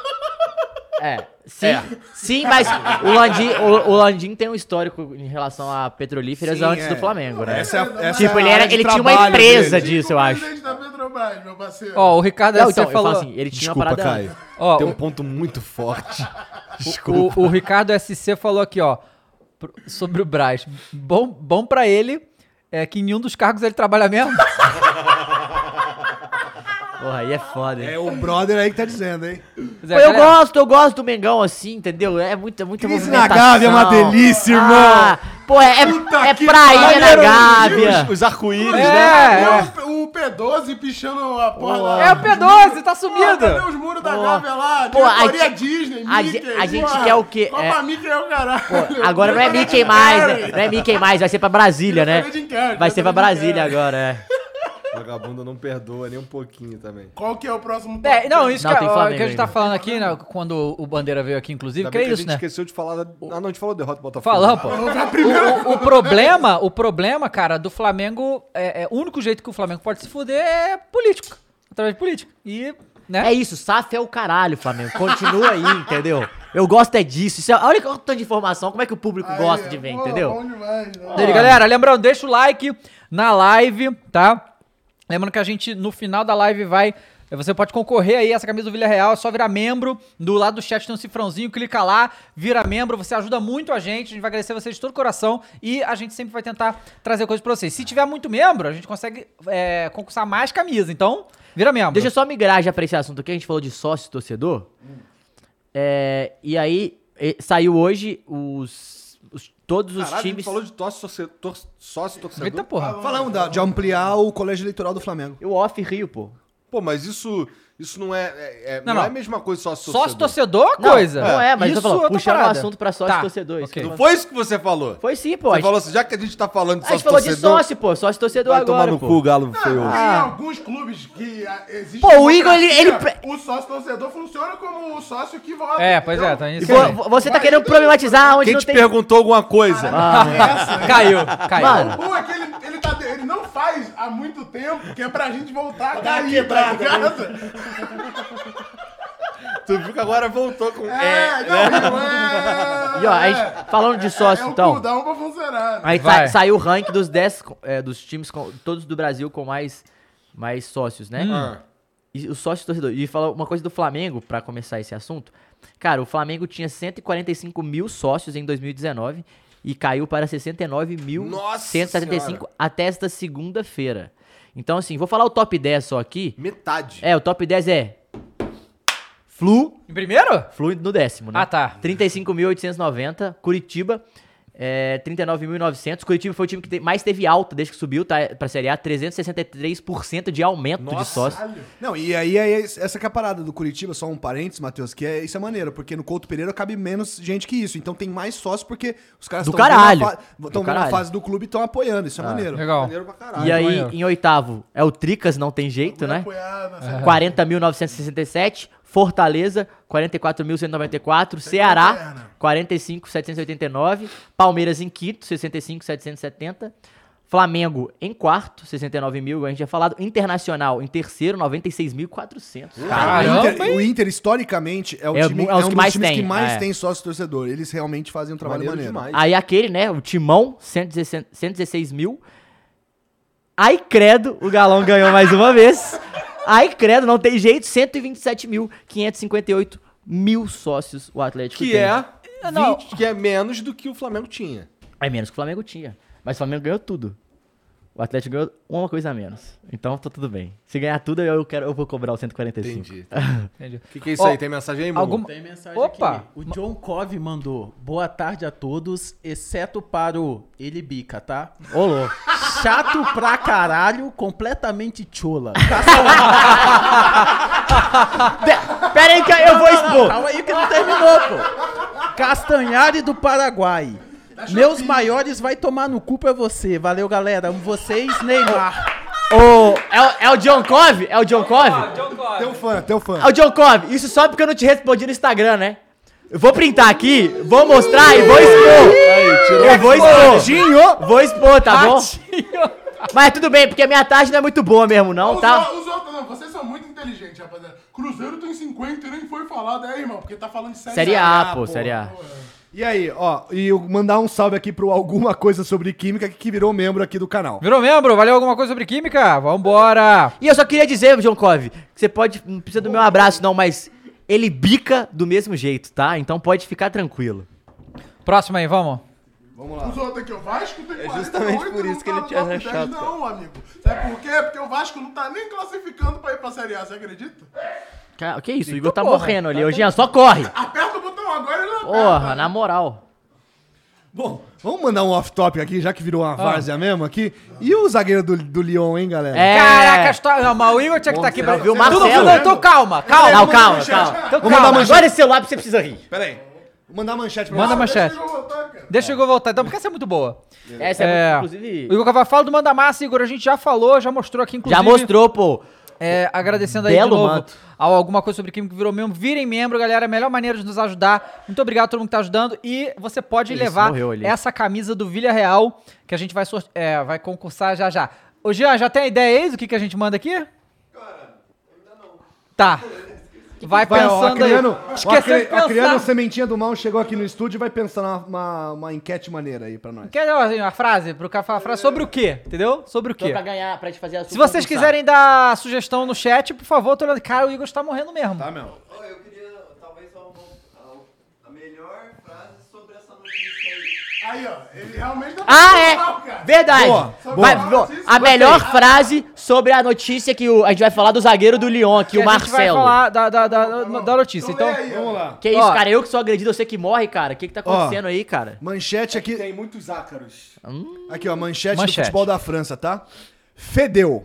É. Sim, sim, mas o Landim, o, o Landim tem um histórico em relação a petrolíferas
Sim,
antes
é.
do Flamengo, né?
Essa é a- essa
tipo,
é a
ele, era,
área de
ele tinha uma
trabalho
empresa
dele.
disso, eu acho.
presidente da Petrobras, meu parceiro.
Ó, o Ricardo Essé
Não, então, eu falo
falou.
assim, ele tinha uma
Desculpa,
parada.
Caio.
Ó,
tem
o-
um ponto muito forte. Desculpa.
O, o Ricardo SC falou aqui, ó, pro- sobre o Braz. Bom, bom pra ele é que em nenhum dos cargos ele trabalha mesmo.
Porra, aí é foda, hein?
É o brother aí que tá dizendo, hein?
Mas
Pô,
é,
Eu
galera,
gosto, eu gosto do Mengão assim, entendeu? É muita, muita
Crise na
movimentação.
Gávea é uma delícia, irmão.
Ah, pô, é, é,
Puta
é
que
praia na
pariu,
Gávea.
Os, os arco-íris, né?
É, é.
E o, o P12 pichando a porra da.
É o P12, tá
Porra, cadê
sumido.
os muros da Gávea lá?
Pô, a
Diretoria
gente-
Disney,
a
Mickey.
gente- a gente
porra.
quer o quê?
Copa
É-
Mickey é o caralho.
Agora não é Mickey mais, né? Não é Mickey mais, vai ser pra Brasília, né?
Jim Carrey,
Vai ser pra
Jim
Brasília
Carrey.
agora, é.
Vagabundo não perdoa nem um pouquinho também.
Qual que é o próximo
É, não, isso
Não,
que,
tem
ó,
Flamengo
que a gente tá
ainda.
falando aqui, né, quando o Bandeira veio aqui, inclusive,
Ainda
que
bem
é
que a
isso,
gente
né?
esqueceu de falar da... Ah, não, a gente falou derrota do Botafogo.
Falamos, pô. O, o- o problema, o problema, cara, do Flamengo, é, é, o único jeito que o Flamengo pode se fuder é político. Através de política. E, né?
É isso, SAF é o caralho, Flamengo. Continua aí, entendeu? Eu gosto é disso. Isso é, olha que tanto de informação, como é que o público
Aí,
gosta de ver,
pô,
entendeu?
Bom demais, né?
dele. Galera, lembrando, deixa o like na live, tá? Lembrando que a gente, no final da live, vai. Você pode concorrer aí a essa camisa do Vila Real, é só virar membro. Do lado do chat tem um cifrãozinho, clica lá, vira membro, você ajuda muito a gente, a gente vai agradecer vocês de todo o coração e a gente sempre vai tentar trazer coisas pra vocês. Se tiver muito membro, a gente consegue é, concursar mais camisas, então vira membro.
Deixa eu só migrar já pra esse assunto aqui. A gente falou de sócio e torcedor. É, e aí, e- saiu hoje os, os- todos os
Caralho, a gente
times.
falou de tosse, torce- tor- sócio torcedor.
Eita porra.
Falamos da- de ampliar o colégio eleitoral do Flamengo.
Eu off Rio, pô.
Pô, mas isso, isso não é, é- é-
Não,
não,
não.
é a mesma coisa sócio
Sócio torcedor
torcedor.
é uma coisa.
Não é, mas eu tô
Isso
falando,
outra
puxaram o
parada.
assundo pra sócio
Tá,
torcedor. isso.
ok.
Não foi isso que você falou.
Foi sim, pô. a
você
gente-
falou assim, já que a gente tá falando de
a gente
sócio
falou de
torcedor,
sócio, pô. Sócio torcedor
vai tomar
agora,
no
pô.
cu, galo feio.
Em alguns clubes que ah, existe.
Pô, o Igor, ele- ele
democracia, O sócio torcedor funciona como o sócio que vota.
É, pois é,
entendeu?
tá
E
isso. aí.
vo- Você tá
então,
querendo problematizar onde
Quem
não
te
tem.
perguntou alguma coisa?
né?
Caiu, caiu.
Mano,
Ou é que ele, ele, tá, de- ele não faz há muito tempo, que é pra gente voltar a cair, tá ligado?
Tu viu que agora voltou com...
É, não, Igor, é.
E, ó, a gente- falando de sócio,
é,
então.
É o cooldown pra funcionar. né?
Aí
Vai.
sa- saiu o ranking dos 10 co- é, dos times, com- todos do Brasil com mais, mais sócios, né?
Hum.
Ah.
E o sócio torcedor. E falar uma coisa do Flamengo, pra começar esse assunto. Cara, o Flamengo tinha 145 mil sócios em 2019 e caiu para 69.175
Senhora.
até esta segunda-feira. Então, assim, vou falar o top 10 só aqui.
Metade.
É, o top 10 é Flu,
Em primeiro?
Flu no décimo, né?
Ah, tá.
35.890, Curitiba, é, 39.900. Curitiba foi o time que te- mais teve alta desde que subiu, tá? Pra Série A, 363% de aumento de sócios.
Não, e aí é esse- essa que é a parada do Curitiba, só um parênteses, Matheus, que é, isso é maneiro, porque no Couto Pereira cabe menos gente que isso. Então tem mais sócios porque os caras
Do
tão vendo a
caralho.
fa-
Do
tão vendo a
caralho. Ah.
fase do clube e estão apoiando. Isso é maneiro.
Legal.
E aí, em oitavo, é o Tricas, não tem jeito, né? 40.967, Fortaleza, 44.194, Ceará, 45.789, Palmeiras em quinto, 65.770, Flamengo em quarto, 69 mil, igual a gente já falado, Internacional em terceiro, 96.400.
Ah, O
Caramba,
Inter- o Inter, historicamente, é o
É
time
mu- é os que
dos
mais
times
tem,
que mais
é.
tem sócio torcedor. Eles realmente fazem um trabalho
Maneiro
maneiro.
demais.
Aí aquele, né, o Timão, 116, 116 mil. Aí credo, o Galão ganhou mais uma vez. Aí credo, não tem jeito, 127.558 mil sócios o Atlético
Que
tem.
é,
Não.
20, que é menos do que o Flamengo tinha.
É menos que o Flamengo tinha. Mas o Flamengo ganhou tudo. O Atlético ganhou uma coisa a menos. Então tá tudo bem. Se ganhar tudo, eu, quero, eu vou cobrar o 145.
Entendi.
Entendi.
O que, que é isso
Ó,
aí? Tem mensagem aí, Mugu?
alguma-
Tem mensagem
Opa!
aqui. O John Cove mandou. Boa tarde a todos, exceto para o ele bica, tá?
Ô, louco.
Chato pra caralho, completamente chola.
Pe- Pera aí que eu vou expor.
Calma aí que não terminou, pô. Castanhari do Paraguai. Meus maiores vai tomar Ah, no cu pra você. Valeu, galera. Amo vocês, Neymar.
Ô, é, o- é o John Cove? É o John Cove?
Teu fã, teu fã.
Ô, John Cove, isso só porque eu não te respondi no Instagram, né? Eu vou printar aqui, vou mostrar e vou expor. eu vou expor. Vou expor, tá bom? Mas tudo bem, porque a minha tarde não é muito boa mesmo, não,
Os,
tá?
o- os outros, não, vocês são É muito inteligentes, rapaziada. Cruzeiro tem 50 e nem foi falado. É, irmão, porque tá falando de série,
Série A, pô,
pô.
Série A.
E aí, ó, e eu mandar um salve aqui pro Alguma Coisa Sobre Química, que virou membro aqui do canal.
Virou membro? Valeu alguma coisa sobre química? Vambora!
E eu só queria dizer, John Cove, que você pode. Não precisa do meu abraço, não, mas ele bica do mesmo jeito, tá? Então pode ficar tranquilo.
Próximo aí, vamos.
Os outros aqui, o Vasco tem 48
É justamente por
e não
isso que
tá
ele
no
tinha
top 10,
rachado,
Não, amigo. Sabe por quê? Porque o Vasco não tá nem classificando pra ir pra Série A, você acredita?
Ca- Que isso, o Igor tá morrendo ali. Ô, Jean, só corre.
Aperta o botão agora e ele aperta. né?
Porra, na moral.
Bom, vamos mandar um off-topic aqui, já que virou
Ah.
uma várzea mesmo aqui. E o zagueiro do, do Lyon, hein, galera?
É.
Caraca, a história. Não, mas o Igor tinha que estar aqui pra.
viu o
Tudo,
Marcelo? né?
tudo, então calma, calma.
Não, calma, calma.
Então
Vamos dar
calma.
manchete.
Agora esse celular pra você precisa rir.
Pera aí. Vou mandar a manchete pra
Manda a
vocês.
manchete.
Chegou o botão, cara.
Deixa o Igor voltar, então, porque essa é muito boa.
Essa é,
É,
muito, inclusive.
o Igor Cavafalo do Manda Massa, Igor, a gente já falou, já mostrou aqui, inclusive.
Já mostrou, pô.
É, agradecendo aí de
Belo
novo
manto.
ao Alguma Coisa Sobre Química que virou membro. Virem membro, galera. A melhor maneira de nos ajudar. Muito obrigado a todo mundo que tá ajudando. E você pode
Isso,
levar
morreu ali.
essa camisa do Vilha Real que a gente vai, sorte- é, vai concursar já já. Ô, Jean, já tem a ideia aí do que, que a gente manda aqui? Cara, ainda não. Tá. Vai,
Vai, ó,
pensando
Acriano,
aí.
o
Esqueceu de
Acri- o Acriano
pensar.
Sementinha do Mal chegou aqui no estúdio e vai pensar numa uma, uma enquete maneira aí pra nós.
Quer ó, assim, uma frase? Pro Cafá, frase sobre o quê? Entendeu? Sobre o
Só
quê?
pra ganhar, pra te fazer a
Se vocês quiserem dar sugestão no chat, por favor, tô olhando. Cara, o Igor está morrendo mesmo.
Tá, meu?
Eu queria talvez a melhor frase sobre essa notícia aí.
Aí, ó, ele realmente tá
Ah,
mal,
é!
cara.
Verdade!
Boa,
Vai,
boa.
bom, a melhor frase sobre a notícia que o- a gente vai falar do zagueiro do Lyon, que,
Que
o
a gente vai
Marcelo.
falar da, da, da, da notícia. Então,
Lê aí, ó.
Vamos lá.
Que é isso,
Ó.
cara? Eu que sou agredido, você que morre, cara. O que, que tá acontecendo aí, cara?
Manchete aqui.
É
Hum.
Tem muitos ácaros.
Aqui, ó, manchete,
Manchete.
do futebol da França, tá? Fedeu.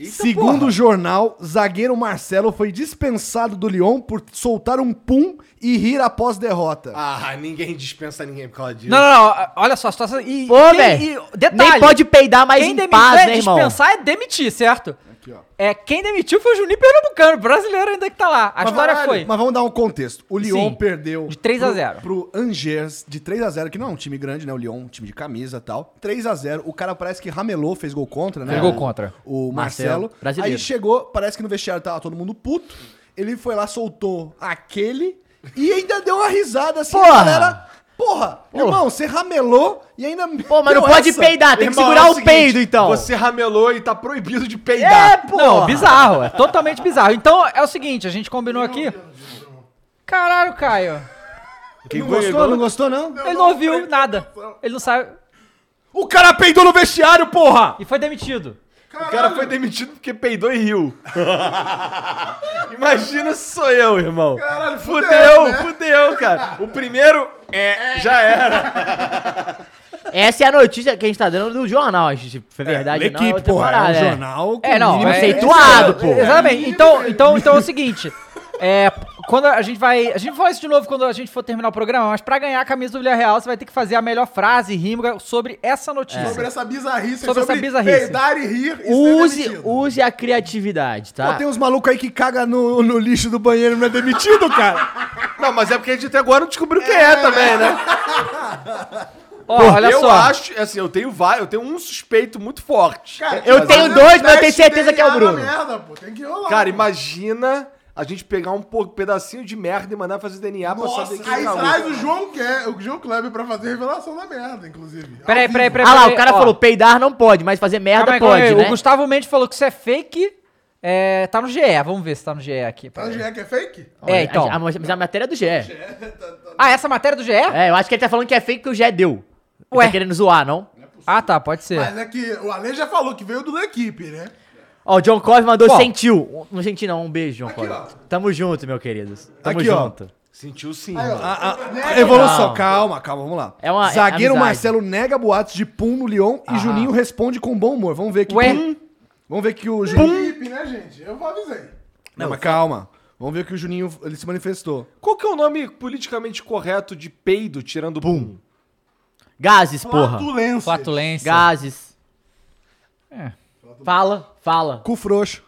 Segundo o jornal, zagueiro Marcelo foi dispensado do Lyon por soltar um pum e rir após derrota.
Ah, ninguém dispensa ninguém por causa disso.
Não, não, não. Olha só a situação. E,
Pô,
quem-
velho,
e- Detalhe.
Nem pode peidar mais
quem
em
demitir,
paz,
é,
né, irmão?
dispensar é demitir, certo?
Aqui, ó.
É, quem demitiu foi o Juninho Pernambucano, brasileiro ainda que tá lá. A história
Mas,
foi.
Mas vamos dar um contexto. O Lyon
Sim,
perdeu.
de 3 a
pro-
0.
Pro Angers, de 3 a 0 que não é um time grande, né? O Lyon, um time de camisa e tal. 3 a 0 O cara parece que ramelou, fez gol contra, né?
Fez gol
O-
contra.
O
Marcelo,
Marcelo.
brasileiro.
Aí chegou, parece que no vestiário tava todo mundo puto. Ele foi lá, soltou aquele e ainda deu uma risada assim,
Porra!
galera. Porra, irmão, você ramelou e ainda.
Pô, mas não
deu
pode
essa.
peidar, tem que
Irmão,
segurar
é
o,
seguinte,
peido, então.
Você ramelou e tá proibido de peidar.
É, pô!
Não, bizarro. É totalmente bizarro. Então, é o seguinte, a gente combinou aqui. Caralho, Caio.
Quem
Não gostou? Não gostou, não?
Ele não ouviu nada. Ele não sabe.
O cara peidou no vestiário, porra!
E foi demitido.
O cara foi demitido porque peidou e riu. Imagina se sou eu, irmão.
Caralho,
fudeu,
fudeu,
fudeu,
né?
cara. O primeiro é, já era.
Essa é a notícia que a gente tá dando do jornal. gente. Foi verdade,
lê
não.
que,
é outra
porra, é um
parada,
jornal com mínimo
conceituado,
de-
pô.
Exatamente. Então, então, então é o seguinte. É, quando a gente vai. A gente vai falar isso de novo quando a gente for terminar o programa, mas pra ganhar a camisa do Vila Real, você vai ter que fazer a melhor frase e rima sobre essa notícia.
É.
Sobre essa bizarrice.
Sobre essa bizarrice.
peidar e rir e
é
Use, use a criatividade, tá?
Ah.
Pô,
um-
tem uns malucos aí que cagam no, no lixo do banheiro e não é demitido, cara.
Não, mas é porque a gente até agora não descobriu o que é também, né?
Ó,
Pô,
olha
eu
só.
acho, assim, eu tenho vai, eu tenho um suspeito muito forte.
eu tenho dois, mas eu tenho certeza que é o Bruno.
merda, pô. Tem que rolar.
Cara, imagina a gente pegar um po- pedacinho de merda e mandar fazer DNA pra
Nossa,
saber quem
aí
é o
traz o João, Ke- o João Kleber pra fazer a revelação da merda, inclusive.
Peraí, peraí, peraí.
Ah lá, o
peraí,
cara
ó.
falou, peidar não pode, mas fazer merda
Calma aí, calma
pode,
aí.
né?
O Gustavo Mendes falou que isso é fake. É, tá no GE, vamos ver se tá no GE aqui.
Tá no GE que é fake?
É, então.
A, a- mas a matéria é do GE. É,
Ah, essa matéria do GE?
eu acho que ele tá falando que é fake que o GE deu. Ele
Ué.
Tá querendo zoar, não?
Ah, tá, pode ser.
Mas é que o Ale já falou que veio do da equipe, né?
Ó, o John Cosme mandou
Bom.
sentiu. Não senti não, um beijo, John Cosme.
ó.
Tamo junto, meu queridos. Tamo
Aqui, ó.
junto.
Sentiu sim.
Ah, Evolução,
Não.
calma, calma, vamos lá.
É uma- é
Zagueiro
amizade. Ah.
Marcelo nega boatos de pum no Lyon e Juninho responde com bom humor. Vamos ver que
Ué?
pum- Vamos ver que o
Da
Juninho.
equipe, né, gente? Eu avisei.
Não, mas calma. Vamos ver que o Juninho ele se manifestou.
Qual que é o nome politicamente correto de peido tirando pum?
Gases, porra.
Flatulência.
Flatulência.
Gases. Fala, fala.
Cu frouxo.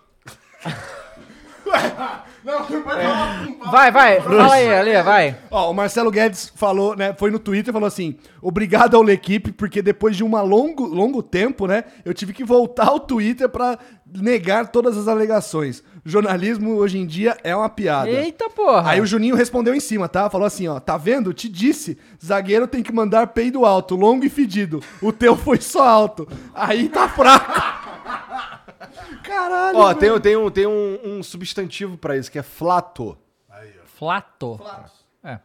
Não, não pode falar. não fala.
Vai, vai, fala aí, ali, vai.
Ó, o Marcelo Guedes falou, né? Foi no Twitter e falou assim: obrigado ao L'Equipe, porque depois de um longo, longo tempo, né? Eu tive que voltar ao Twitter pra negar todas as alegações. Jornalismo hoje em dia é uma piada.
Eita porra.
Ah.
Aí o Juninho respondeu em cima, tá? Falou assim, ó, tá vendo? Te disse, zagueiro tem que mandar peido alto, longo e fedido. O teu foi só alto. Aí tá fraco. Caralho.
Ó, tem, tem, um, tem um, um substantivo pra isso, que é flato.
Flato. É.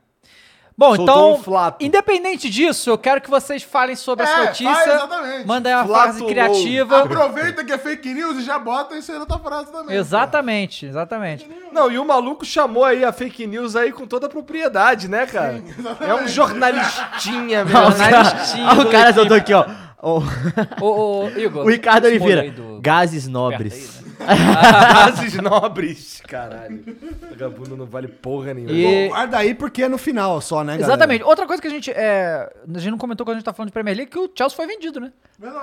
Bom,
Soltou
então,
um flato.
independente disso, eu quero que vocês falem sobre essa
É, faz,
notícia.
exatamente.
Mandem uma
Flato
frase
ou-
criativa.
Aproveita que é fake news e já bota isso aí na tua frase também.
Exatamente, exatamente.
Não, e o maluco chamou aí a fake news aí com toda a propriedade, né, cara? é um jornalistinha, meu.
Jornalistinha
Ó,
do
Ah, o cara
Lequim.
soltou aqui, ó. Ó,
Ô, ô, Igor.
O Ricardo
esse bolo
Oliveira.
aí do-
Gases nobres.
Frases nobres. Caralho. Vagabundo não vale porra nenhuma.
E-
Guarda aí porque é no final só, né, galera?
Exatamente. Outra coisa que a gente. é, a gente não comentou quando a gente tá falando de Premier League que o Chelsea foi vendido, né?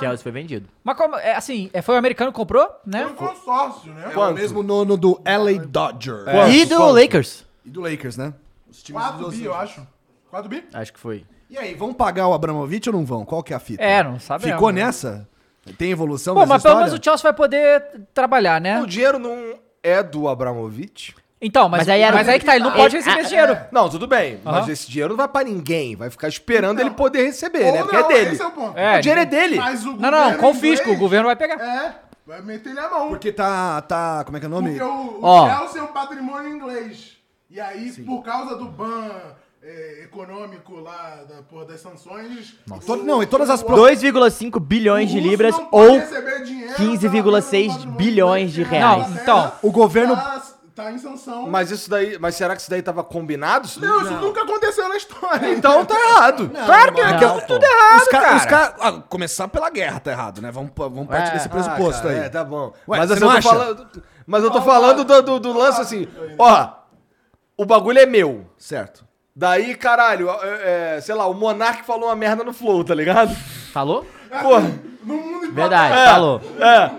Chelsea foi vendido.
Mas como, é, assim, é, foi o americano que comprou, né?
É um consórcio, né?
É o mesmo nono do LA Dodgers.
É.
e do Lakers.
E do Lakers, né? Os times
4
dos
bi, eu acho. 4 bi?
Acho que foi.
E aí, vão pagar o Abramovich ou não vão? Qual que é a fita?
É, não sabemos.
Ficou nessa? Tem evolução
Pô,
nessa
mas pelo
história?
menos o Chelsea vai poder trabalhar, né?
O dinheiro não é do Abramovich?
Então, mas, mas,
Mas aí
aí,
era-
que tá, ele não pode
É-
receber
é-
esse dinheiro.
Não, tudo bem. Mas
Aham.
esse dinheiro não vai pra ninguém. Vai ficar esperando ele poder receber, né?
Ou
Porque
não,
é dele.
esse é o ponto.
É,
O dinheiro é dele.
Mas o
Não,
governo
não, confisco,
inglês-
o governo vai pegar.
É, vai meter ele a mão. Porque,
Porque tá, tá... Como é que é o nome?
o, o
Ó.
Chelsea é um patrimônio inglês. E aí, por causa do ban é, econômico lá, da, porra, das sanções...
Todo- não, e todas as... pro-
2,5 bilhões de libras ou 15,6 bilhões de reais.
Não, então,
o governo-
Tá, tá em sanção.
Mas isso daí. Mas será que isso daí tava combinado? Isso
não, isso nunca aconteceu na história.
Então tá errado.
Claro que é, que é
não, pô.
tudo errado,
os
cara.
Os cara, ah, começar pela guerra tá errado, né? Vamos, pa- vamos partir
É,
desse
Ah,
pressuposto
cara,
aí.
É, tá bom.
Ué,
mas
você
assim,
não
eu tô
acha?
falando. Mas eu tô falando do, do- do lance assim, ó. O bagulho é meu.
Certo.
Daí, caralho, é, é, sei lá, o Monark falou uma merda no Flow, tá ligado?
Falou?
Porra.
Verdade,
É,
falou.
É.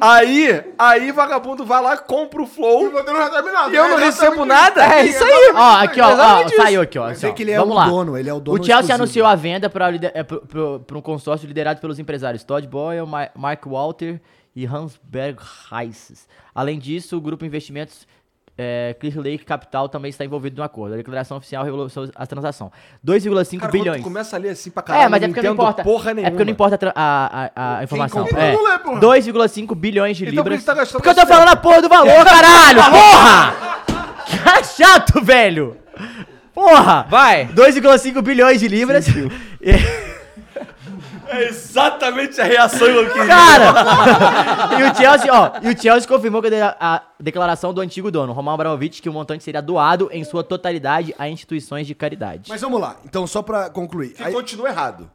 Aí, aí vagabundo vai lá, compra o Flow
Você não recebe nada.
e eu não
tá
Exatamente
recebo nada.
É isso aí.
Ó, aqui, ó, ó
Exatamente isso.
saiu aqui, ó. assim,
Vê
ó.
que ele é
Vamos
o
lá.
dono, ele é o dono
O Chelsea
exclusivo.
anunciou a venda para um consórcio liderado pelos empresários Todd Boyle, Ma- Mike Walter e Hansberg Heises. Além disso, o grupo Investimentos é, Clear Lake Capital também está envolvido no acordo. A declaração oficial revelou sobre a transação. 2,5
Cara, quando tu
bilhões.
começa a ler assim pra caralho,
É, mas é porque não
entendo
importa.
porra
é porque não
nenhuma.
importa a tra- a, a- a informação.
comprou?
É.
Então não lê, porra.
2,5 bilhões de
Então por que
libras.
você tá gastando
porque eu tô
esse
falando a porra do valor, caralho! Porra! Que chato, velho! Porra!
Vai.
2,5 bilhões de libras.
É exatamente a reação que
Cara! e o Chelsea, ó, e o Chelsea confirmou que a, a declaração do antigo dono, Roman Abramovich, que o montante seria doado em sua totalidade a instituições de caridade.
Mas vamos lá, então só pra concluir.
Que
continua errado.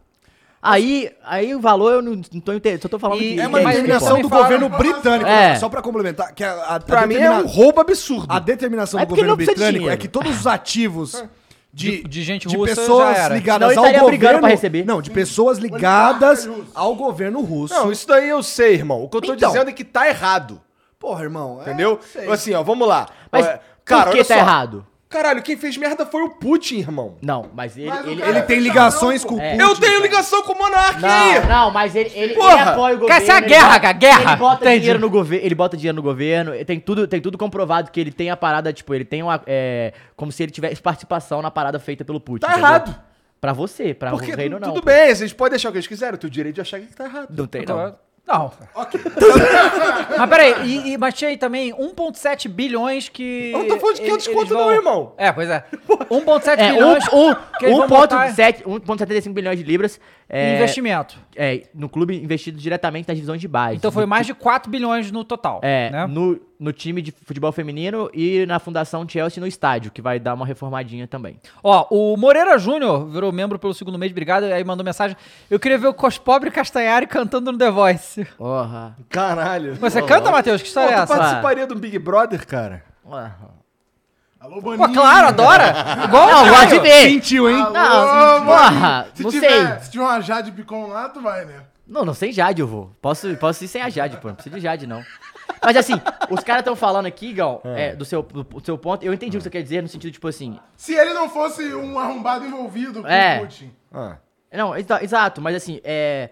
Aí, aí o valor eu não, não tô entendendo, só tô falando que...
é uma
que
determinação do
importa.
governo britânico.
É.
Só pra complementar. Que a, a, a
Pra mim é
determina-
um
roubo absurdo.
A determinação
É
do
porque
governo
não precisa de
britânico é
dinheiro.
que todos os ativos
De-
de,
de gente
de
russa
pessoas
já era.
ligadas
Senão
ao
estaria brigando
governo
pra receber.
Não, de pessoas ligadas ao governo russo.
Não, isso daí eu sei, irmão. O que eu tô
Então.
dizendo é que tá errado.
Porra, irmão. é-
Entendeu? assim, ó, vamos lá.
É, Mas
Ó,
por que
olha
tá
só.
errado?
Caralho, quem fez merda foi o Putin, irmão.
Não, mas ele...
Mas o
ele,
cara Ele tem tá ligações
com
o Putin, Eu tenho ligação com o Monark
não,
aí.
Não, mas ele, ele,
Porra!
ele apoia o governo.
Quer ser é a
ele
guerra,
bota-
cara, guerra.
Ele bota
Entendi.
dinheiro no governo, ele bota dinheiro no governo, e tem tudo, tem tudo comprovado que ele tem a parada, tipo, ele tem uma, é, como se ele tivesse participação na parada feita pelo Putin.
Tá
entendeu?
errado.
Pra você, pra
Porque
o reino não.
tudo bem, vocês podem achar o que eles quiserem. Eu tenho o direito de achar que tá errado.
Não tem, não.
Então, Não. mas peraí, e, e, mas tinha aí também 1,7 bilhões que.
Eu não tô falando de 500
eles
conto
vão-
não, irmão.
É, pois é. 1,7
É, um-
bilhões.
um-
que eles vão botar-
1,7 1,75 bilhões de libras. é,
Investimento.
É, no clube investido diretamente nas divisões de base.
Então foi
No
mais de 4 bilhões no total. né?
É, no, no time de futebol feminino e na Fundação Chelsea no estádio, que vai dar uma reformadinha também.
Ó, o Moreira Júnior virou membro pelo segundo mês, obrigado, aí mandou mensagem. Eu queria ver o Cospobre Castanhari cantando no The Voice.
Porra.
Caralho.
Mas você canta, Matheus? Que história
Pô,
é
tu
essa?
participaria do Big Brother, cara?
Alô,
Pô, claro, adora. Igual
Não,
o
gosto
Caio.
de ver.
Sentiu, hein?
Não,
Alô,
porra,
se
Ah, não
tiver,
sei.
Se tiver uma Jade Picon lá, tu vai, né?
Não, não, sem Jade eu vou. Posso, posso ir sem a Jade, pô. Não precisa de Jade, não. Mas assim, os caras estão falando aqui, Gal,
É.
é, do, seu, do, seu ponto. Eu entendi o que você quer dizer, no sentido, tipo assim.
Se ele não fosse um arrombado envolvido com
É.
o Putin.
Não, exa- exato, mas assim, é.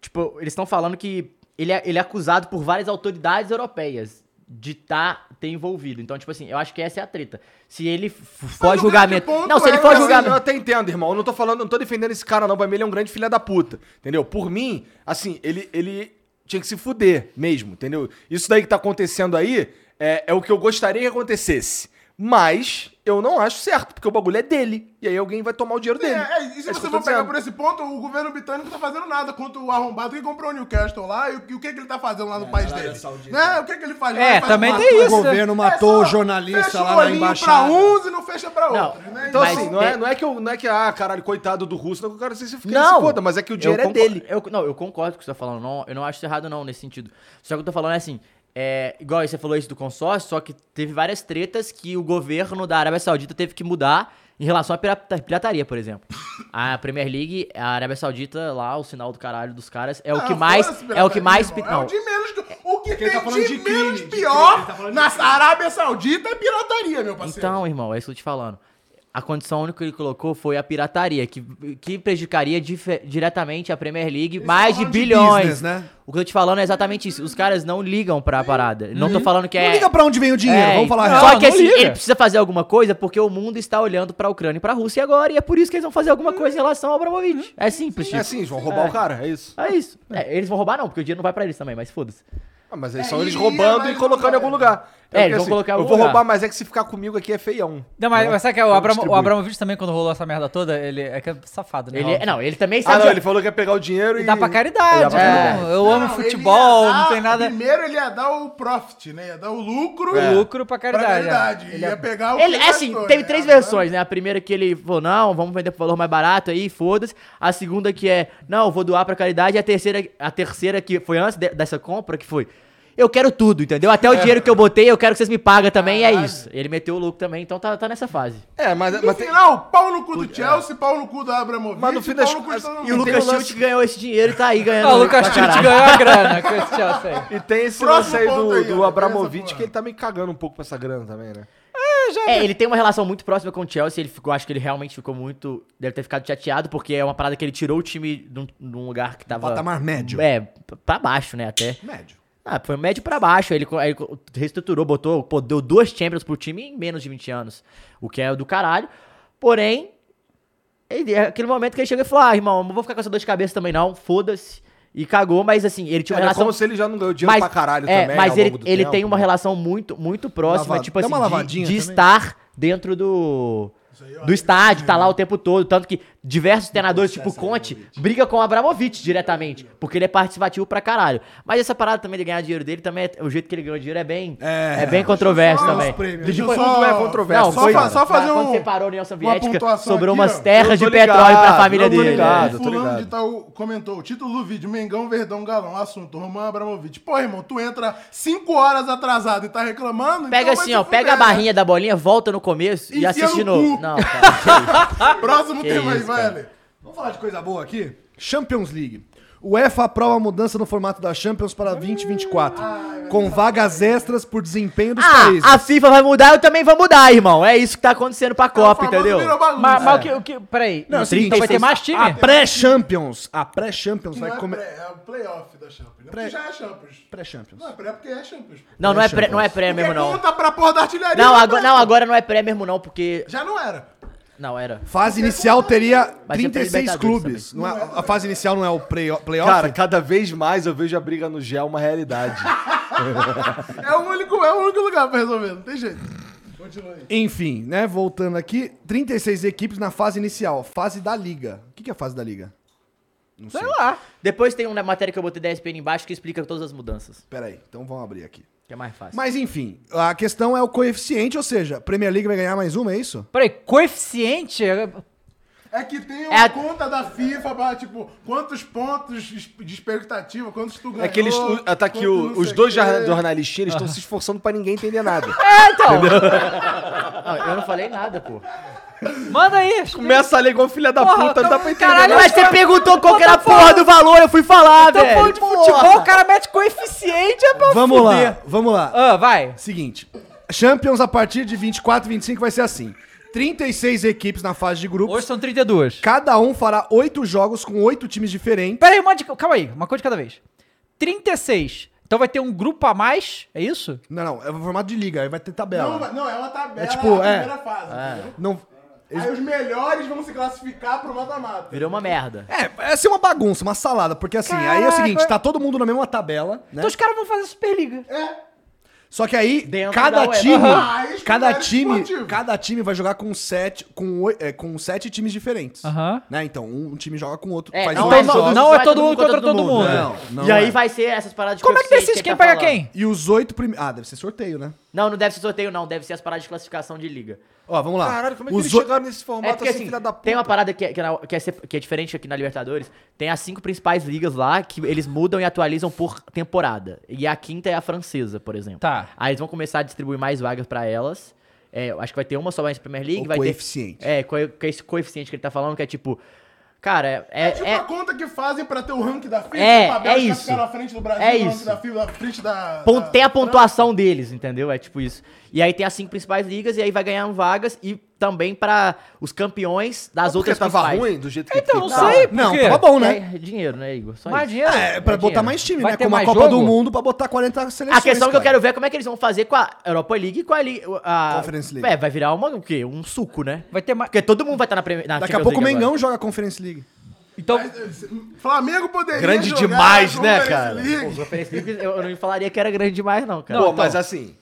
Tipo, eles estão falando que ele é, ele é acusado por várias autoridades europeias de tá, ter envolvido. Então, tipo assim, eu acho que essa é a treta. Se ele f- for a julgamento. Não, se ele
é
for a
é
assim,
assim, Eu
julgamento.
até entendo, irmão. Eu não tô falando, não tô defendendo esse cara, não. Pra mim, ele é um grande filho da puta. Entendeu? Por mim, assim, ele, ele tinha que se fuder mesmo, entendeu? Isso daí que tá acontecendo aí é, é o que eu gostaria que acontecesse. Mas eu não acho certo, porque o bagulho é dele. E aí alguém vai tomar o dinheiro
É,
dele.
é, e se
isso que
você
eu tô
for pegar
dizendo.
por esse ponto, o governo britânico tá fazendo nada contra o arrombado que comprou o Newcastle lá e, o- e o que, que ele tá fazendo lá no país dele. Né? O que, que ele faz lá?
É,
Ele faz
também
uma-
tem
o
isso, né?
governo
matou É, o
só
jornalista
fecha
lá
o
na
olhinho
embaixada.
pra uns e não fecha pra outros. né?
Então,
Mas
assim, não é,
tem-
não é que eu, não é que, ah, caralho, coitado do russo, não é que eu quero que se fique
Não,
se foda, mas é que o dinheiro
eu
é
concor-
dele.
Eu, não, eu concordo com o que você tá falando. Não, eu não acho isso errado, não, nesse sentido. Só que eu tô falando é assim. É, igual você falou isso do consórcio, só que teve várias tretas que o governo da Arábia Saudita teve que mudar em relação à pirata- pirataria, por exemplo. A Premier League, a Arábia Saudita, lá, o sinal do caralho dos caras, é o
Ah,
que mais.
foda-se,
É o que
pirataria,
mais.
irmão.
pi-
É o
não.
de menos. do- O que tem
tá falando
de,
de crime,
menos
de crime, ele
pior
tá falando de
na
crime.
Arábia Saudita é pirataria,
Tá
meu parceiro.
Então, irmão, é isso que eu tô te falando. A condição única que ele colocou foi a pirataria, que, que prejudicaria dife- diretamente a Premier League mais de
falando de
bilhões.
business, né?
O que eu tô te falando é exatamente isso. Os caras não ligam pra parada. Não tô falando que é.
Uhum. Não liga pra onde vem o dinheiro,
É,
vamos falar a
Só
real.
que
Não
assim,
liga.
ele precisa fazer alguma coisa porque o mundo está olhando pra Ucrânia e pra Rússia agora, e é por isso que eles vão fazer alguma coisa em relação ao
Uhum.
Abramovich. É simples,
É assim, eles vão roubar o cara, é isso.
É isso. É, eles vão roubar não, porque o dinheiro não vai pra eles também, mas foda-se.
Ah, mas aí
É,
são eles
e-
roubando
mas
e colocando em algum lugar.
É,
porque, assim,
eles vão colocar em
Eu
algum
vou
lugar.
roubar, mas é que se ficar comigo aqui é feião.
Não, mas,
Né?
mas sabe que é o,
Eu
Abram, o
distribuo.
Abramovich também, quando rolou essa merda toda, ele é que é safado, né?
Ele-
Óbvio.
não, ele também
Ah, não, ele falou que ia pegar o dinheiro e...
dá pra caridade,
Ele dá pra
né?
caridade.
Eu amo
Não, ele ia
futebol, não
dar-
tem nada.
Ah, Primeiro ele ia dar o profit, né? Ia dar o lucro.
É.
O lucro pra caridade,
Pra caridade.
é. Ele
Ele ia
é-
pegar o.
Ele,
que
assim,
gastou,
teve
né?
três versões, né? A primeira que ele falou, não, vamos vender por valor mais barato aí, foda-se. A segunda que é, não, eu vou doar pra caridade. E a terceira, a terceira que foi antes de- dessa compra, que foi, eu quero tudo, entendeu? Até o
É.
dinheiro que eu botei, eu quero que vocês me pagam também, é isso. Ele meteu o louco também, então tá, tá nessa fase.
É, mas,
No final, pau no cu do Chelsea, pau no cu da Abramovic,
é. Mas no fim das
pau no cu de todo
E o
mundo.
Lucas Schultz ganhou esse dinheiro e tá aí ganhando.
Ah, o
pra
Lucas Schultz
caralho.
ganhou a grana com esse Chelsea aí.
E tem esse
Próximo
lance aí
ponto
do,
aí, ó,
do
tem
Abramovich, que ele tá me cagando um pouco pra essa grana também, né?
É, ele tem uma relação muito próxima com o Chelsea. Ele ficou, acho que ele realmente ficou muito. Deve ter ficado chateado, porque é uma parada que ele tirou o time de um, de um lugar que
Tá,
tava.
patamar médio.
É, p- pra baixo, né? Até.
Médio.
Ah, foi médio pra baixo. Ele, co- aí co- reestruturou, botou, pô, deu duas Champions pro time em menos de 20 anos. O que é do caralho. Porém, ele- é aquele momento que ele chega e fala: Ah, irmão, não vou ficar com essa dor de cabeça também, não. Foda-se. E cagou, mas assim, ele tinha uma
Era
relação.
é como se ele já não ganhou dinheiro pra caralho
é,
também
Mas
ao
ele,
longo do
ele
tempo,
tem uma
né?
relação muito, muito próxima,
Lavado.
tipo
Dá
assim,
uma
de-
lavadinha
de
também.
estar dentro do do estádio, tá lá o tempo todo. Tanto que diversos treinadores, tipo Conte, briga com o Abramovich diretamente, porque ele é participativo pra caralho. Mas essa parada também de ganhar dinheiro dele, também é- o jeito que ele ganhou dinheiro é bem, é, bem controverso também.
Deixa eu só- Não, só
foi-
fa- só fazer
Quando
um-
separou a União Soviética,
pontuação
sobrou
aqui,
umas
ó.
terras de
Eu tô
petróleo pra
ligado,
família
eu tô
dele.
ligado,
é.
Fulano de tal comentou, o título do vídeo, Mengão, Verdão, Galão, assunto, Roman Abramovich. Pô, irmão, tu entra 5 horas atrasado e tá reclamando?
Pega assim, ó, pega a barrinha da bolinha, volta no começo e,
né? Enfia
assiste de
no
novo.
cu.
Não, cara, que isso.
Próximo
Que
tema aí,
isso,
vai,
cara.
Ale.
Vamos falar de coisa boa aqui? Champions League. O UEFA aprova a mudança no formato da Champions para 2024,
Ah, é
com vagas extras por desempenho dos países.
Ah, a FIFA vai mudar, eu também vou mudar, irmão. É isso que tá acontecendo pra Copa, entendeu?
Mas, mas o, que,
É.
o que. Peraí.
Não, é o seguinte,
então vai ter
vocês-
mais
Ah,
time?
A pré-Champions, a pré-Champions vai começar...
É o playoff da Champions. né? Porque já é Champions.
Pré-Champions.
Não, é pré porque é Champions.
Não, não é pré, não é pré mesmo, não.
Conta pra porra da artilharia.
Não
né,
agora,
cara?
não, agora não é pré mesmo, não, porque.
Já não era.
Não, era.
Fase
é
inicial
Vai
teria
ser é pra
36
Libertadores
clubes.
também.
Não é- a fase inicial não é o play- playoff?
Cara, cada vez mais eu vejo a briga no gel uma realidade.
É o único, é o único lugar pra resolver, não tem jeito. Continua aí.
Enfim, né? Voltando aqui, 36 equipes na fase inicial, fase da liga. O que que é a fase da liga?
Sei lá. Depois tem uma matéria que eu botei da ESPN embaixo que explica todas as mudanças.
Pera aí, então vamos abrir aqui.
Que é mais fácil.
Mas enfim, a questão é o coeficiente, ou seja, a Premier League vai ganhar mais uma, é isso?
Peraí, coeficiente?
É que tem uma
É a-
conta da FIFA pra, tipo, quantos pontos de expectativa, quantos tu ganhou.
É que eles. o-
ah,
Tá aqui,
quantos
o-
não
os
sei
dois
o quê.
jorna- jornalistinhas eles estão se esforçando pra ninguém entender nada.
É, então.
Entendeu?
Não, eu não falei nada, pô.
Manda aí.
Começa a ler igual filha da
Porra,
Tipo, puta, não dá pra entender.
Caralho,
nada.
mas você perguntou qual que era a
Tá
porra do É, valor, eu fui falar,
Tá
velho.
falando
Então, de futebol, o cara mete coeficiente, é pra
Vamos
fuder.
lá, vamos lá.
Ah, vai.
Seguinte, Champions a partir de 24, 25 vai ser assim. 36 equipes na fase de grupos. Hoje
são 32.
Cada um fará 8 jogos com 8 times diferentes.
Peraí, uma de, calma aí, uma coisa de cada vez. 36. Então vai ter um grupo a mais, é isso?
Não, não, é o formato de liga, aí vai ter tabela.
Não, vai- não, é uma tabela.
É tipo,
a
é.
primeira fase. entendeu?
Não,
Aí os melhores vão se classificar pro mata-mata.
Virou uma merda.
É, vai ser uma bagunça, uma salada, porque assim, aí é o
Caraca.
seguinte, tá todo mundo na mesma tabela, né?
Então os caras vão fazer Superliga.
É.
Só que aí,
da
cada
UEFA.
time,
Ah,
Aham. Mas
cada
melhor
time,
esportivo.
cada time vai jogar com sete, com, oi- é, com sete times diferentes.
Aham.
Né? Então, um time joga com o outro,
É,
não
dois
é- não-
jogos.
não é todo mundo contra todo mundo.
Não, não
e aí
é.
vai ser essas paradas de
Como é que
coeficiente
decide quem
ele
paga
falando.
quem?
E os oito primeiros... Ah, deve ser sorteio, né?
Não, não deve ser sorteio, não. Deve ser as paradas de classificação de liga.
Ó, vamos lá. Os oi-
nesse
É porque, assim, tem uma parada que, é- que é na- que é, sep- que é diferente aqui na Libertadores. Tem as cinco principais ligas lá que eles mudam e atualizam por temporada. E a quinta é a francesa, por exemplo.
Tá.
Aí eles vão começar a distribuir mais vagas pra elas. É, eu acho que vai ter uma só mais na Premier League.
O
vai ter-
coeficiente.
é, co- que é esse coeficiente que ele tá falando, que é tipo... Cara, é...
tipo
é-
a conta que fazem pra ter o ranking da FIFA,
É,
pra
é
Bélgica
isso.
ficar na frente do Brasil,
É
o ranking
isso.
da FIFA, na frente da...
Pon- tem a pontuação deles, entendeu? É tipo isso. E aí tem as cinco principais ligas e aí vai ganhar vagas e também pra os campeões das outras principais.
do jeito que
Então, não sei, por
É tá. Não,
quê?
tava bom, né?
É dinheiro, né, Igor? Só
Mais
isso.
dinheiro?
É, pra botar
dinheiro.
mais time,
Vai
né?
ter
Como a
mais
Copa do
jogo?
Mundo pra botar 40
A
seleções.
questão que eu
cara.
quero ver é como é que eles vão fazer com a Europa League e com a, li- a
Conference League.
É, vai virar uma, o quê? Um suco, né?
Vai ter mais.
Porque todo mundo vai estar na, premi- na
Daqui a
Champions
pouco o
League
Mengão
agora.
joga a Conference League.
Então,
Flamengo poderia
Grande
jogar
demais,
na
né,
Conference
cara?
League.
Os Conference League, eu eu não falaria que era grande demais, não, cara. Então,
Pô, mas assim,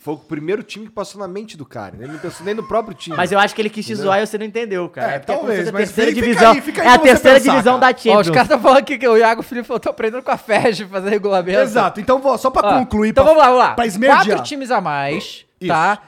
foi o primeiro time que passou na mente do cara. né? Ele não pensou nem no próprio time.
Mas eu acho que ele quis te
Entendeu?
zoar e você não entendeu, cara.
É,
porque como
talvez,
se fosse
mas
a terceira
fica- fica
divisão.
aí, fica aí
é a
pra você
terceira
pensar,
divisão
cara.
da Champions.
Ó, os caras estão falando que, que o Iago Felipe falou, tô aprendendo com a FEG pra fazer regulamento.
Exato, então vou- só pra
Ó,
concluir,
Então
pra-
vamos lá, vamos lá.
pra esmerdear.
Quatro times a mais, tá?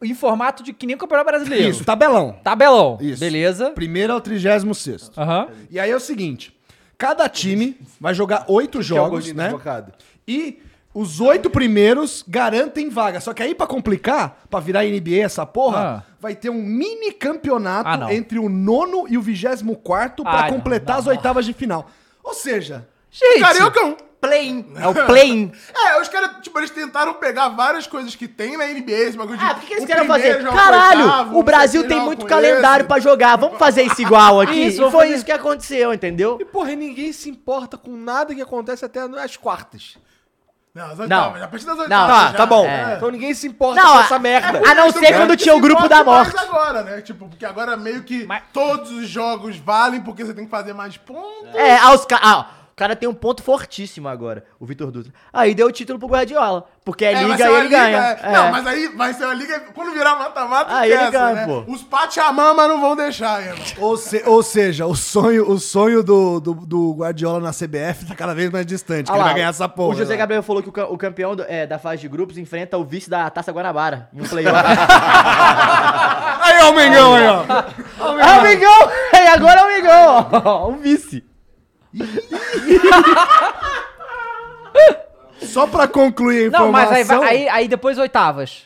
Em formato de que nem o Campeonato Brasileiro.
Isso, tabelão.
Tabelão.
Isso.
Beleza.
Primeiro é ao 36
Aham.
E aí é o seguinte: cada time vai jogar oito
que é o
jogos,
gordinho
né?
desbocado?
E os oito primeiros garantem vaga. Só que aí, pra complicar, pra virar NBA essa porra, vai ter um mini campeonato
Ah, não.
entre o nono e o vigésimo quarto pra
Ai, não,
completar
não,
as oitavas de final. Ou seja,
Gente.
Cariocão.
Play-in. É o play-in.
É, os caras, tipo, eles tentaram pegar váras coisas que tem na NBA, esse bagulho de.
Ah, o que, que eles
o
querem
primeiro
fazer?
joga
Caralho,
oitavo,
o Brasil
sei
tem
lá,
muito
com
calendário pra jogar. Vamos fazer isso igual aqui.
Isso,
e
vamos
foi
fazer-
isso que aconteceu, entendeu?
E porra, e ninguém se importa com nada que acontece até nas quartas.
esse. Não, as oitavas,
Não.
a partir das oitavas.
Não,
Tá,
já.
tá bom.
É.
Então ninguém se importa
Não,
com
a-
essa merda.
a não ser
né?
quando tinha o grupo da
Importa mais
morte.
agora, né? Tipo, porque agora meio que todos os jogos valem porque você tem que fazer mais pontos.
É, aos ca... ah, cara tem um ponto fortíssimo agora, o Vitor Dutra. Aí deu o título pro Guardiola, porque é
vai
liga
ser
e
uma
ele ganha.
é. Não,
É.
mas aí vai ser uma liga. Quando virar mata-mata,
Aí ele
esquece,
ganha,
né?
pô.
Os Pachamama não vão deixar, irmão.
Ou, se- ou seja, o sonho, o sonho do, do, do Guardiola na CBF tá cada vez mais distante, que
Ah
ele
lá,
vai ganhar essa porra. né?
O José
né?
lá.
Gabriel falou que o, ca- o campeão do- é, da fase de grupos enfrenta o vice da Taça Guanabara em um playoff.
Aí, ó, o Mengão aí, ó.
Ah, o Mengão! E agora é o Mengão! ó. O vice.
Só pra concluir a informação...
Não, mas aí, vai- aí, aí depois oitavas.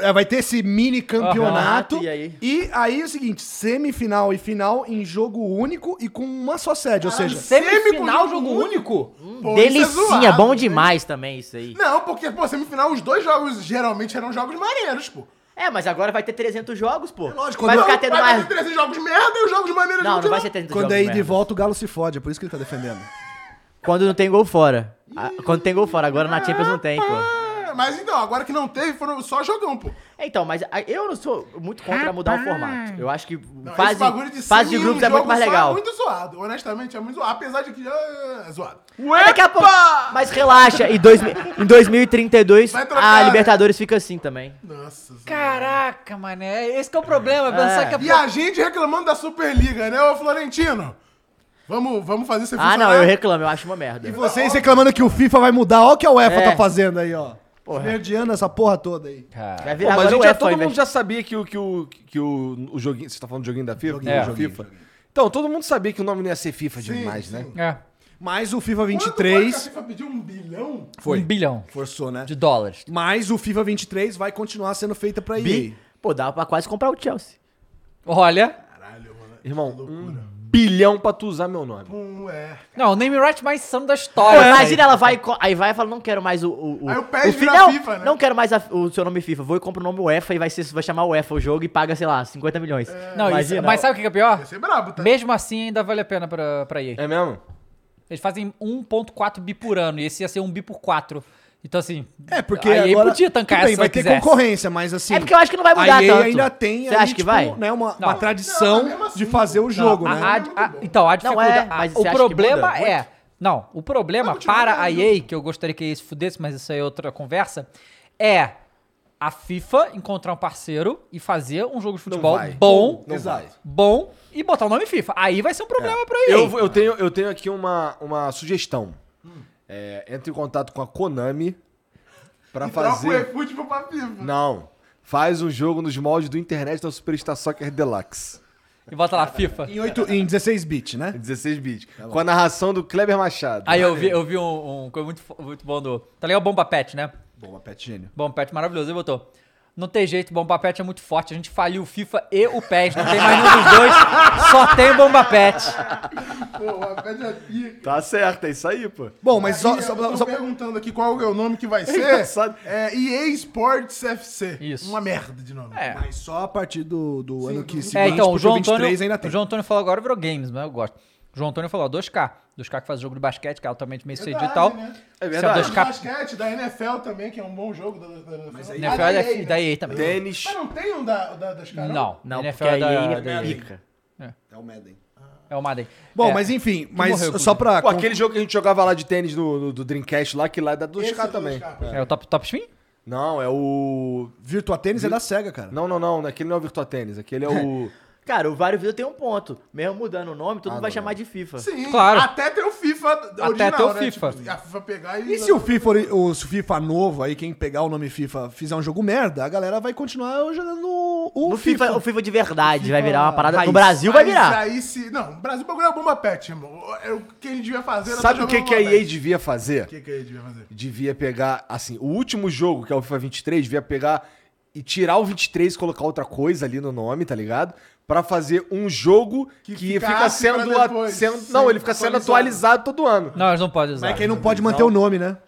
É, Vai ter esse mini campeonato.
Aham.
e, aí? é o seguinte: semifinal e final em jogo único e com uma só sede.
Ah,
ou seja,
semifinal, jogo único?
Pô, isso é
Hum. Delicinha,
zoado,
bom
né?
demais também isso aí.
Não, porque, pô, semifinal, os dois jogos geralmente eram jogos maneiros, pô.
É, mas agora vai ter 300 jogos, pô.
É Lógico,
vai
não,
ficar tendo
vai
mais...
ter 300 jogos merda e os jogos maneiros
Não, não vai
tirar.
ser 300
Quando
jogos
é ida e
merda.
volta, o Galo se fode. É por isso que ele tá defendendo.
Quando não tem gol fora. Ah, Quando tem gol fora, agora na Champions não tem, pô.
É, Mas então, agora que não teve, foram só jogão, pô.
Então, mas a- eu não sou muito contra mudar o formato. Eu acho que
Não,
fase,
esse bagulho
fase de
semi e um
grupos é muito
jogo
mais
só É
legal.
muito zoado, honestamente, é muito zoado. Apesar de que já é zoado.
Mas daqui a pouco- Mas relaxa, em, dois, mi- em 2032
trocar,
a Libertadores fica assim também.
Nossa.
Caraca, mané. Esse que é o problema. Pensar que
E a gente reclamando da Superliga, né, ô Florentino? Vamos, vamos fazer você
Ah, não, eu reclamo, eu acho uma merda.
E vocês reclamando que o FIFA vai mudar. Olha o que a UEFA
É.
tá fazendo aí, ó.
Porra.
Verdiana, essa porra toda aí.
Vai
Pô,
virar agora
mas a
o
gente já, todo
UEFA, ao
mundo
invés-
já sabia que o, que o, que o, o joguinho. Você tá falando do joguinho da FIFA?
Joguinho,
É.
joguinho,
FIFA. Então, todo mundo sabia que o nome não ia ser FIFA demais, né?
É, um
Mais o FIFA
Quanto que
23.
a FIFA pediu um bilhão?
Foi.
Um bilhão.
Forçou, né?
De dólares.
Mas o FIFA 23 vai continuar sendo feita pra
Bi-
EA.
Pô, dava pra quase comprar o Chelsea.
Olha.
Irmão, um bilhão pra tu usar meu nome.
Um, é.
Não, o name right mais sano da
Pô,
história.
É. imagina, ela vai e co- tá aí vai e fala, não quero mais o... o, o
Aí o PES
fi-
vira
não,
FIFA, né?
Não quero mais a- o seu nome FIFA, vou e compro o nome UEFA e vai, ser, vai chamar UEFA o jogo e paga, sei lá, 50 milhões.
Não, isso, mas sabe o que é pior?
Ia ser brabo, tá?
Mesmo assim, ainda vale a pena pra, pra EA.
É mesmo?
Eles fazem 1.4 bi por ano, e esse ia ser 1 bi por 4. Então, assim...
É, porque
a EA
agora,
podia tancar
tudo bem,
essa
vai
se
ter
quisesse.
concorrência, mas assim...
É porque eu acho que não vai mudar
a EA
tanto.
ainda tem
Você
ali,
acha que vai?
Né, uma,
Não.
uma tradição de fazer o jogo,
a-
né?
a- a- então, a
Não,
dificuldade...
é, mas
a-
você
o
acha que
problema
muda
é... Não, o problema para a EA, que eu gostaria que a EA se fudesse, mas isso aí é outra conversa, é a FIFA encontrar um parceiro e fazer um jogo de futebol
vai.
bom,
Não vai.
bom, e botar o nome FIFA. Aí vai ser um problema pra EA.
Eu, eu, tenho, eu tenho aqui uma, uma sugestão. É, entre em contato com a Konami pra
E troca o
fazer.
eFoot pro pra FIFA.
Não. Faz um jogo nos moldes do internet da Superstar Soccer Deluxe.
E bota lá FIFA.
Em, oito- em 16 bits, né?
16 bits. com a narração do Kleber Machado.
Aí eu vi, eu vi um, um coisa muito, fo- muito bom do. Tá legal Bomba Pet, né?
Boa, Pet Gênio.
Bomba Pet maravilhoso. Ele botou. Não tem jeito, Bomba Pet é muito forte. A gente faliu o FIFA e o PES. Não tem mais nenhum dos dois. Só tem Bomba Pet.
Pô, a pede é pica.
Tá certo, é isso aí, pô.
Bom, mas só...
Aí,
só-
eu tô
só-
perguntando aqui qual é o nome que vai ser.
engraçado.
É EA Sports FC.
Isso.
Uma merda de nome.
É.
mas só a partir do, do ano que tipo, seguinte,
É, então, o
porque
João,
23
Antônio,
ainda tem.
o João Antônio falou agora virou games, mas eu gosto. O João Antônio falou ó, 2K. 2K que faz jogo de basquete, que é altamente meio sucedido e tal.
Verdade, né?
É
Esse é o
verdade.
Dos
2K.
basquete, da NFL também, que é um bom jogo da, da, da Mas
NFL é da,
né?
da EA também.
Tênis.
Mas não tem um da, da, das caras?
Não,
Não,
NFL
porque
é
aí
da,
é
da EA.
pica.
É o Madden.
É o Madden.
Bom,
É.
mas enfim, mas
morreu,
só
inclusive.
pra...
Pô, aquele jogo que a gente jogava lá de tênis no, no- do Dreamcast lá, que lá é da 2K
Esse é do
também.
2K, pois
É o Top, top Spin?
Não, é o.
Virtua Tênis é da SEGA, cara.
Não, não, não. Aquele não é o Virtua Tênis. Aquele é o.
Cara, o Vário Vida tem um ponto. Mesmo mudando o nome, todo
Ah,
mundo vai chamar de FIFA.
Sim,
Claro.
até ter o FIFA original,
ter o
né?
FIFA.
Tipo, a FIFA pegar e...
E se o FIFA, ori- o se o FIFA novo aí, quem pegar o nome FIFA, fizer um jogo merda, a galera vai continuar jogando o, o
No
FIFA.
FIFA, o FIFA de verdade vai virar uma parada.
raiz.
No Brasil vai
Mas
virar.
aí se... Não, o Brasil bagulho é bomba pet, irmão. É O que ele devia fazer... era
Sabe
tá
o que,
jogando
é
que a
bomba
EA
pet.
devia fazer?
O que, que a EA devia fazer?
Devia pegar, assim, o último jogo, que é o FIFA 23, devia pegar e tirar o 23 e colocar outra coisa ali no nome, tá ligado? Pra fazer um jogo que,
Que
fica
ficasse pra
sendo, a-
depois,
sendo- Não,
sendo
ele fica sendo
atualizado.
atualizado todo ano.
Não, eles não podem usar.
Mas é que aí não pode manter o nome, né?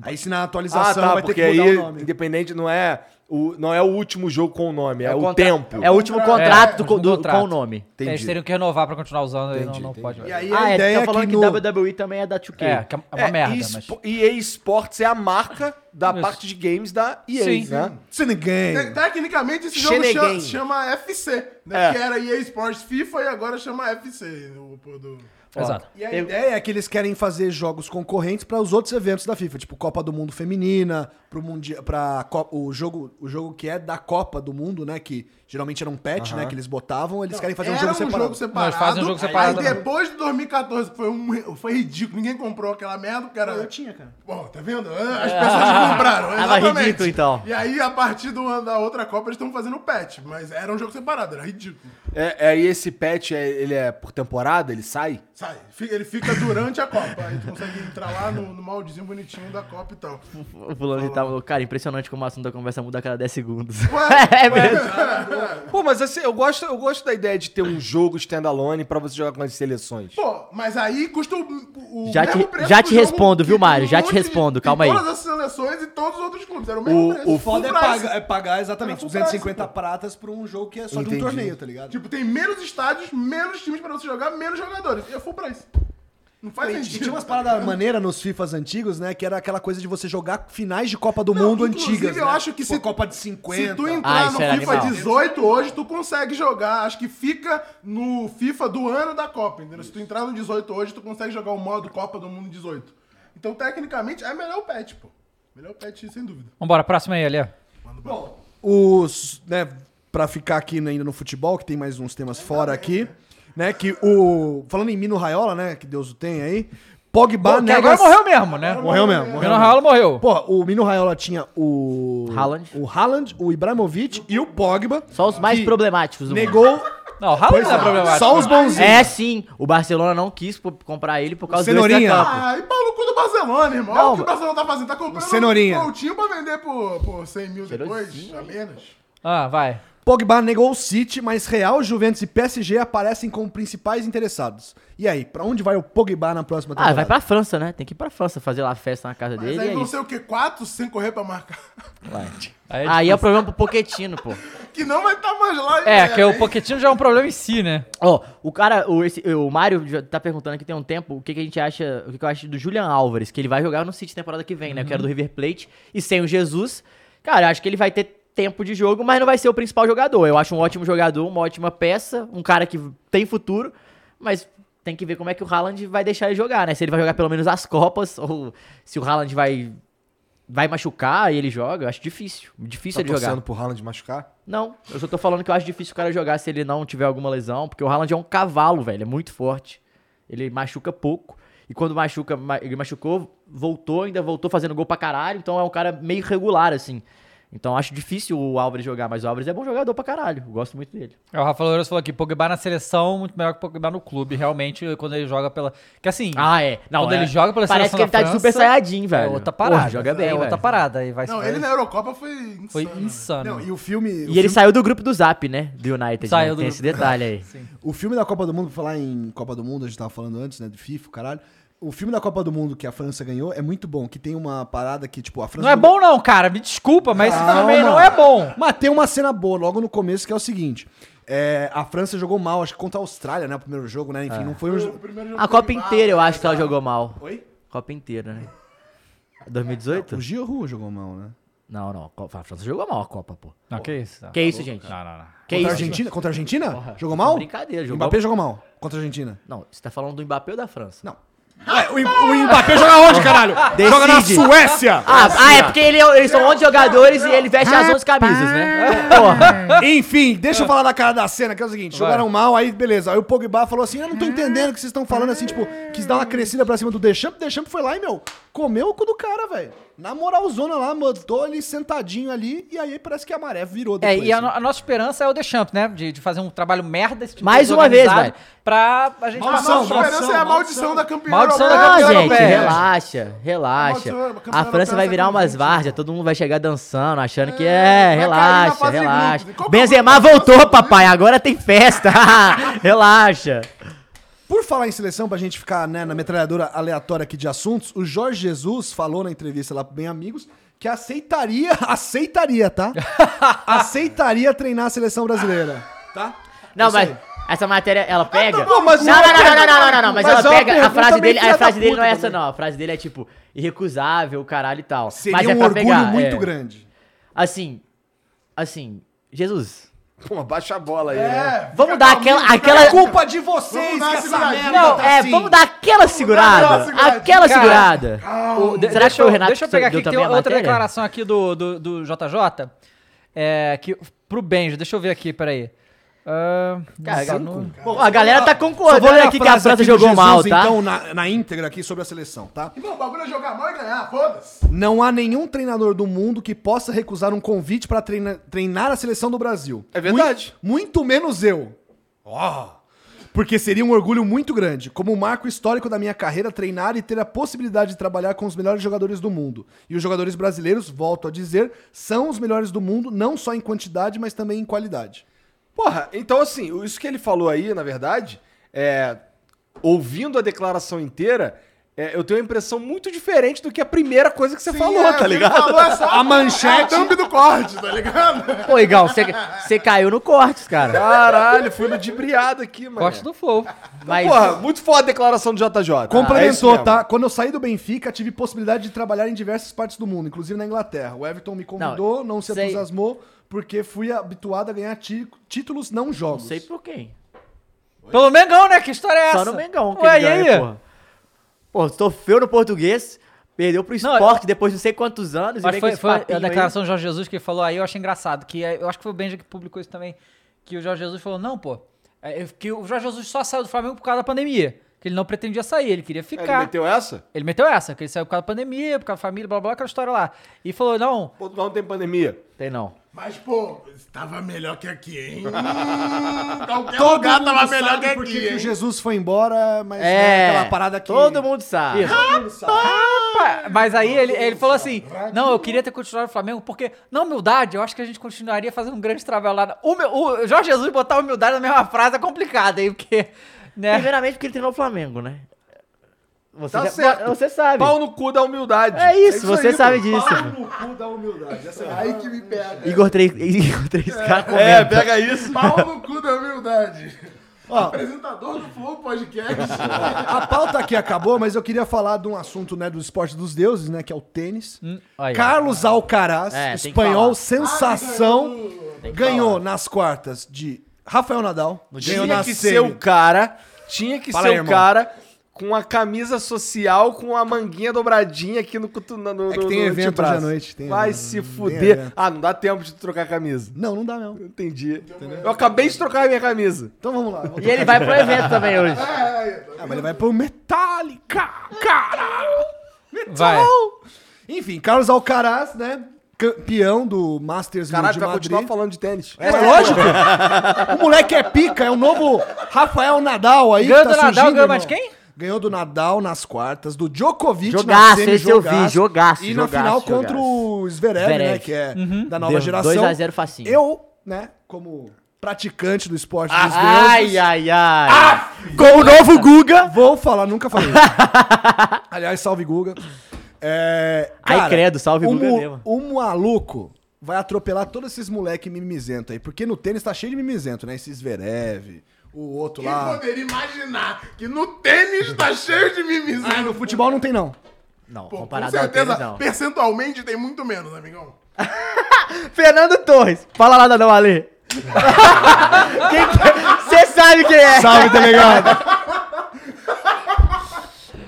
Aí se na atualização
Ah, tá,
vai ter
porque
que mudar
aí,
o nome.
independente, não é o- não é o último jogo com o nome, é,
o
o,
contra-
tempo.
é o último contrato do-
último
do-
contrato.
com o nome.
É, Eles
Entendi.
teriam que renovar pra continuar usando, aí não, não pode.
E aí, ah, é, tu tá falando que, WWE também é da 2K.
É, que é uma merda,
E
mas-
EA Sports é a marca da parte de games da EA,
Sim.
né?
Te- Tecnicamente, esse jogo
Shenanigan.
chama, chama FC, né?
É.
Que era EA Sports FIFA e agora chama FC. O, pô do...
Exato.
E a
Tem-
ideia
ideia é que eles querem fazer jogos concorrentes para os outros eventos da FIFA, tipo Copa do Mundo Feminina, pro mundia, pra Co- o, jogo, o jogo que é da Copa do Mundo, né? Que geralmente era um patch,
Aham.
né? Que eles botavam, eles querem fazer um
Era
jogo
um
separado.
jogo separado. Aí depois de 2014 foi, um, foi ridículo. Ninguém comprou aquela merda porque era. Eu tinha, cara. Bom, tá vendo? Ah, As
É.
pessoas compraram.
Tava
Exatamente.
ridículo, então.
E aí, a partir do ano da outra Copa, eles estão fazendo patch. Mas era um jogo separado, era ridículo.
É, é, e esse patch, é- ele é por temporada? Ele sai?
Sai. Fica- Ele fica durante a Copa. Aí tu consegue entrar lá no, no moldezinho bonitinho da Copa e tal.
O fulano tava. Cara, impressionante como o assunto da conversa muda a cada 10 segundos.
é Pô, mas assim, eu gosto, eu gosto da ideia de ter um jogo standalone pra você jogar com as seleções.
Pô, mas aí custa o, o
Já te,
mesmo preço
já
do
te
jogo
respondo, viu,
que
Mário? Já
um
te
monte de-
respondo,
tem
calma aí.
Todas as seleções e todos os outros clubes. Era o mesmo preço.
O, o foda é
Full price.
pagar, é pagar exatamente
Full
250
price, pô.
pratas pra um jogo que é só de
Entendi.
um torneio, tá ligado?
Tipo, tem menos estádios, menos times pra você jogar, menos jogadores. E eu fui pra isso. Não faz
E
sentido.
tinha umas paradas maneiras nos FIFAs antigos, né? Que era aquela coisa de você jogar finais de Copa do Mundo
Inclusive,
antigas.
eu
né?
acho que
Tipo,
se,
Copa de 50.
se tu
Ah,
entrar no
isso
FIFA
era animal.
18 hoje, tu consegue jogar. Acho que fica no FIFA do ano da Copa, entendeu? Se tu entrar no 18 hoje, tu consegue jogar o modo Copa do Mundo 18. Então, tecnicamente, é melhor o patch, pô. Melhor o patch, sem dúvida.
Vambora, próxima aí, Alê.
os, né, pra ficar aqui ainda no futebol, que tem mais uns temas fora aqui, né, que o, falando em Mino Raiola, né, que Deus o tem aí, Pogba
Bom, que
nega...
agora morreu mesmo, né?
Morreu mesmo. morreu
Mino
mesmo.
Raiola morreu.
Pô, o Mino Raiola tinha o...
Haaland.
O Haaland, o Ibrahimovic e o Pogba.
Só os mais problemáticos do mundo.
Negou...
Não, tá o
Haaland não é problemático. Só os bonzinhos.
É sim, o Barcelona não quis p- comprar ele por causa
Cenourinha.
do extra-campo.
Ah, e pau no cu do Barcelona, irmão.
Não,
Olha o que
mas-
o Barcelona tá fazendo. Tá comprando
Cenourinha.
um Coutinho pra vender por, por 100 mil depois, a menos.
Ah, vai.
Pogba negou o City, mas Real, Juventus e PSG aparecem como principais interessados. E aí, pra onde vai o Pogba na próxima
Ah,
temporada?
vai pra França, né? Tem que ir pra França fazer lá a festa na casa
Mas
dele.
aí
e é
vão
isso.
ser o quê? Quatro sem correr pra marcar.
Vai.
Aí
Aí,
é
é
difícil.
o problema pro Poquetino, pô.
Que não vai estar mais lá.
É,
né?
que o Pochettino já é um problema em si, né?
Ó, o cara, o, esse- o Mário já tá perguntando aqui tem um tempo o que, que a gente acha, o que, que eu acho do Julian Álvares, que ele vai jogar no City temporada que vem, né? Que era do River Plate, e sem o Jesus. Cara, eu acho que ele vai ter tempo de jogo, mas não vai ser o principal jogador. Eu acho um ótimo jogador, uma ótima peça, um cara que tem futuro, mas tem que ver como é que o Haaland vai deixar ele jogar, né? Se ele vai jogar pelo menos as Copas, ou se o Haaland vai. Vai machucar e ele joga? Eu acho difícil. Difícil
Tá
ele jogar.
torcendo pro Haaland machucar?
Não, eu só tô falando que eu acho difícil o cara jogar se ele não tiver alguma lesão, porque o Haaland é um cavalo, velho, é muito forte. Ele machuca pouco. E quando machuca, ma- ele machucou, voltou, ainda voltou fazendo gol pra caralho, então é um cara meio regular, assim. Então acho difícil o Álvares jogar, mas o Álvares é bom jogador pra caralho. Eu gosto muito dele.
É, O Rafa Lourenço falou aqui, Pogba na seleção, muito melhor que Pogba no clube, realmente, quando ele joga pela... Que assim...
Ah, é. Não,
quando
é-
ele joga pela
parece
seleção
que ele
da
tá de
França,
super saiyajin, velho.
É outra
Porra,
parada.
joga bem,
É outra
velho.
parada. Aí vai
Não,
vai-
ele na Eurocopa foi insano.
Foi insano.
é Não, e o filme...
E ele saiu do grupo do Zap, né? Do United. né?
Saiu do
Tem
grupo
esse
do Zap.
detalhe aí.
O filme da Copa do Mundo, pra falar em Copa do Mundo, a gente tava falando antes, né, do FIFA, caralho. O filme da Copa do Mundo que a França ganhou é muito bom, que tem uma parada que, tipo, a França...
Não é bom não, cara, me desculpa, mas isso também não é bom.
Mas tem uma cena boa logo no começo que é o seguinte. é, a França jogou mal, acho que contra a Austrália, né? O primeiro jogo, né? Enfim,
É.
não foi um...
A Copa inteira eu acho que ela jogou mal.
Oi?
Copa inteira, né? 2018?
O Giroud jogou mal, né?
Não, não. a Copa- A França jogou mal a Copa, pô.
Não, que isso?
Tá Que isso, gente?
Não, não, não.
Que
contra
isso?
a Argentina? Contra a Argentina?
Porra,
jogou mal?
Brincadeira,
jogou
jogou
Mbappé jogou mal. Contra a Argentina.
Não, você tá falando do Mbappé ou da França?
Não. o, Mbappé joga onde, caralho? Joga na Suécia!
Ah, ah, é porque ele, eles são 11 jogadores e ele veste as 11 camisas, né? Porra.
Enfim, deixa eu
Ah.
falar da cara da cena, que é o
Vai.
seguinte: jogaram mal, aí beleza. Aí o Pogba falou assim: eu não tô
Ah.
entendendo o que vocês estão falando, assim, tipo, quis dar uma crescida pra cima do Deschamps. O Deschamps foi lá e, meu, comeu o cu do cara, velho. Na moralzona lá, mandou ele sentadinho ali, e aí parece que a maré virou
É,
depois.
e a, no- a nossa esperança é o Deschamps, né? De, de fazer um trabalho merda esse tipo
Mais uma vez,
desorganizado,
velho.
Pra a gente
Maldição,
passar um-
a esperança é a maldição da campeã
Maldição da
europeia.
Ah,
campeã
gente,
europeia.
relaxa, relaxa.
Campeão europeu,
A França vai virar umas várzeas, todo mundo vai chegar dançando, achando que é, relaxa, relaxa. Benzema voltou, papai, agora tem festa. relaxa.
Por falar em seleção, pra gente ficar né, na metralhadora aleatória aqui de assuntos, o Jorge Jesus falou na entrevista lá pro Bem Amigos que aceitaria, aceitaria, tá? aceitaria treinar a seleção brasileira.
Tá? Não, mas essa matéria, ela pega.
Ah, tá bom, mas
não, não,
uma
não, não, não,
pergunta-
não, não, não, não, mas,
mas é
ela
uma
pega. A
pergunta
frase
meio
dele,
filha
a frase
da
dele não é
puta
essa, não. A frase dele é tipo, irrecusável, caralho e tal.
Seria
mas é
um
pra
orgulho
pegar,
muito
é.
grande.
Assim, assim, Jesus.
Pô, baixa a bola
É.
aí.
né? Vamos dar aquela. aquela...
É culpa de
Vamos
vocês
dar
que
uma
essa
segurada.
merda
Não,
tá
é,
assim.
vamos dar aquela segurada.
aquela segurada.
Aquela
Cara,
segurada.
O- de-
Será que
deixa
foi
eu-
o Renato
Deixa eu pegar aqui que tem
também a
outra
matéria?
declaração aqui do, do, do JJ. É, que, pro Benjo, deixa eu ver aqui, peraí. Ah,
Cara,
tá
eu-
no-
Bom, a galera tá
Só vou
concordando
ler
aqui que a
frase
França
aqui do
jogou
Jesus,
mal, tá?
Então, na, na íntegra aqui sobre a seleção, tá?
Irmão, o bagulho é jogar mal e ganhar, foda-se.
Não há nenhum treinador do mundo que possa recusar um convite para treinar, treinar a seleção do Brasil. É verdade. Muito, menos eu. Ó. Porque seria um orgulho muito grande, como um marco histórico da minha carreira treinar e ter a possibilidade de trabalhar com os melhores jogadores do mundo. E os jogadores brasileiros, volto a dizer, são os melhores do mundo, não só em quantidade, mas também em qualidade.
Porra, então assim, o- isso que ele falou aí, na verdade, é, ouvindo a declaração inteira, é, eu tenho uma impressão muito diferente do que a primeira coisa que você falou,
é, o que
tá
ele
ligado?
falou é só-
a manchete.
é a thumb do corte, tá ligado?
Pô, Igão, você você caiu no cortes, cara.
Caralho, fui ludibriado aqui, mano.
Corte
do flow.
Mas-
Porra, muito foda a declaração do JJ. É isso
Complementou,
mesmo.
tá? Quando eu saí do Benfica, tive possibilidade de trabalhar em diversas partes do mundo, inclusive na Inglaterra. O Everton me convidou, não, se
sei.
entusiasmou, porque fui habituado a ganhar ti- títulos, não jogos. Não sei
por quem.
Pelo Mengão, né? Que história é
Só
essa?
no Mengão que
Ué,
ele
e
ganha,
aí?
porra. Pô, sofreu no português, perdeu pro esporte depois de não sei quantos anos.
Mas
vem
foi,
com esse
foi
papinho
a
aí.
declaração do Jorge Jesus que ele falou aí, eu achei engraçado. Que é- eu acho que foi o Benja que publicou isso também. Que o Jorge Jesus falou: não, pô, é, eu- que o Jorge Jesus só saiu do Flamengo por causa da pandemia. Que ele não pretendia sair, ele queria ficar.
Ele meteu essa?
Ele meteu essa, que ele saiu por causa da pandemia, por causa da família, blá blá, aquela história lá. E falou: não.
Portugal não tem pandemia.
Tem não.
Mas, pô, tava melhor que aqui, hein? Qualquer
Todo
lugar
mundo
tava melhor
sabe
que aqui,
por que que
hein?
o Jesus foi embora, mas é,
É,
aquela parada que...
todo
mundo sabe. Ah,
Isso. Rapaz! Mas aí ele, ele falou assim: Não, eu queria ter continuado no Flamengo, porque, na humildade, eu acho que a gente continuaria fazendo um grande trabalho lá. na- Humil- o Jorge Jesus botar humildade na mesma frase é complicado, hein? Porque. Né?
Primeiramente porque ele treinou o Flamengo, né? Você,
Tá
já-
certo.
você sabe.
Pau no cu da humildade.
É isso, você sabe disso.
no cu da humildade. Essa é
Aí que me pega.
Igor 3, Igor 3K comenta.
É, pega isso.
Pau no cu da humildade.
Ó.
Apresentador do Flow Podcast.
A pauta aqui acabou, mas eu queria falar de um assunto, né, do esporte dos deuses, né, que é o tênis.
aí, ó.
Carlos Alcaraz,
Hum. É, tem que
espanhol,
falar.
sensação,
Tem que
ganhou nas quartas de Rafael Nadal. ganhou
Tinha
na
que
semi.
ser o cara. Tinha que
Fala
ser
aí,
o
irmão.
cara com a camisa social, com a manguinha dobradinha aqui no cutu. No, no,
É que tem
no
evento
antebraço.
hoje à noite, tem- um-
Vai
tem
se fuder.
evento.
ah, não dá tempo de trocar a camisa.
Não, não dá não.
Entendi. Eu acabei de trocar a minha camisa.
Então vamos lá.
E ele vai pro evento também hoje.
Ah, mas ele vai pro Metallica, cara! Metal!
Vai.
Enfim, Carlos Alcaraz, né? Campeão do Masters
Caralho,
de
vai
Madrid.
continuar falando de tênis.
É lógico! o moleque é pica, é o novo Rafael Nadal aí.
Ganhou
que tá
do Nadal,
surgindo,
ganhou mais
irmão.
de quem?
Ganhou do Nadal nas quartas, do Djokovic na
Jogaço,
semi,
esse eu vi, jogaço,
E na
jogaço,
final
jogaço.
contra o Zverev, né,
Zverev.
que é
Uhum.
da nova
Deu
geração.
2 a 0 facinho.
Eu, né, como praticante do esporte dos deuses,
Ai, ai, ai.
com o novo Guga. Vou falar, nunca falei. Aliás, salve Guga. É,
Ai, credo, salve
o
Guga
mu-
mesmo.
O maluco vai atropelar todos esses moleque mimizento aí. Porque no tênis tá cheio de mimizento, né? Esses Verev, o outro
Quem
lá.
poderia imaginar que no tênis tá cheio de mimizão?
Ah, no futebol não tem não.
Não,
Pô, com
comparado
certeza,
ao tênis, não.
percentualmente tem muito menos, amigão.
Fernando Torres. Fala nada não, Ale. Você sabe quem é.
Salve, delegado.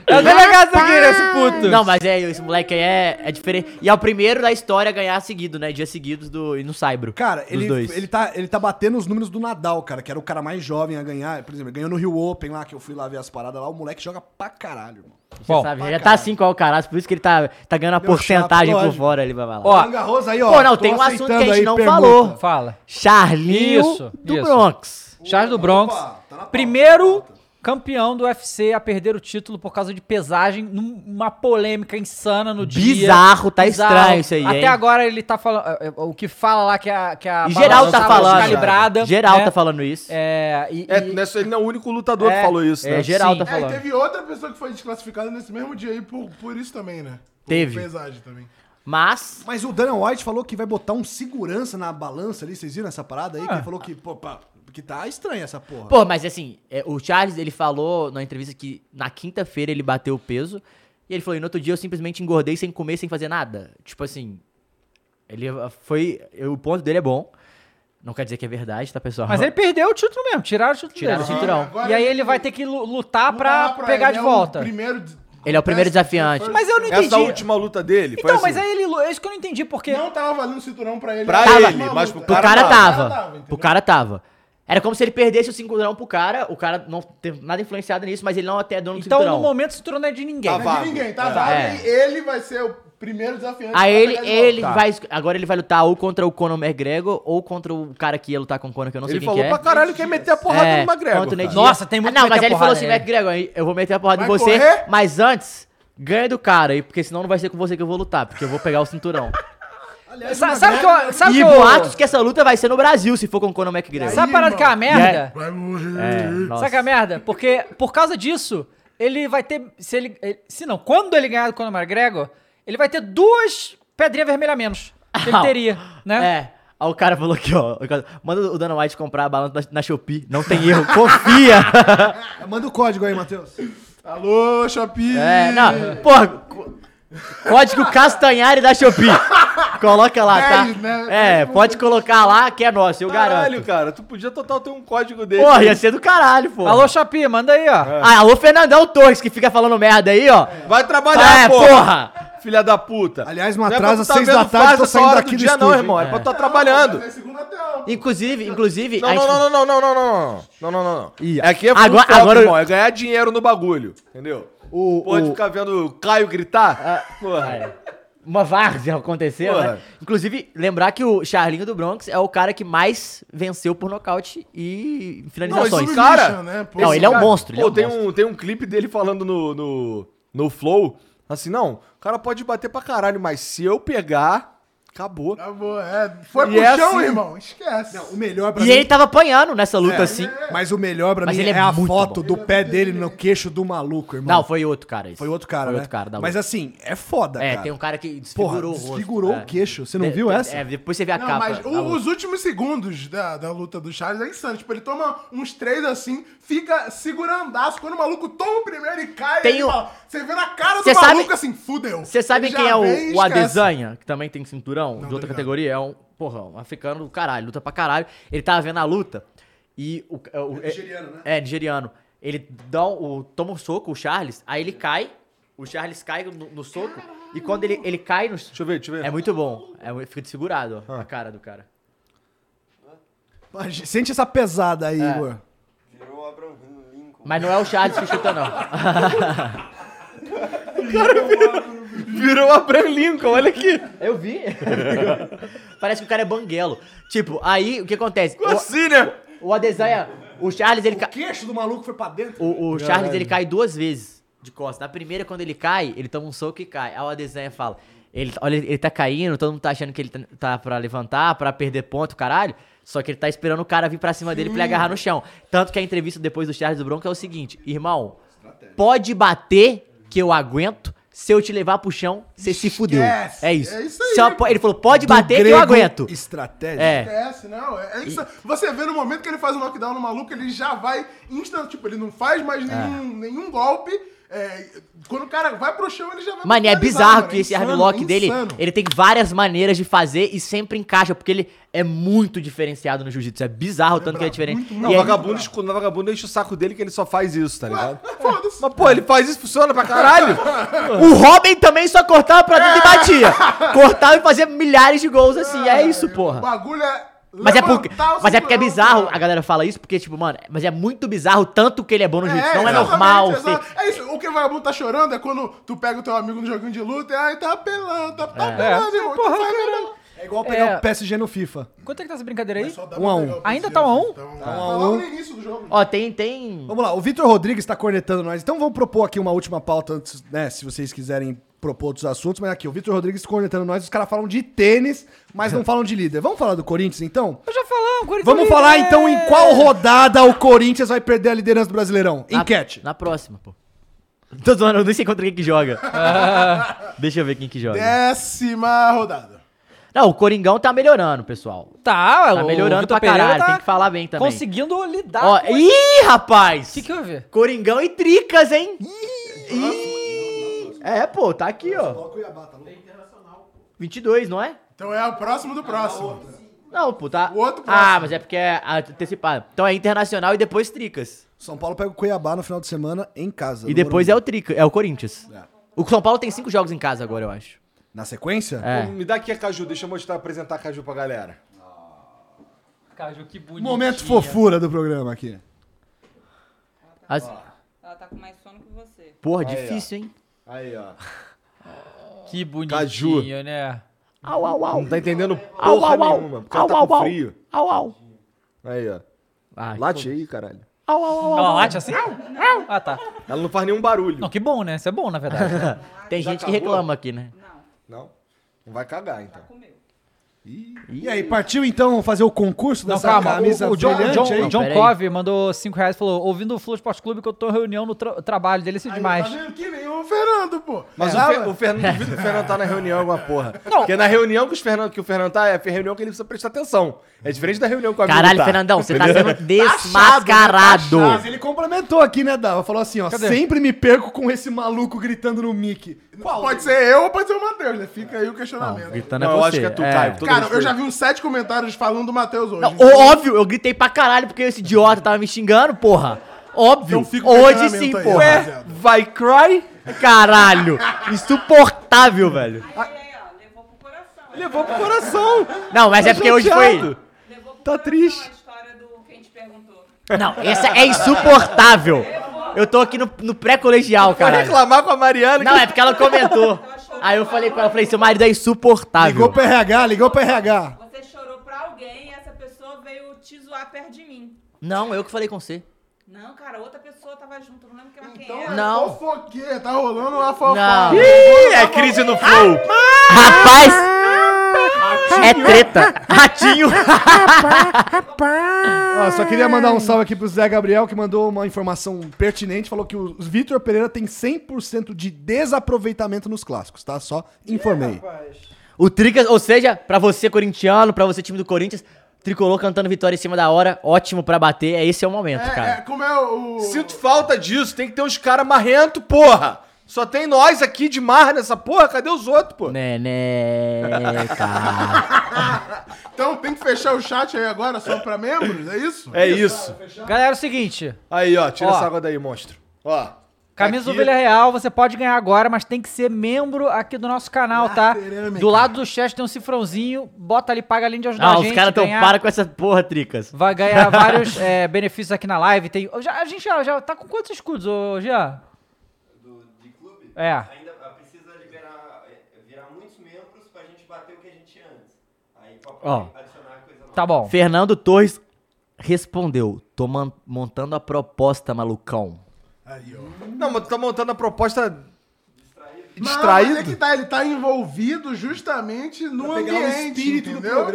É o delegado aqui, né, esse puto.
Não, mas é, esse moleque aí é, é diferente. E é o primeiro da história a ganhar seguido, né? Dias seguidos do, e no Saibro.
Cara,
dos
ele,
dois.
ele, tá, ele tá batendo os números do Nadal, cara, que era o cara mais jovem a ganhar. Por exemplo, ele ganhou no Rio Open lá, que eu fui lá ver as paradas lá. O moleque joga pra caralho, irmão.
Você sabe, já tá assim com o Alcaraz, por isso que ele tá, tá ganhando a
Deu
porcentagem
chapa,
por
lógico.
fora ali, vai lá.
Ó, Roland Garros aí, ó,
Pô, não,
tô
tem um assunto que a
aceitando
gente
aí
não
pergunta.
falou.
Fala.
Charlinho
Isso,
do
isso.
Bronx.
Charles do Bronx.
tá
primeiro campeão do UFC a perder o título por causa de pesagem, numa polêmica insana no dia.
Bizarro, tá estranho isso aí,
Até
hein?
agora ele tá falando. é, é, O que fala lá que a. Que a
E geral
balança
tá
tava
falando.
Calibrada,
geral
né?
tá falando isso.
É, e,
É, não é só- ele não é o único lutador que falou isso, né?
É, geral tá
É, e
falando.
teve outra pessoa que foi desclassificada nesse mesmo dia aí por, por isso também, né? Por
Teve.
pesagem também.
Mas.
Mas o Dana White falou que vai botar um segurança na balança ali. Vocês viram essa parada aí? Que ele falou que, pô, pá, que tá estranha essa porra.
Pô, mas assim, é, o Charles, ele falou na entrevista que na quinta-feira ele bateu o peso. E ele falou, e no outro dia eu simplesmente engordei sem comer, sem fazer nada. Tipo assim, ele ah, foi... eu- O ponto dele é bom. Não quer dizer que é verdade, tá, pessoal?
Mas ele perdeu o título mesmo, tiraram o título
Tiraram
dele.
o cinturão.
E aí ele vai ter que lu- lutar pra pegar de
é
é
volta.
Ele é o primeiro desafiante.
Mas eu não entendi.
Essa última luta dele foi
Então,
assim.
mas aí ele... lu- É Tá, isso que eu não entendi, porque...
Não tava valendo cinturão pra ele.
Pra
Tava.
ele, mas pro
Pro
cara,
tá
cara
tava.
tava. Pro cara tava. Era como se ele perdesse o cinturão pro cara. O cara não teve nada influenciado nisso, mas ele não até é dono do
Então,
cinturão.
no momento, o cinturão não é de ninguém.
Tá
Não é de
vago.
ninguém,
Tá
É.
vago,
É.
e ele vai ser o primeiro desafiante. pra
Aí Ah, ele,
pegar de volta.
Tá.
ele vai. Agora ele vai lutar ou contra o Conor McGregor ou contra o cara que ia lutar com o Conor, que eu não sei quem
Ele falou
que é.
pra caralho que ia meter a porrada
É,
no McGregor.
contra o Nate
cara.
Diaz. Ah, Não, mas ele falou assim, McGregor, eu vou meter a porrada
Vai
em você,
correr?
mas antes, ganha do cara aí, porque senão não vai ser com você que eu vou lutar, porque eu vou pegar o cinturão.
Sa- sabe que eu... Sabe
e
que eu-
é boatos que essa luta vai ser no Brasil, se for com o Conor McGregor.
Sabe a parada que é uma merda?
Vai morrer.
nossa.
Sabe que é a merda? Porque por causa disso, ele vai ter. Se ele. ele- Se não, quando ele ganhar do Conor McGregor, ele vai ter duas pedrinhas vermelhas a menos. Que ele
Não.
teria, né?
É. Aí o cara falou aqui, ó. o cara- Manda o Dana White comprar a balança na, na Shopee. Não tem erro, confia.
Manda o código aí, Matheus.
Alô, Shopee.
É, não, porra. co- Código Castanhari da Shopee. Coloca lá, tá?
Dez, né?
É, pode colocar lá que é nosso, eu
Caralho,
garanto.
cara, tu podia total ter um código dele.
Porra, ia ser do caralho, pô.
Alô, Shopee, manda aí, ó.
Ah, alô, Fernandão Torres, que fica falando merda aí, ó.
Vai trabalhar,
É,
porra.
porra.
Filha da puta.
Aliás, não
é pra
atrasa
tu tá
às seis
vendo
da tarde,
fase
tô
essa
saindo
hora
daqui
do
do
dia, não,
estúdio,
irmão. É,
hein?
pra tu tá trabalhando.
Inclusive, inclusive.
Não,
a
não,
gente-
não, não, não, não, não, não, não, não, não, não. Aqui é
Agora-
full foco,
agora-
irmão. É ganhar dinheiro no bagulho, entendeu? Pode ficar vendo o Caio
É. Ah,
gritar. Porra.
Uma várzea aconteceu,
Porra.
né? Inclusive, lembrar que o Charlinho do Bronx é o cara que mais venceu por nocaute e finalizações.
é um
Não, esse cara,
não,
esse
ele é um
cara-
monstro. ele é
né? Pô,
um
tem,
monstro.
um, tem um clipe dele falando no, no, no Flow, assim, não, o cara pode bater pra caralho, mas se eu pegar, acabou.
Acabou, é. Foi
E
pro
é
chão,
assim.
irmão. Esquece.
O melhor pra
E
mim...
ele tava apanhando nessa luta,
É,
assim.
Mas o melhor pra
Mas
mim
ele
é,
é
a
muito
foto
bom.
do pé dele no queixo do maluco, irmão.
Não, foi outro cara. Esse.
Foi outro cara,
Foi
né?
outro cara da
Mas
luta.
assim, é foda,
É,
cara.
tem um cara que desfigurou
Porra,
o rosto.
desfigurou
é.
o queixo. Você não
É,
viu essa?
É, depois você vê a
Não,
capa.
mas
da
o-
luta.
os últimos segundos da, da luta do Charles é insano. Tipo, ele toma uns três assim, fica segurandaço. Quando o maluco toma o primeiro e cai,
Tem
ele
o-
fala- você vê na cara do
Cê
maluco
sabe-
assim, fudeu.
Você sabe
Ele
quem
já
é
vem
o,
e
o
esquece.
Adesanya, que também tem cinturão, de outra categoria? É um, porra, um africano do caralho, luta pra caralho. Ele tava vendo a luta e o... o- é
nigeriano, né?
É, nigeriano. Ele dá um- o, toma um soco, o Charles, aí ele cai, o Charles cai no, no soco e quando ele, ele cai no... Deixa
eu ver, deixa eu ver. Ah.
É muito bom, é, mu- fica desfigurado, ó, a cara do cara.
Imagina- Sente essa pesada aí, Igor.
Mas não é o Charles que chuta, não.
Virou a Bran Lincoln, olha aqui.
Eu vi. Parece que o cara é banguelo. Tipo, aí o que acontece? O,
assim, né?
o Adesanya, o Charles, ele... ca-
O queixo do maluco foi pra dentro.
O, o
Caralho.
Charles ele cai duas vezes de costas. Na primeira, quando ele cai, ele toma um soco e cai. Aí o Adesanya fala: ele, olha, ele tá caindo, todo mundo tá achando que ele tá- tá pra levantar, pra perder ponto, caralho. Só que ele tá esperando o cara vir pra cima dele pra ele agarrar no chão. Tanto que a entrevista depois do Charles do Bronco é o seguinte: irmão, pode bater que eu aguento. Se eu te levar pro chão, você se fudeu. É isso.
É isso aí,
Só po- ele falou: pode
Do
bater que eu
grego
aguento.
Estratégia.
É.
Esquece, não. É, é insano. Você vê no momento que ele faz o knockdown no maluco, ele já vai instant. Tipo, ele não faz
É.
mais nenhum, nenhum golpe. É, quando o cara vai pro chão, ele já vai.
Mano, e é
Tá
finalizar,
bizarro
mano.
que esse
Insano,
armlock dele,
insano.
ele tem várias maneiras de fazer e sempre encaixa, porque ele é muito diferenciado no jiu-jitsu. É bizarro o tanto que ele é diferente.
Não,
E é-
vagabundo, escu- não, vagabundo enche o saco dele que ele só faz isso, tá ligado? Mas, pô, ele faz isso, funciona pra caralho.
O Robin também só cortava pra dentro e batia. cortava e fazia milhares de gols assim. É isso,
O
porra.
bagulho é.
Mas é, porque,
levantar o
mas é porque é
cinturão,
bizarro,
cara.
a galera fala isso, porque, tipo, mano, mas é muito bizarro o tanto que ele é bom no jiu-jitsu. Não é
exatamente,
normal.
exato.
ser-
É isso. O que o vagabundo tá chorando é quando tu pega o teu amigo no joguinho de luta e ai, tá apelando, tá, tá
É.
apelando, irmão. tu faz nada.
É igual pegar
É.
o PSG no FIFA.
Quanto é que tá essa brincadeira aí?
dá
Um a um.
Ainda tá um a um?
Tá logo no início do jogo.
Ó, tem, tem.
Vamos lá, o Vitor Rodrigues tá cornetando nós. Então vamos propor aqui uma última pauta antes, né? Se vocês quiserem propor outros assuntos, mas aqui, o Vitor Rodrigues cornetando nós, os caras falam de tênis, mas não falam de líder. Vamos falar do Corinthians então?
Já falamos, é- Corinthians
Vamos
líder.
falar então em qual rodada o Corinthians vai perder a liderança do Brasileirão.
Na-
Enquete.
Na próxima, pô. Tô zoando, eu nem sei contra quem que joga. Deixa eu ver quem que joga.
Décima rodada.
Não, o Coringão tá melhorando, pessoal.
Tá,
Tá
o
melhorando
Vitor
pra caralho,
Pereira tá
tem que falar bem também.
Conseguindo lidar
Ó,
com
ih, rapaz!
O Ah, é que, que houve?
Coringão e Tricas, hein? Ih! É, pô, tá aqui, ó. 22, não é?
Então é o próximo do próximo.
Não, pô, tá.
O outro
Ah, mas é porque é antecipado. Então é internacional e depois Tricas.
São Paulo pega o Cuiabá no final de semana em casa. um.
E depois é o Trica, é o Corinthians. O São Paulo tem cinco jogos em casa agora, eu acho.
Na sequência?
É.
Me dá aqui a Caju, deixa eu mostrar, apresentar a Caju pra galera.
Caju, que bonito.
Momento fofura do programa aqui.
Ela tá com mais sono que você.
Porra,
Aí, ó.
difícil, hein?
Aí, ó.
Que bonitinho,
Caju.
né?
Au, au, au.
Não tá entendendo
Au,
porra
au, au.
nenhuma, porque ela
Au,
tá
au,
com
au.
frio.
Au, au.
Aí, ó.
Ah,
Late aí, caralho.
Au, au, au, au.
Ela late assim? Ah, tá.
Ela não faz nenhum barulho.
Não, que bom, né? Isso é bom, na verdade.
Tem
Já
gente que
acabou?
reclama aqui, né?
Não? Não vai cagar, então.
E aí, partiu então fazer o concurso
Não,
dessa
calma.
camisa
O, o John,
brilhante
John,
aí?
o John Cove mandou 5 reais e falou: ouvindo o Flow Esporte Clube que eu tô em reunião no tra- trabalho dele, esse é demais.
Tá vendo que nem o Fernando, pô. É,
Mas o,
Ah,
Fe- o Fernando, duvido que o Fernando tá na reunião alguma porra. Porque na reunião que, os Fernando, que o Fernando tá, é a reunião que ele precisa prestar atenção. É diferente da reunião com a
Caralho, Fernandão, você tá sendo desmascarado.
Mas ele complementou aqui, né, Dava? Falou assim, ó,
Cadê?
sempre me perco com esse maluco gritando no mic.
Pode ser eu ou pode ser o Matheus, né? Fica aí o questionamento.
Gritando é você. é.
Cara, eu já vi uns sete comentários falando do Matheus hoje.
Ó,
Uhum.
Óbvio, eu gritei pra caralho porque esse idiota tava me xingando, porra.
Então
Óbvio.
com
Hoje
questionamento
sim,
aí,
porra.
rapaziada.
vai cry? Caralho. Insuportável, velho.
Levou pro coração.
Não, mas
Tá
é porque hoje foi...
chateado. Tá triste.
Não, essa é insuportável. Eu tô aqui no, no pré-colegial,
Vai
cara.
reclamar com a Mariana.
Não, é porque ela comentou. Aí eu falei com ela, eu falei, seu marido é insuportável.
Ligou pro RH, ligou pro RH.
Você chorou pra alguém e essa pessoa veio te zoar perto de mim.
Não, eu que falei com você.
Não, cara, outra pessoa tava junto, não lembro quem
Então
era.
é
Não.
fofoqueira, tá rolando uma fofoca.
Não.
Ih, é crise no flow.
Rapaz! É treta. Ratinho.
Ó, só queria mandar um salve aqui pro Zé Gabriel, que mandou uma informação pertinente, falou que o Vitor Pereira tem 100% de desaproveitamento nos clássicos, tá? Só informei.
O Tricas, ou seja, pra você corintiano, pra você time do Corinthians, tricolor cantando vitória em cima da hora, ótimo pra bater, é esse é o momento, cara.
como é o...
Sinto falta disso. Tem que ter uns caras marrento, porra. Só tem nós aqui de marra nessa porra. Cadê os outros, pô?
Neneca.
Então tem que fechar o chat aí agora só pra membros, é isso?
É isso.
Galera, é o seguinte.
Aí, ó, tira
Ó.
essa água daí, monstro. Ó. tá
Camisa
aqui.
do Vila Real, você pode ganhar agora, mas tem que ser membro aqui do nosso canal, tá? Do lado do chat tem um cifrãozinho, bota ali, paga além de ajudar a
Não,
gente.
Ah, os caras tão
ganhar-
para com essa porra, Tricas.
Vai ganhar vários é, benefícios aqui na live. Tem, Ô, já- a gente já, já tá com quantos escudos, ô Jean? Do, de clube? É.
Ainda precisa de virar, é, virar muitos membros pra gente bater o que a gente tinha antes. Aí papai
Ó.
adicionar coisa nova.
Tá bom.
Fernando Torres respondeu: tô man- montando a proposta, malucão.
Não, mas tu tá montando a proposta.
Distraído? Mas é
Distraído?
que tá, ele tá envolvido justamente no
um
ambiente, entendeu? Ah,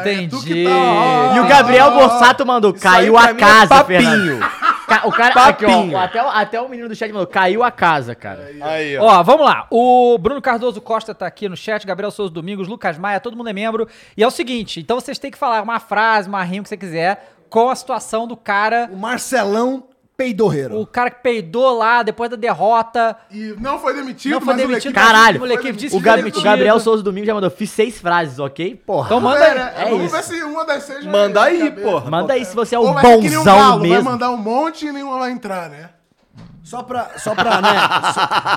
Entendi.
Entendi.
E
Ah,
o Gabriel Borsato mandou: caiu a casa, Fernando. Ca- O cara, aqui, ó,
é Papinho.
até, o- até o menino do chat mandou: caiu a casa, cara.
Aí,
Ó, vamos lá. O Bruno Cardoso Costa tá aqui no chat, Gabriel Souza Domingos, Lucas Maia, todo mundo é membro. E é o seguinte, então vocês têm que falar uma frase, uma rima, o que você quiser, com a situação do cara...
O Marcelão Peidorreiro.
O cara que peidou lá depois da derrota.
E não foi demitido,
não foi
mas o
demitido.
Lequipe-
Caralho,
Tipo, O Lequipe disse
o,
que foi
Gab-
demitido.
o Gabriel Souza Domingo já mandou: fiz seis frases, ok? Porra.
Então manda aí.
É, vamos ver se uma das seis... vai
Manda
vir de
aí,
cabeça.
porra.
Manda aí se você é
Ou
o
vai ser que nem um
bonzão
galo, Vai
mesmo.
mandar um monte e nenhuma vai entrar, né?
Só pra, só pra, né?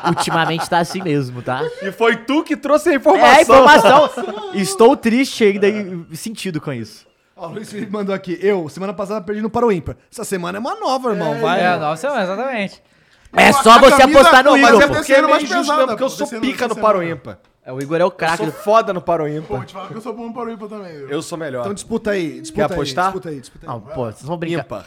Ultimamente tá assim mesmo, tá?
E foi tu que trouxe a informação.
É, informação. Estou triste ainda e sentido com isso.
Ó, o Luiz Felipe mandou aqui. Eu, semana passada, perdi no Para o Ímpar. Essa semana é uma nova, irmão.
então,
vai.
É, não, exatamente.
É só você apostar no
Mas
Igor.
é
pô.
porque é meio
mais
justo
pesada,
mesmo, porque eu
pô.
sou
Descendo-
pica no
descendo-
Paroímpa.
É, O Igor é o
Eu
craque.
sou
do-
foda no
Pô, tipo,
Paroímpa.
te falar que eu sou bom para o Ipa também. viu?
Eu sou melhor.
Então disputa aí, disputa
Quer
aí,
apostar?
disputa aí, disputa aí.
Não, pô, vocês vão brincar.
Ímpar.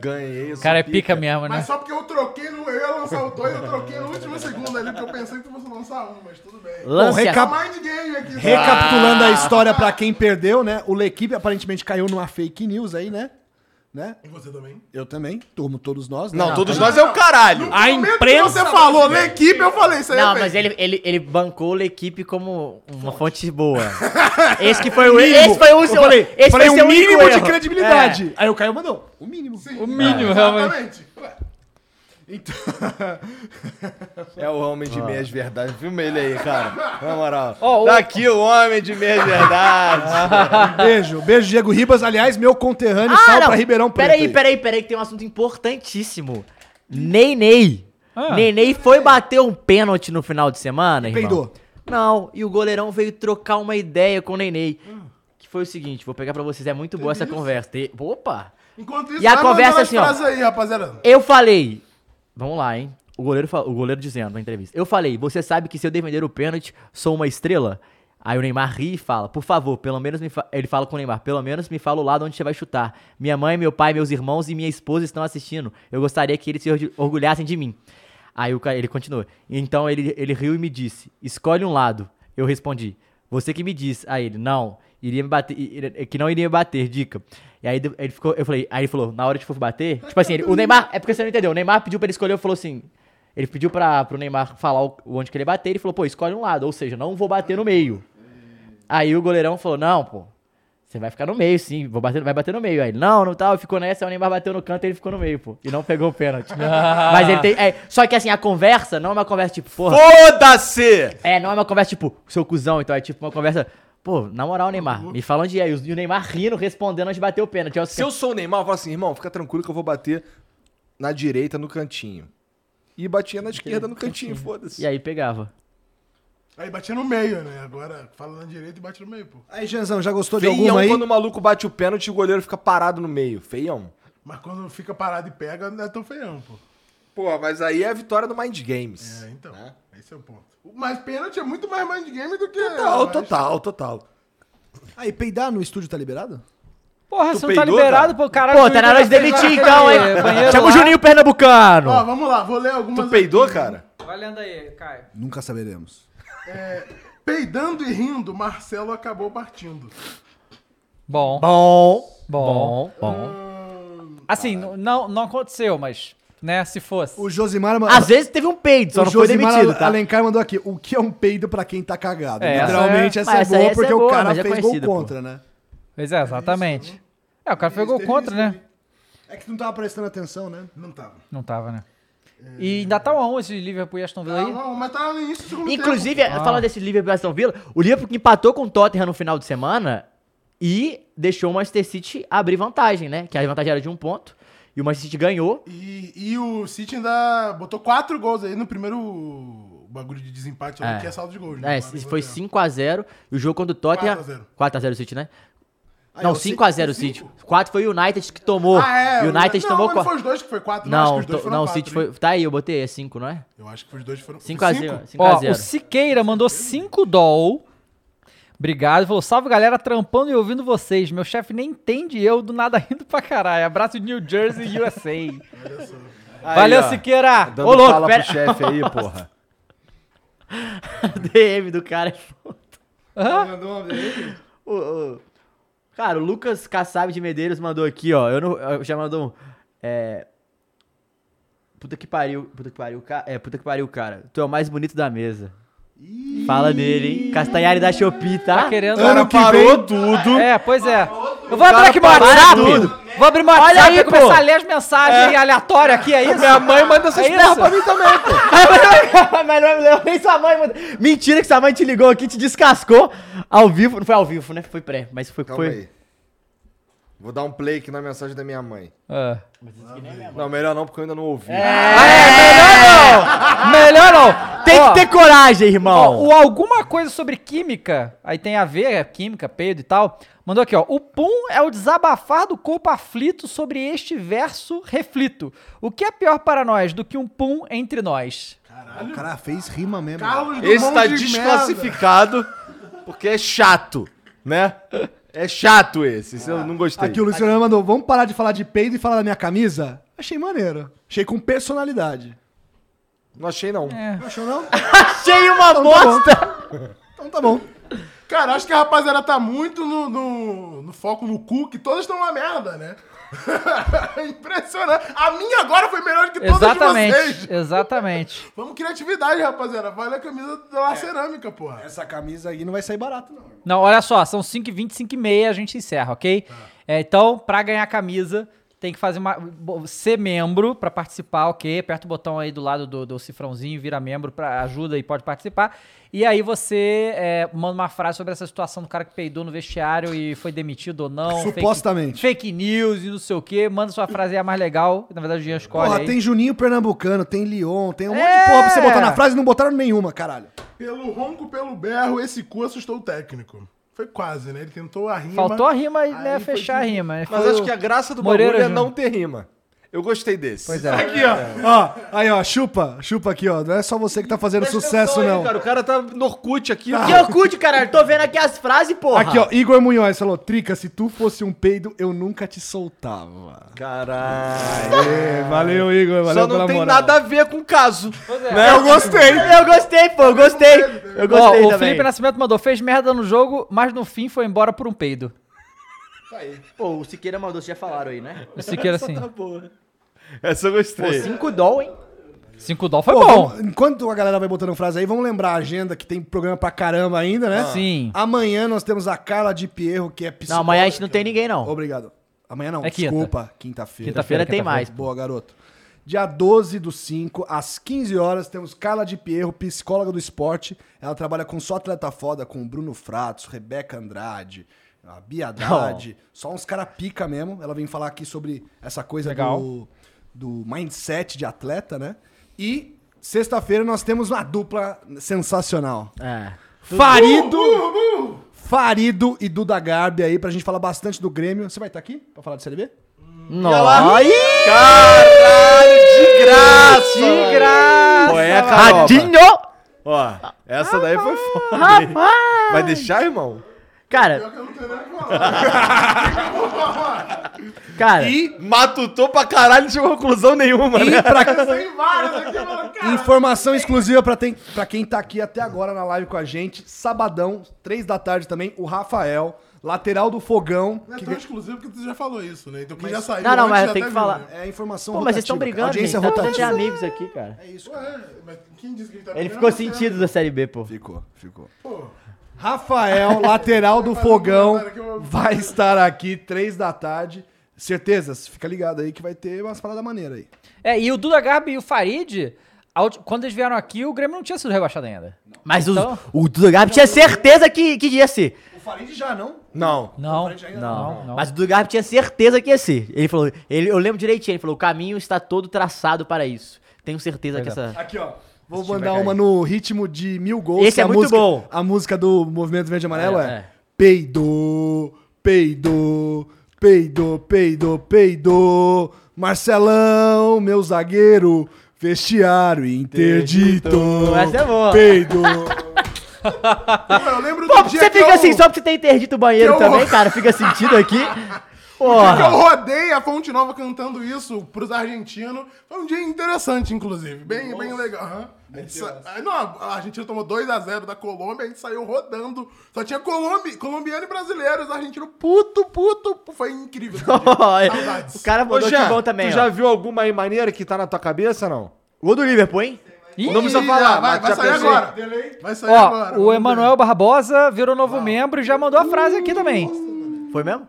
Ganhei. eu
O
sou
cara é pica mesmo, né?
Mas só porque eu troquei no. Eu ia lançar o 2, eu troquei no último segundo ali, porque eu pensei que tu fosse lançar um, mas tudo bem.
Lance é
Bom, recap-
Tá Mind game aqui.
Ah.
Recapitulando a história pra quem perdeu, né? O Lequipe aparentemente caiu numa fake news aí, né? né?
E você também?
Eu também, como todos nós. né? Ah.
Não, todos nós é o caralho.
A imprensa falou, né?
equipe, eu falei isso aí,
Não,
eu
mas
falei.
ele, ele, ele bancou a equipe como uma fonte boa. esse que foi o Esse foi o
Eu
seu.
falei,
esse
falei
foi
o
seu único
mínimo de
erro.
credibilidade.
É.
Aí o Caio mandou. O mínimo.
o mínimo, realmente.
Então.
É o homem
Ah.
de meias verdades. Filma ele aí, cara. Na moral.
Ó, o-
tá aqui o homem de meias verdades.
beijo, beijo, Diego Ribas. Aliás, meu conterrâneo,
Ah,
sal
não.
pra Ribeirão Preto.
Peraí, peraí, peraí, que tem um assunto importantíssimo. Nenei. Nenei foi bater um pênalti no final de semana, irmão.
peidou.
Não, e o goleirão veio trocar uma ideia com o Nenei.
Ah.
Que foi o seguinte, vou pegar pra vocês, é muito boa essa conversa. Te- Opa!
Enquanto
E a
vai mandando
conversa
as
assim, ó.
frases aí, rapaziada.
Eu falei. Vamos lá, hein? O goleiro, fa- o goleiro dizendo na entrevista. Eu falei, você sabe que se eu defender o pênalti, sou uma estrela? Aí o Neymar ri e fala, por favor, pelo menos me fa... Ele fala com o Neymar, pelo menos me fala o lado onde você vai chutar. Minha mãe, meu pai, meus irmãos e minha esposa estão assistindo. Eu gostaria que eles se orgulh- orgulhassem de mim. Aí o cara, ele continua. Então ele, ele riu e me disse, escolhe um lado. Eu respondi, você que me diz. Aí ele, não, iria me bater, i- i- que não iria me bater, dica. E aí de- ele ficou, eu falei, aí ele falou, na hora de for bater, tipo assim, ele- o Neymar, é porque você não entendeu, o Neymar pediu pra ele escolher, eu falou assim, ele pediu pra, pro Neymar falar o, onde que ele ia bater, ele falou, pô, escolhe um lado, ou seja, não vou bater no meio. Aí o goleirão falou, não, pô, você vai ficar no meio, sim, vou bater, vai bater no meio. Aí ele, não, não tal, ficou nessa, aí o Neymar bateu no canto e ele ficou no meio, pô, e não pegou o pênalti. Mas ele tem, é, só que assim, a conversa não é uma conversa tipo, porra...
Foda-se!
É, não é uma conversa tipo, seu cuzão, então é tipo uma conversa. Pô, na moral, Neymar, me fala onde é. E o e o Neymar rindo, respondendo onde bateu o pênalti.
Se eu sou o Neymar, eu falo assim, irmão, fica tranquilo que eu vou bater na direita no cantinho. E batia na esquerda no cantinho, foda-se.
E aí pegava.
Aí batia no meio, né? Agora fala na direita e bate no meio, pô.
Aí, Genzão, já gostou de
Feião
alguma aí?
quando o maluco bate o pênalti e o goleiro fica parado no meio. Feião.
Mas quando fica parado e pega, não é tão feião, pô.
Porra, mas aí é a vitória do Mind Games. Né?
É, então. Esse é o ponto. Mas pênalti é muito mais mind game do que.
Total,
mas-
total, total.
Ah, Aí, peidar no estúdio tá liberado?
Porra,
Tu
você não tá
peidou,
liberado,
cara?
pô, caralho.
Pô, tá na hora de demitir, então, hein?
É,
Chama o Juninho
Pernambucano.
Ó, vamos lá, vou ler algumas.
Tu peidou, cara?
Vai lendo aí, Caio.
Nunca saberemos.
É, peidando e rindo, Marcelo acabou partindo.
Bom.
Bom.
Bom.
Bom.
Assim, n- não, não aconteceu, mas, né, se fosse.
O Josimar...
Às vezes teve um peido, só não foi demitido, tá?
Alencar mandou aqui, o que é um peido pra quem tá cagado?
É,
Literalmente,
essa é-
essa é,
essa
boa,
essa é
porque
boa,
o cara
mas é
fez
conhecida, pô.
gol contra, né?
Pois é, exatamente. É, o cara fez gol contra, né?
É que tu não tava prestando atenção, né?
Não tava.
Não tava, né?
É.
E ainda tá 1 a 1 esse Liverpool e Aston Villa aí?
Não, mas tá no início do segundo
Inclusive,
tempo.
falando desse Liverpool e Aston Villa, o Liverpool que empatou com o Tottenham no final de semana e deixou o Manchester City abrir vantagem, né? Que a vantagem era de um ponto. E o Manchester City ganhou.
E, e o City ainda botou quatro gols aí no primeiro bagulho de desempate, lá,
É.
que é saldo de gols. Ah,
É, se- foi 5x0. E o jogo contra o Tottenham.
4 a 0.
4x0 o City, né?
Ah, é,
não,
o City-
5x0 o City. 4 foi o United que tomou.
Ah, é,
o
o
United
United-
tomou
não, mas não foi os dois que foi quatro, não, acho
Não,
que os dois
to-
foram
não, o
quatro,
City foi. Tá aí, eu botei. É 5, não é?
Eu acho que os dois foram
5x0.
Ó,
5x0.
o Siqueira mandou 5 doll. Obrigado. Falou, salve galera, trampando e ouvindo vocês. Meu chefe nem entende eu, do nada rindo pra caralho. Abraço de New Jersey e USA.
Aí,
Valeu,
ó,
Siqueira.
Dando fala pro chefe aí, porra.
DM do cara é foda.
Hã?
O- o- Cara, o Lucas Kassab de Medeiros mandou aqui, ó. Eu não. eu já mandou um. É. Puta que pariu. Puta que pariu, cara. É, puta que pariu, cara. Tu é o mais bonito da mesa. Fala dele, hein? Castanhari da Shopee, tá?
Tá querendo- Cara,
Ano que
parou
vem- tudo.
É, pois é. Eu vou
Cara,
abrir aqui meu
parou
WhatsApp.
tudo.
Vou abrir meu
Olha
WhatsApp
aí,
e começar
pô.
a é ler as mensagens
É.
aleatórias aqui, é isso?
Minha mãe manda essas
é
pernas
isso?
pra mim também, pô. Mas não, não, nem sua mãe manda. Mentira que sua mãe te ligou aqui, te descascou ao vivo. Não foi ao vivo, né? Foi pré, mas foi...
Calma
foi...
aí. Vou dar um play aqui na mensagem da minha mãe.
É.
Não, melhor não, porque eu ainda não ouvi.
Ah, é, melhor não! Melhor não!
Tem que ter coragem, irmão.
O alguma coisa sobre química, aí tem a ver, é química, peido e tal. Mandou aqui, ó. O pum é o desabafar do corpo aflito sobre este verso reflito. O que é pior para nós do que um pum entre nós?
O cara fez rima mesmo.
Carlos
Esse tá desclassificado porque é chato, né? É chato esse, esse eu não gostei.
Aqui o Luciano mandou, vamos parar de falar de peido e falar da minha camisa? Achei maneiro. Achei com personalidade.
Não achei não.
Não achou não?
Achei uma
bosta! então tá bom.
Cara, acho que a rapaziada tá muito no, no, no foco no cu, que todas estão uma merda, né? Impressionante. A minha agora foi melhor que todas de vocês.
Exatamente, exatamente.
Vamos criatividade, rapaziada. Vale a camisa da La Cerâmica, porra.
É. Essa camisa aí não vai sair barato, não.
Não, olha só, são 5h20, 5h30, a gente encerra, ok? É, então, pra ganhar camisa, tem que fazer uma. bo- ser membro pra participar, ok? Aperta o botão aí do lado do, do cifrãozinho, vira membro, pra, ajuda e pode participar. E aí você é, manda uma frase sobre essa situação do cara que peidou no vestiário e foi demitido ou não. fake-
Supostamente.
Fake, news e não sei o quê. Manda sua frase aí a mais legal. Na verdade, o Jean escolhe.
Porra,
aí.
tem Juninho Pernambucano, tem Lyon, tem um
É!
monte de porra pra você botar na frase e não botaram nenhuma, caralho.
Pelo ronco, pelo berro, esse cu assustou o técnico. Foi quase, né? Ele tentou a rima.
Faltou a rima,
aí
né?
foi
Fechar a
de-
rima.
Mas acho que a graça do
Moreira
bagulho é
Júnior.
não ter rima. Eu gostei desse.
Pois é.
Aqui, ó.
Ó, aí, ó, chupa, chupa aqui, ó. Não é só você que tá fazendo sucesso, não.
Cara, o cara tá no Orkut aqui. ó.
Tá. Que Orkut, caralho? Tô vendo aqui as frases, porra.
Aqui, ó, Igor Munhoz falou: Trica, se tu fosse um peido, eu nunca te soltava.
Caralho.
Aê, valeu, Igor, valeu
Só não
pela
tem
moral.
nada a ver com o caso.
é.
Né?
Eu gostei.
Eu gostei, pô, eu gostei. Eu
Ó,
gostei
o
também.
Felipe Nascimento mandou, fez merda no jogo, mas no fim foi embora por um peido.
Tá aí. Pô, o Siqueira mandou, vocês já falaram aí, né?
O Siqueira, sim. Tá
boa.
Essa eu
Pô,
gostei.
5 doll, hein?
5 dó
Tá
foi
Pô,
bom.
vamos- enquanto a galera vai botando frase aí, vamos lembrar a agenda que tem programa pra caramba ainda, né?
Ah. Sim.
Amanhã nós temos a Carla de Pierro, que é
Não,
psicóloga.
amanhã a gente não tem ninguém, não.
Obrigado. Amanhã não,
É quinta.
desculpa, quinta-feira.
Quinta-feira Tá tem mais.
Boa, garoto. Dia 12 do 5, às 15 horas, temos Carla de Pierro, psicóloga do esporte. Ela trabalha com só atleta foda, com Bruno Fratos, Rebeca Andrade, a Bia Haddad, só uns cara pica mesmo. Ela vem falar aqui sobre essa coisa
Legal.
do, do mindset de atleta, né? E sexta-feira nós temos uma dupla sensacional.
É.
Farido, Farido e Duda Garbi aí pra gente falar bastante do Grêmio. Você vai estar aqui pra falar de Série B?
Nossa.
Caralho, de graça!
De graça!
Pô, é,
Ah,
Carol.
Radinho!
Ó, essa daí foi foda.
Rapaz!
Ah, Vai deixar, irmão?
Cara, cara.
E
matutou pra caralho, não chegou a conclusão nenhuma,
E
né?
pra-
Tem várias aqui, mano.
Informação exclusiva pra, tem, pra quem tá aqui até agora na live com a gente. Sabadão, três da tarde também, o Rafael, lateral do Fogão.
Não é
que
tão
vem-
exclusivo porque tu já falou isso, né? Então quem já saiu.
Não, não, mas
antes já
eu tenho
até
que
viu,
falar.
né?
É informação
Pô, mas vocês
rotativa,
estão
cara.
brigando,
Audiência
gente. Tá tanto de
rotativa.
amigos aqui, cara.
É isso, cara.
Ué, mas quem disse que ele tá
Ele
brigando
ficou
é você.
sentido da Série B, pô.
Ficou, ficou.
Pô,
Rafael, lateral do Fogão, vai estar aqui três da tarde. Certezas? Fica ligado aí que vai ter umas paradas maneiras aí.
É, e o Duda Garbi e o Farid, a ulti- quando eles vieram aqui, o Grêmio não tinha sido rebaixado ainda.
Mas os-
Então-
o Duda Garbi tinha certeza que, que ia ser.
O Farid já, não?
Não.
Não,
Não,
não, não.
Mas o Duda Garbi tinha certeza que ia ser. Ele falou, ele, eu lembro direitinho, ele falou, o caminho está todo traçado para isso. Tenho certeza
é.
que essa...
Aqui, ó. Vou
Esse time
mandar
vai
uma
cair.
no ritmo de mil gols.
Esse
que
é
a
muito
música-
bom.
A música do Movimento Verde e Amarelo é,
É, é.
Peido, peido, peido, peido, peido. Marcelão, meu zagueiro, vestiário interdito.
Essa é boa.
Peido.
pô, eu lembro
Pô,
do dia
você
que
fica
eu-
assim só porque você tem interdito o banheiro
que eu-
também, cara. Fica sentido aqui.
Porque eu
Porra.
rodei a Fonte Nova cantando isso pros argentinos. Foi um dia interessante, inclusive. Bem, bem legal. Aham. A gente sa- Ah, Não, a Argentina tomou 2x0 da Colômbia, a gente saiu rodando. Só tinha colombi... colombiano e brasileiro. Os argentinos, puto, puto. Foi incrível. esse dia. Saudades.
o cara mandou que bom também,
tu
ó.
já viu alguma aí maneira que tá na tua cabeça, não?
Gol do Liverpool, hein?
não
um
precisa
Ih,
falar,
Ah, Vai,
mas
vai
já
sair
pensei.
agora. Vai sair agora.
Ó, o
Vamos
Emanuel Barbosa virou novo membro e já mandou a frase
Uh.
aqui também.
Foi mesmo?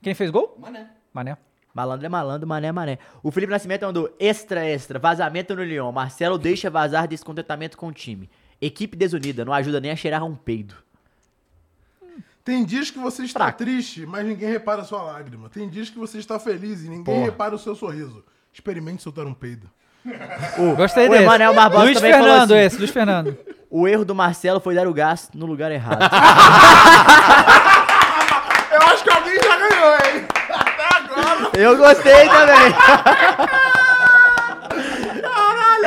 Quem fez gol? Mané. Mané.
Malandro é malandro, mané é mané. O Felipe Nascimento mandou extra, extra, vazamento no Lyon. Marcelo deixa vazar descontentamento com o time. Equipe desunida, não ajuda nem a cheirar um peido.
Tem dias que você está triste, mas ninguém repara a sua lágrima. Tem dias que você está feliz e ninguém
Porra.
repara o seu sorriso. Experimente soltar um peido.
Gostei
o
desse.
Emanuel Barbosa
Luiz
também falou
Fernando,
assim.
esse, Luiz Fernando.
O erro do Marcelo foi dar o gás no lugar errado.
Eu acho que alguém já ganhou, hein? Até agora.
Eu gostei também.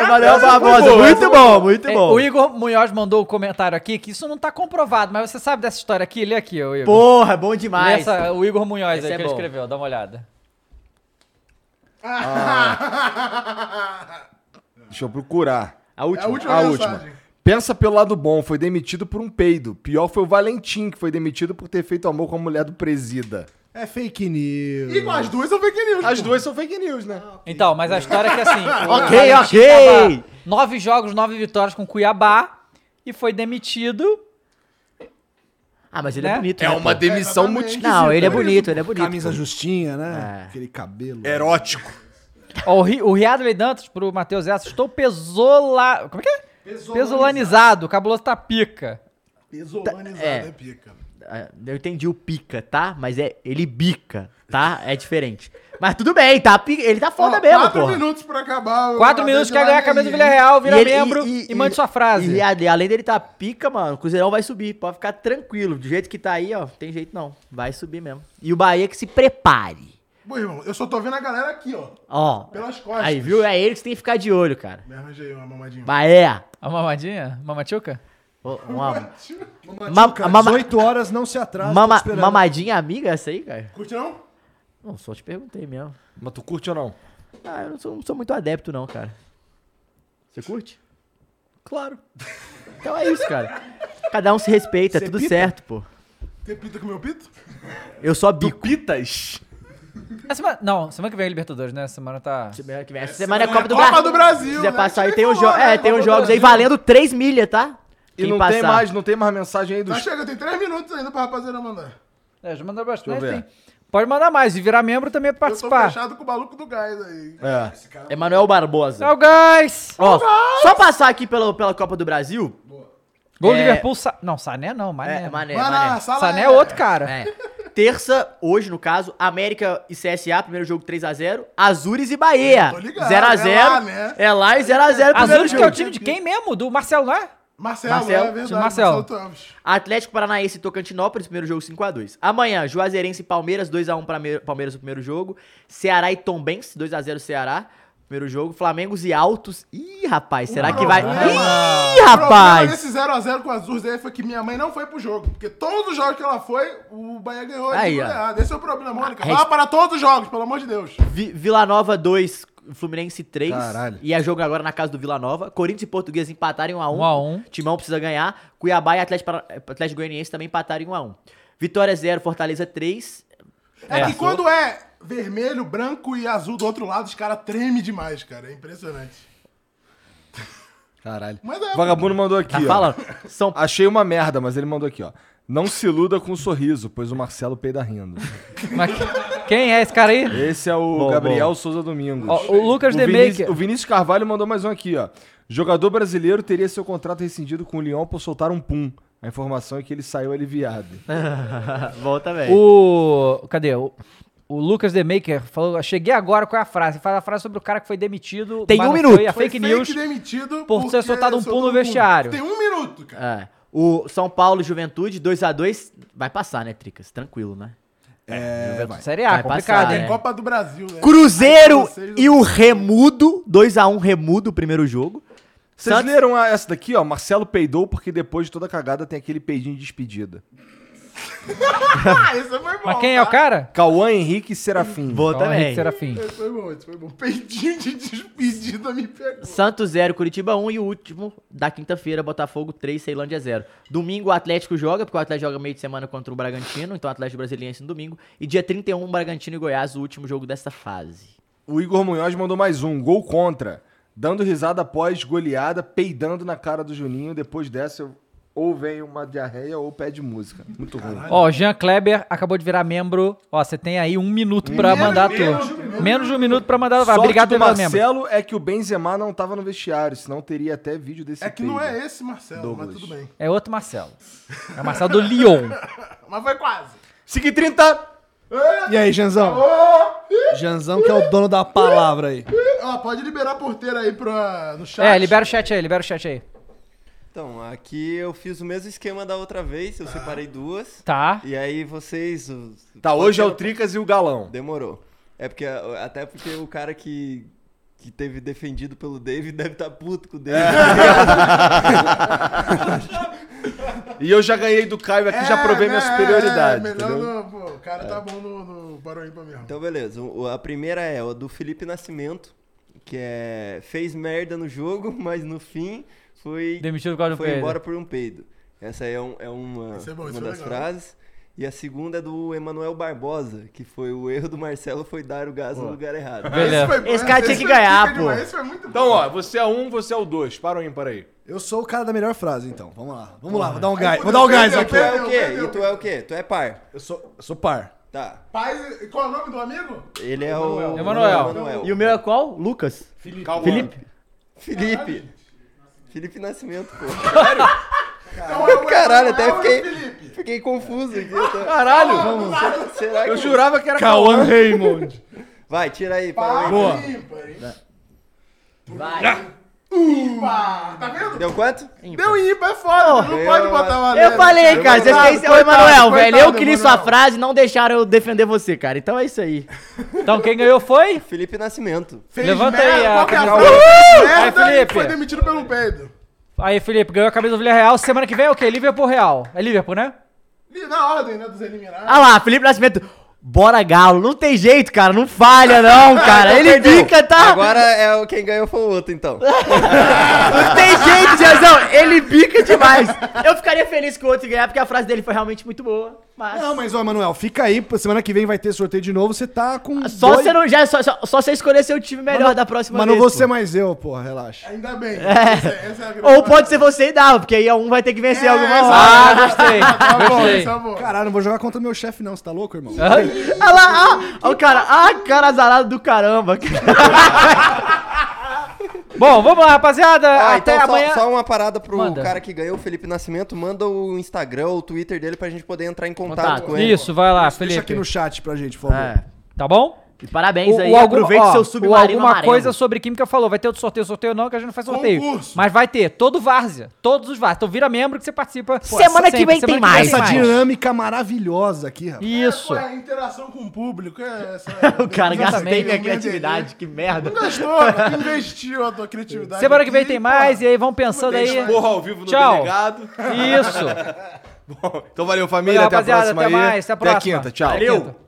Emanuel Barbosa, muito bom, muito
É,
bom.
O Igor Munhoz mandou o comentário aqui que isso não tá comprovado, mas você sabe dessa história aqui? Lê aqui, ô Igor.
Porra, bom
Lê
demais.
essa, o Igor Munhoz
Esse
aí
é
que ele
bom.
escreveu, dá uma olhada.
Deixa eu procurar.
A última.
É a última mensagem.
Pensa pelo lado bom, foi demitido por um peido. Pior foi o Valentim, que foi demitido por ter feito amor com a mulher do presida.
É fake news.
Igual, as duas são fake news.
As duas são fake news, né?
Então, mas a história é que assim. o
Ok,
Valentim
ok.
tava Nove jogos, nove vitórias com Cuiabá e foi demitido.
Ah, mas
Né?
É uma demissão muito esquisita.
Não, ele é
né?
bonito, ele é bonito. É.
Camisa justinha, né? Aquele cabelo.
Erótico.
Ó, o, Ri, o Riadley Dantas, pro Matheus Essa, estou pesola... Como é que é?
Pesolanizado.
Pesolanizado. Cabuloso tá pica.
Pesolanizado
É.
é pica.
Ah, Eu entendi o pica, tá? Mas é ele bica, tá? É diferente. Mas tudo bem, tá? Pi- Ele tá foda
Ó,
mesmo,
Quatro
pô.
minutos pra acabar. o
Quatro
Matheus
minutos,
de
é
quer ganhar a cabeça do Villarreal, vira membro e mande sua frase.
E, a- além dele tá pica, mano, o Cruzeirão vai subir. Pode ficar tranquilo. Do jeito que tá aí, ó, tem jeito não. Vai subir mesmo. E o Bahia que se prepare.
Bom, irmão, eu só tô vendo a galera aqui, ó.
Ó.
Pelas costas.
Aí, viu? É ele que você tem que ficar de olho, cara.
Me arranjei uma mamadinha.
Bahia.
A mamadinha? Mamatiuca?
Uma,
Mamadinha,
mama-
18 horas não se atrasa.
mama-
tô esperando.
mamadinha amiga essa aí, cara?
Curte não?
Não, só te perguntei mesmo.
Mas tu curte ou não?
Ah, eu não sou, não sou muito adepto não, cara. Você curte? Claro. Então é isso, cara. Cada um se respeita,
Você
tudo
pita?
certo, pô.
Tem pita com meu pito?
Eu só bico.
pitas?
Essa semana- não, semana que vem é Libertadores, né? Semana tá.
Semana que vem. Essa semana é Copa do Brasil. Se quiser
né?
passar aí,
Que
tem os, jo
falou, né?
é, tem
Copa do
os jogos aí
Brasil.
valendo 3 milha, tá?
E
Quem
não tem
passar.
mais, não tem mais mensagem aí dos.
Tá chega, tem três minutos ainda pra rapaziada mandar.
É, já mandou bastante.
Deixa eu ver.
tem. Pode mandar mais e virar membro também é pra
Eu tô
participar.
fechado com o maluco do gás aí.
É. Emanuel Barbosa.
Tchau, guys!
Ó, só passar aqui pela, pela Copa do Brasil.
Gol
É,
Liverpool. Sa... Não, Sané não, Mané.
É, Mané,
Mané.
Mané.
Sané é outro cara.
É. Terça, hoje no caso, América e CSA, primeiro jogo 3x0. Azures e Bahia.
Tô ligado,
0x0. É, lá, e 0x0 primeiro
Azul que
jogo.
é o time de quem mesmo? Do Marcelo, não é?
Marcelo,
Marcelo.
é verdade.
Time Marcelo.
Torres.
Atlético Paranaense e Tocantinópolis, primeiro jogo 5x2. Amanhã, Juazeirense e Palmeiras, 2x1 para Palmeiras no primeiro jogo. Ceará e Tombense, 2x0 Ceará, primeiro jogo. Flamengo e Altos. Ih, rapaz, será que vai... Ih,
né, problema
rapaz!
desse 0x0 com a Azul aí foi que minha mãe não foi pro jogo. Porque todos os jogos que ela foi, o Bahia ganhou.
Aí,
de
ó.
goleada. Esse é o problema, Mônica.
Ah,
Vá
rest-
para todos os jogos, pelo amor de Deus.
Vi- Vila Nova 2, Fluminense 3.
né? Caralho.
E é jogo agora na casa do Vila Nova. Corinthians e Português empataram em 1x1.
1 a 1.
Timão precisa ganhar. Cuiabá e Atlético, Para- Atlético Goianiense também empataram em 1x1. Vitória 0, Fortaleza 3.
É, que
Passou.
quando é vermelho, branco e azul do outro lado, os caras tremem demais, cara. É impressionante.
Caralho.
Mas é,
Vagabundo mandou aqui,
Tá
ó.
falando. São...
Achei uma merda, mas ele mandou aqui, ó. Não se iluda com o sorriso, pois o Marcelo peida rindo.
Mas quem é esse cara aí?
Esse é o
Bom,
Gabriel
bom.
Souza Domingos.
Ó, o Lucas The
Vinícius-
Maker.
O Vinícius Carvalho mandou mais um aqui, ó. Jogador brasileiro teria seu contrato rescindido com o Lyon por soltar um pum. A informação é que ele saiu aliviado.
Volta, velho.
O. Cadê? O, o Lucas The Maker falou: cheguei agora com a frase. Fala a frase sobre o cara que foi demitido.
Tem
mas
um
não
minuto.
Foi a
Foi
fake news.
demitido
por ter
porque
soltado um pulo
soltou
no
um pulo.
vestiário.
Tem um minuto, cara.
É. O São Paulo e Juventude, 2x2. Vai passar, né, Tricas? Tranquilo, né?
É,
vai.
Série A,
Vai
complicado,
passar,
hein?
é.
Copa do Brasil, né?
Cruzeiro
Vocês
e o Remudo, 2x1 Remudo, primeiro jogo.
Vocês
Santos-
leram a- ah, essa daqui, ó? Marcelo peidou porque depois de toda cagada tem aquele peidinho de despedida.
Ah, esse foi bom.
Mas quem é o cara? Então,
Cauã Henrique Serafim.
Boa
Então,
Cauã
também.
Henrique Serafim.
Esse foi bom, esse foi bom. Peidinho de despedida me pegou.
Santos 0, Curitiba 1 e o último da quinta-feira, Botafogo 3, Ceilândia 0. Domingo o Atlético joga, porque o Atlético joga meio de semana contra o Bragantino, então o Atlético Brasiliense no domingo. E dia 31, Bragantino e Goiás, o último jogo dessa fase.
O Igor Munhoz mandou mais um. Gol contra. Dando risada após goleada, peidando na cara do Juninho. Depois dessa, eu- ou vem uma diarreia ou pede música. Muito ruim.
Ó, o Jean Kleber acabou de virar membro. Ó, você tem aí um minuto pra mandar a tua. Menos de um minuto pra mandar.
Sorte
Obrigado
do
pelo membro.
Marcelo é que o Benzema não tava no vestiário, senão teria até vídeo desse
É que não
peido.
é esse Marcelo,
Douglas.
mas tudo bem.
É outro Marcelo. É o Marcelo do Lyon.
Mas foi quase.
Sique 30!
E aí, Janzão? Janzão que é o dono da palavra aí.
Ó, pode liberar a porteira aí pra, no chat.
É, libera o chat aí, libera o chat aí.
Então, aqui eu fiz o mesmo esquema da outra vez, eu separei duas.
Tá.
E aí vocês. os-
Ah. Tá, hoje é o
Pode-
Tricas e o Galão.
Demorou. É porque até porque o cara que que teve defendido pelo David deve estar puto com o David. tá
E eu já ganhei do Caio aqui, já provei minha
né,
superioridade.
É, melhor
entendeu?
no, pô, o cara tá bom no, no Paroímpa mesmo.
Então, beleza. O- A primeira é a do Felipe Nascimento, que é. fez merda no jogo, mas no fim foi.
Demitido por causa de um
Foi
peido.
embora por um peido. Essa aí é, um- é uma,
Isso é bom,
uma
isso é
das
legal.
frases. E a segunda é do Emanuel Barbosa, que foi o erro do Marcelo foi dar o gás no lugar errado.
Esse cara tinha que ganhar, pô.
Então, ó, você é um, você é o dois. Para ou ímpar aí?
Eu sou o cara da melhor frase, então. Vamos lá. Vamos lá, vou dar um
Aí
gás.
fudeu,
Vou dar um gás
perdeu,
aqui.
Tu é o quê? E tu é o quê? Tu é par.
Eu sou, sou par.
Tá.
Paz, e- qual é o nome do amigo?
Ele é o.
Emanuel.
Emanuel.
E o meu é qual? Lucas.
Felipe.
Calma.
Felipe?
Felipe.
Felipe Nascimento, pô. Sério? Caralho, até
Então é
fiquei, fiquei confuso aqui. até.
Caralho.
Vamos. Será, será que
Eu jurava que era
Cauã
Cauã
Raymond. Vai, tira aí. Para
Boa.
Vai.
Ímpar. Tá vendo?
Deu quanto?
Deu ímpar, é foda. não pode botar uma
Eu falei, cara, você esqueceu o Emanuel, velho. Eu que li
queria
sua frase, não deixaram eu defender você, cara. Então é isso aí.
Então quem ganhou foi?
Felipe Nascimento.
Fez
Levanta
merda,
aí a
qual que é a
camisa.
frase?
Uhul! Aí,
Merda
Felipe.
Foi demitido pelo peido.
Aí, Felipe, ganhou a camisa do Villarreal. Semana que vem é o quê? Liverpool Real. É Liverpool, né?
Na ordem, né, dos eliminados.
Ah lá, Felipe Nascimento. Bora, Galo. Não tem jeito, cara. Não falha, não, cara.
Então
Ele
perdeu.
bica, tá?
Agora é o- quem ganhou foi o outro, então.
Não tem jeito, Jezão. Ele bica demais. Eu ficaria feliz com o outro ganhar, porque a frase dele foi realmente muito boa. Mas...
Não, mas, ó, Emanuel, fica aí. pô, Semana que vem vai ter sorteio de novo. Você tá com.
Ah, Só você não já só, só, só você escolher seu time melhor da próxima
Mas não
vez.
vou
pô.
ser mais eu, porra, relaxa.
Ainda bem.
É. Ou pode ser você e Dava, porque aí um vai ter que vencer
É.
É,
alguma hora.
Caralho, não vou jogar contra meu chefe, não. Você tá louco, irmão?
Olha lá, ó, ó o cara, ah, cara azarado do caramba.
Bom, vamos lá, rapaziada.
Ah,
Até
então só,
amanhã.
só uma parada pro
Manda.
cara que ganhou, o Felipe Nascimento. Manda o Instagram ou o Twitter dele pra gente poder entrar em contato, com ele.
Isso, vai lá, Felipe.
um aqui no
chat pra gente, por
favor.
Tá bom?
parabéns aí,
algum-
aproveite
ó,
seu submarino
o Alguma
amarelo.
coisa sobre química falou, vai ter outro sorteio, sorteio não, que a gente não faz sorteio. Mas vai ter, todo Várzea, todos os Várzea. Então vira membro que você participa. sempre,
Semana
semana que vem
Essa
tem mais.
dinâmica maravilhosa aqui, rapaz.
Isso.
É, interação com o público. É essa,
O cara gastei
Exatamente.
minha criatividade, que merda.
Não gastou, cara, investiu a tua criatividade.
Semana que vem
aqui,
tem mais, e aí vão pensando
Tem
aí.
esporro ao vivo
no
Tchau.
Delegado.
Isso.
Bom, então valeu, família.
Valeu,
até a
rapaziada, até
próxima aí.
mais, até a
a
próxima.
quinta. Tchau.
Valeu.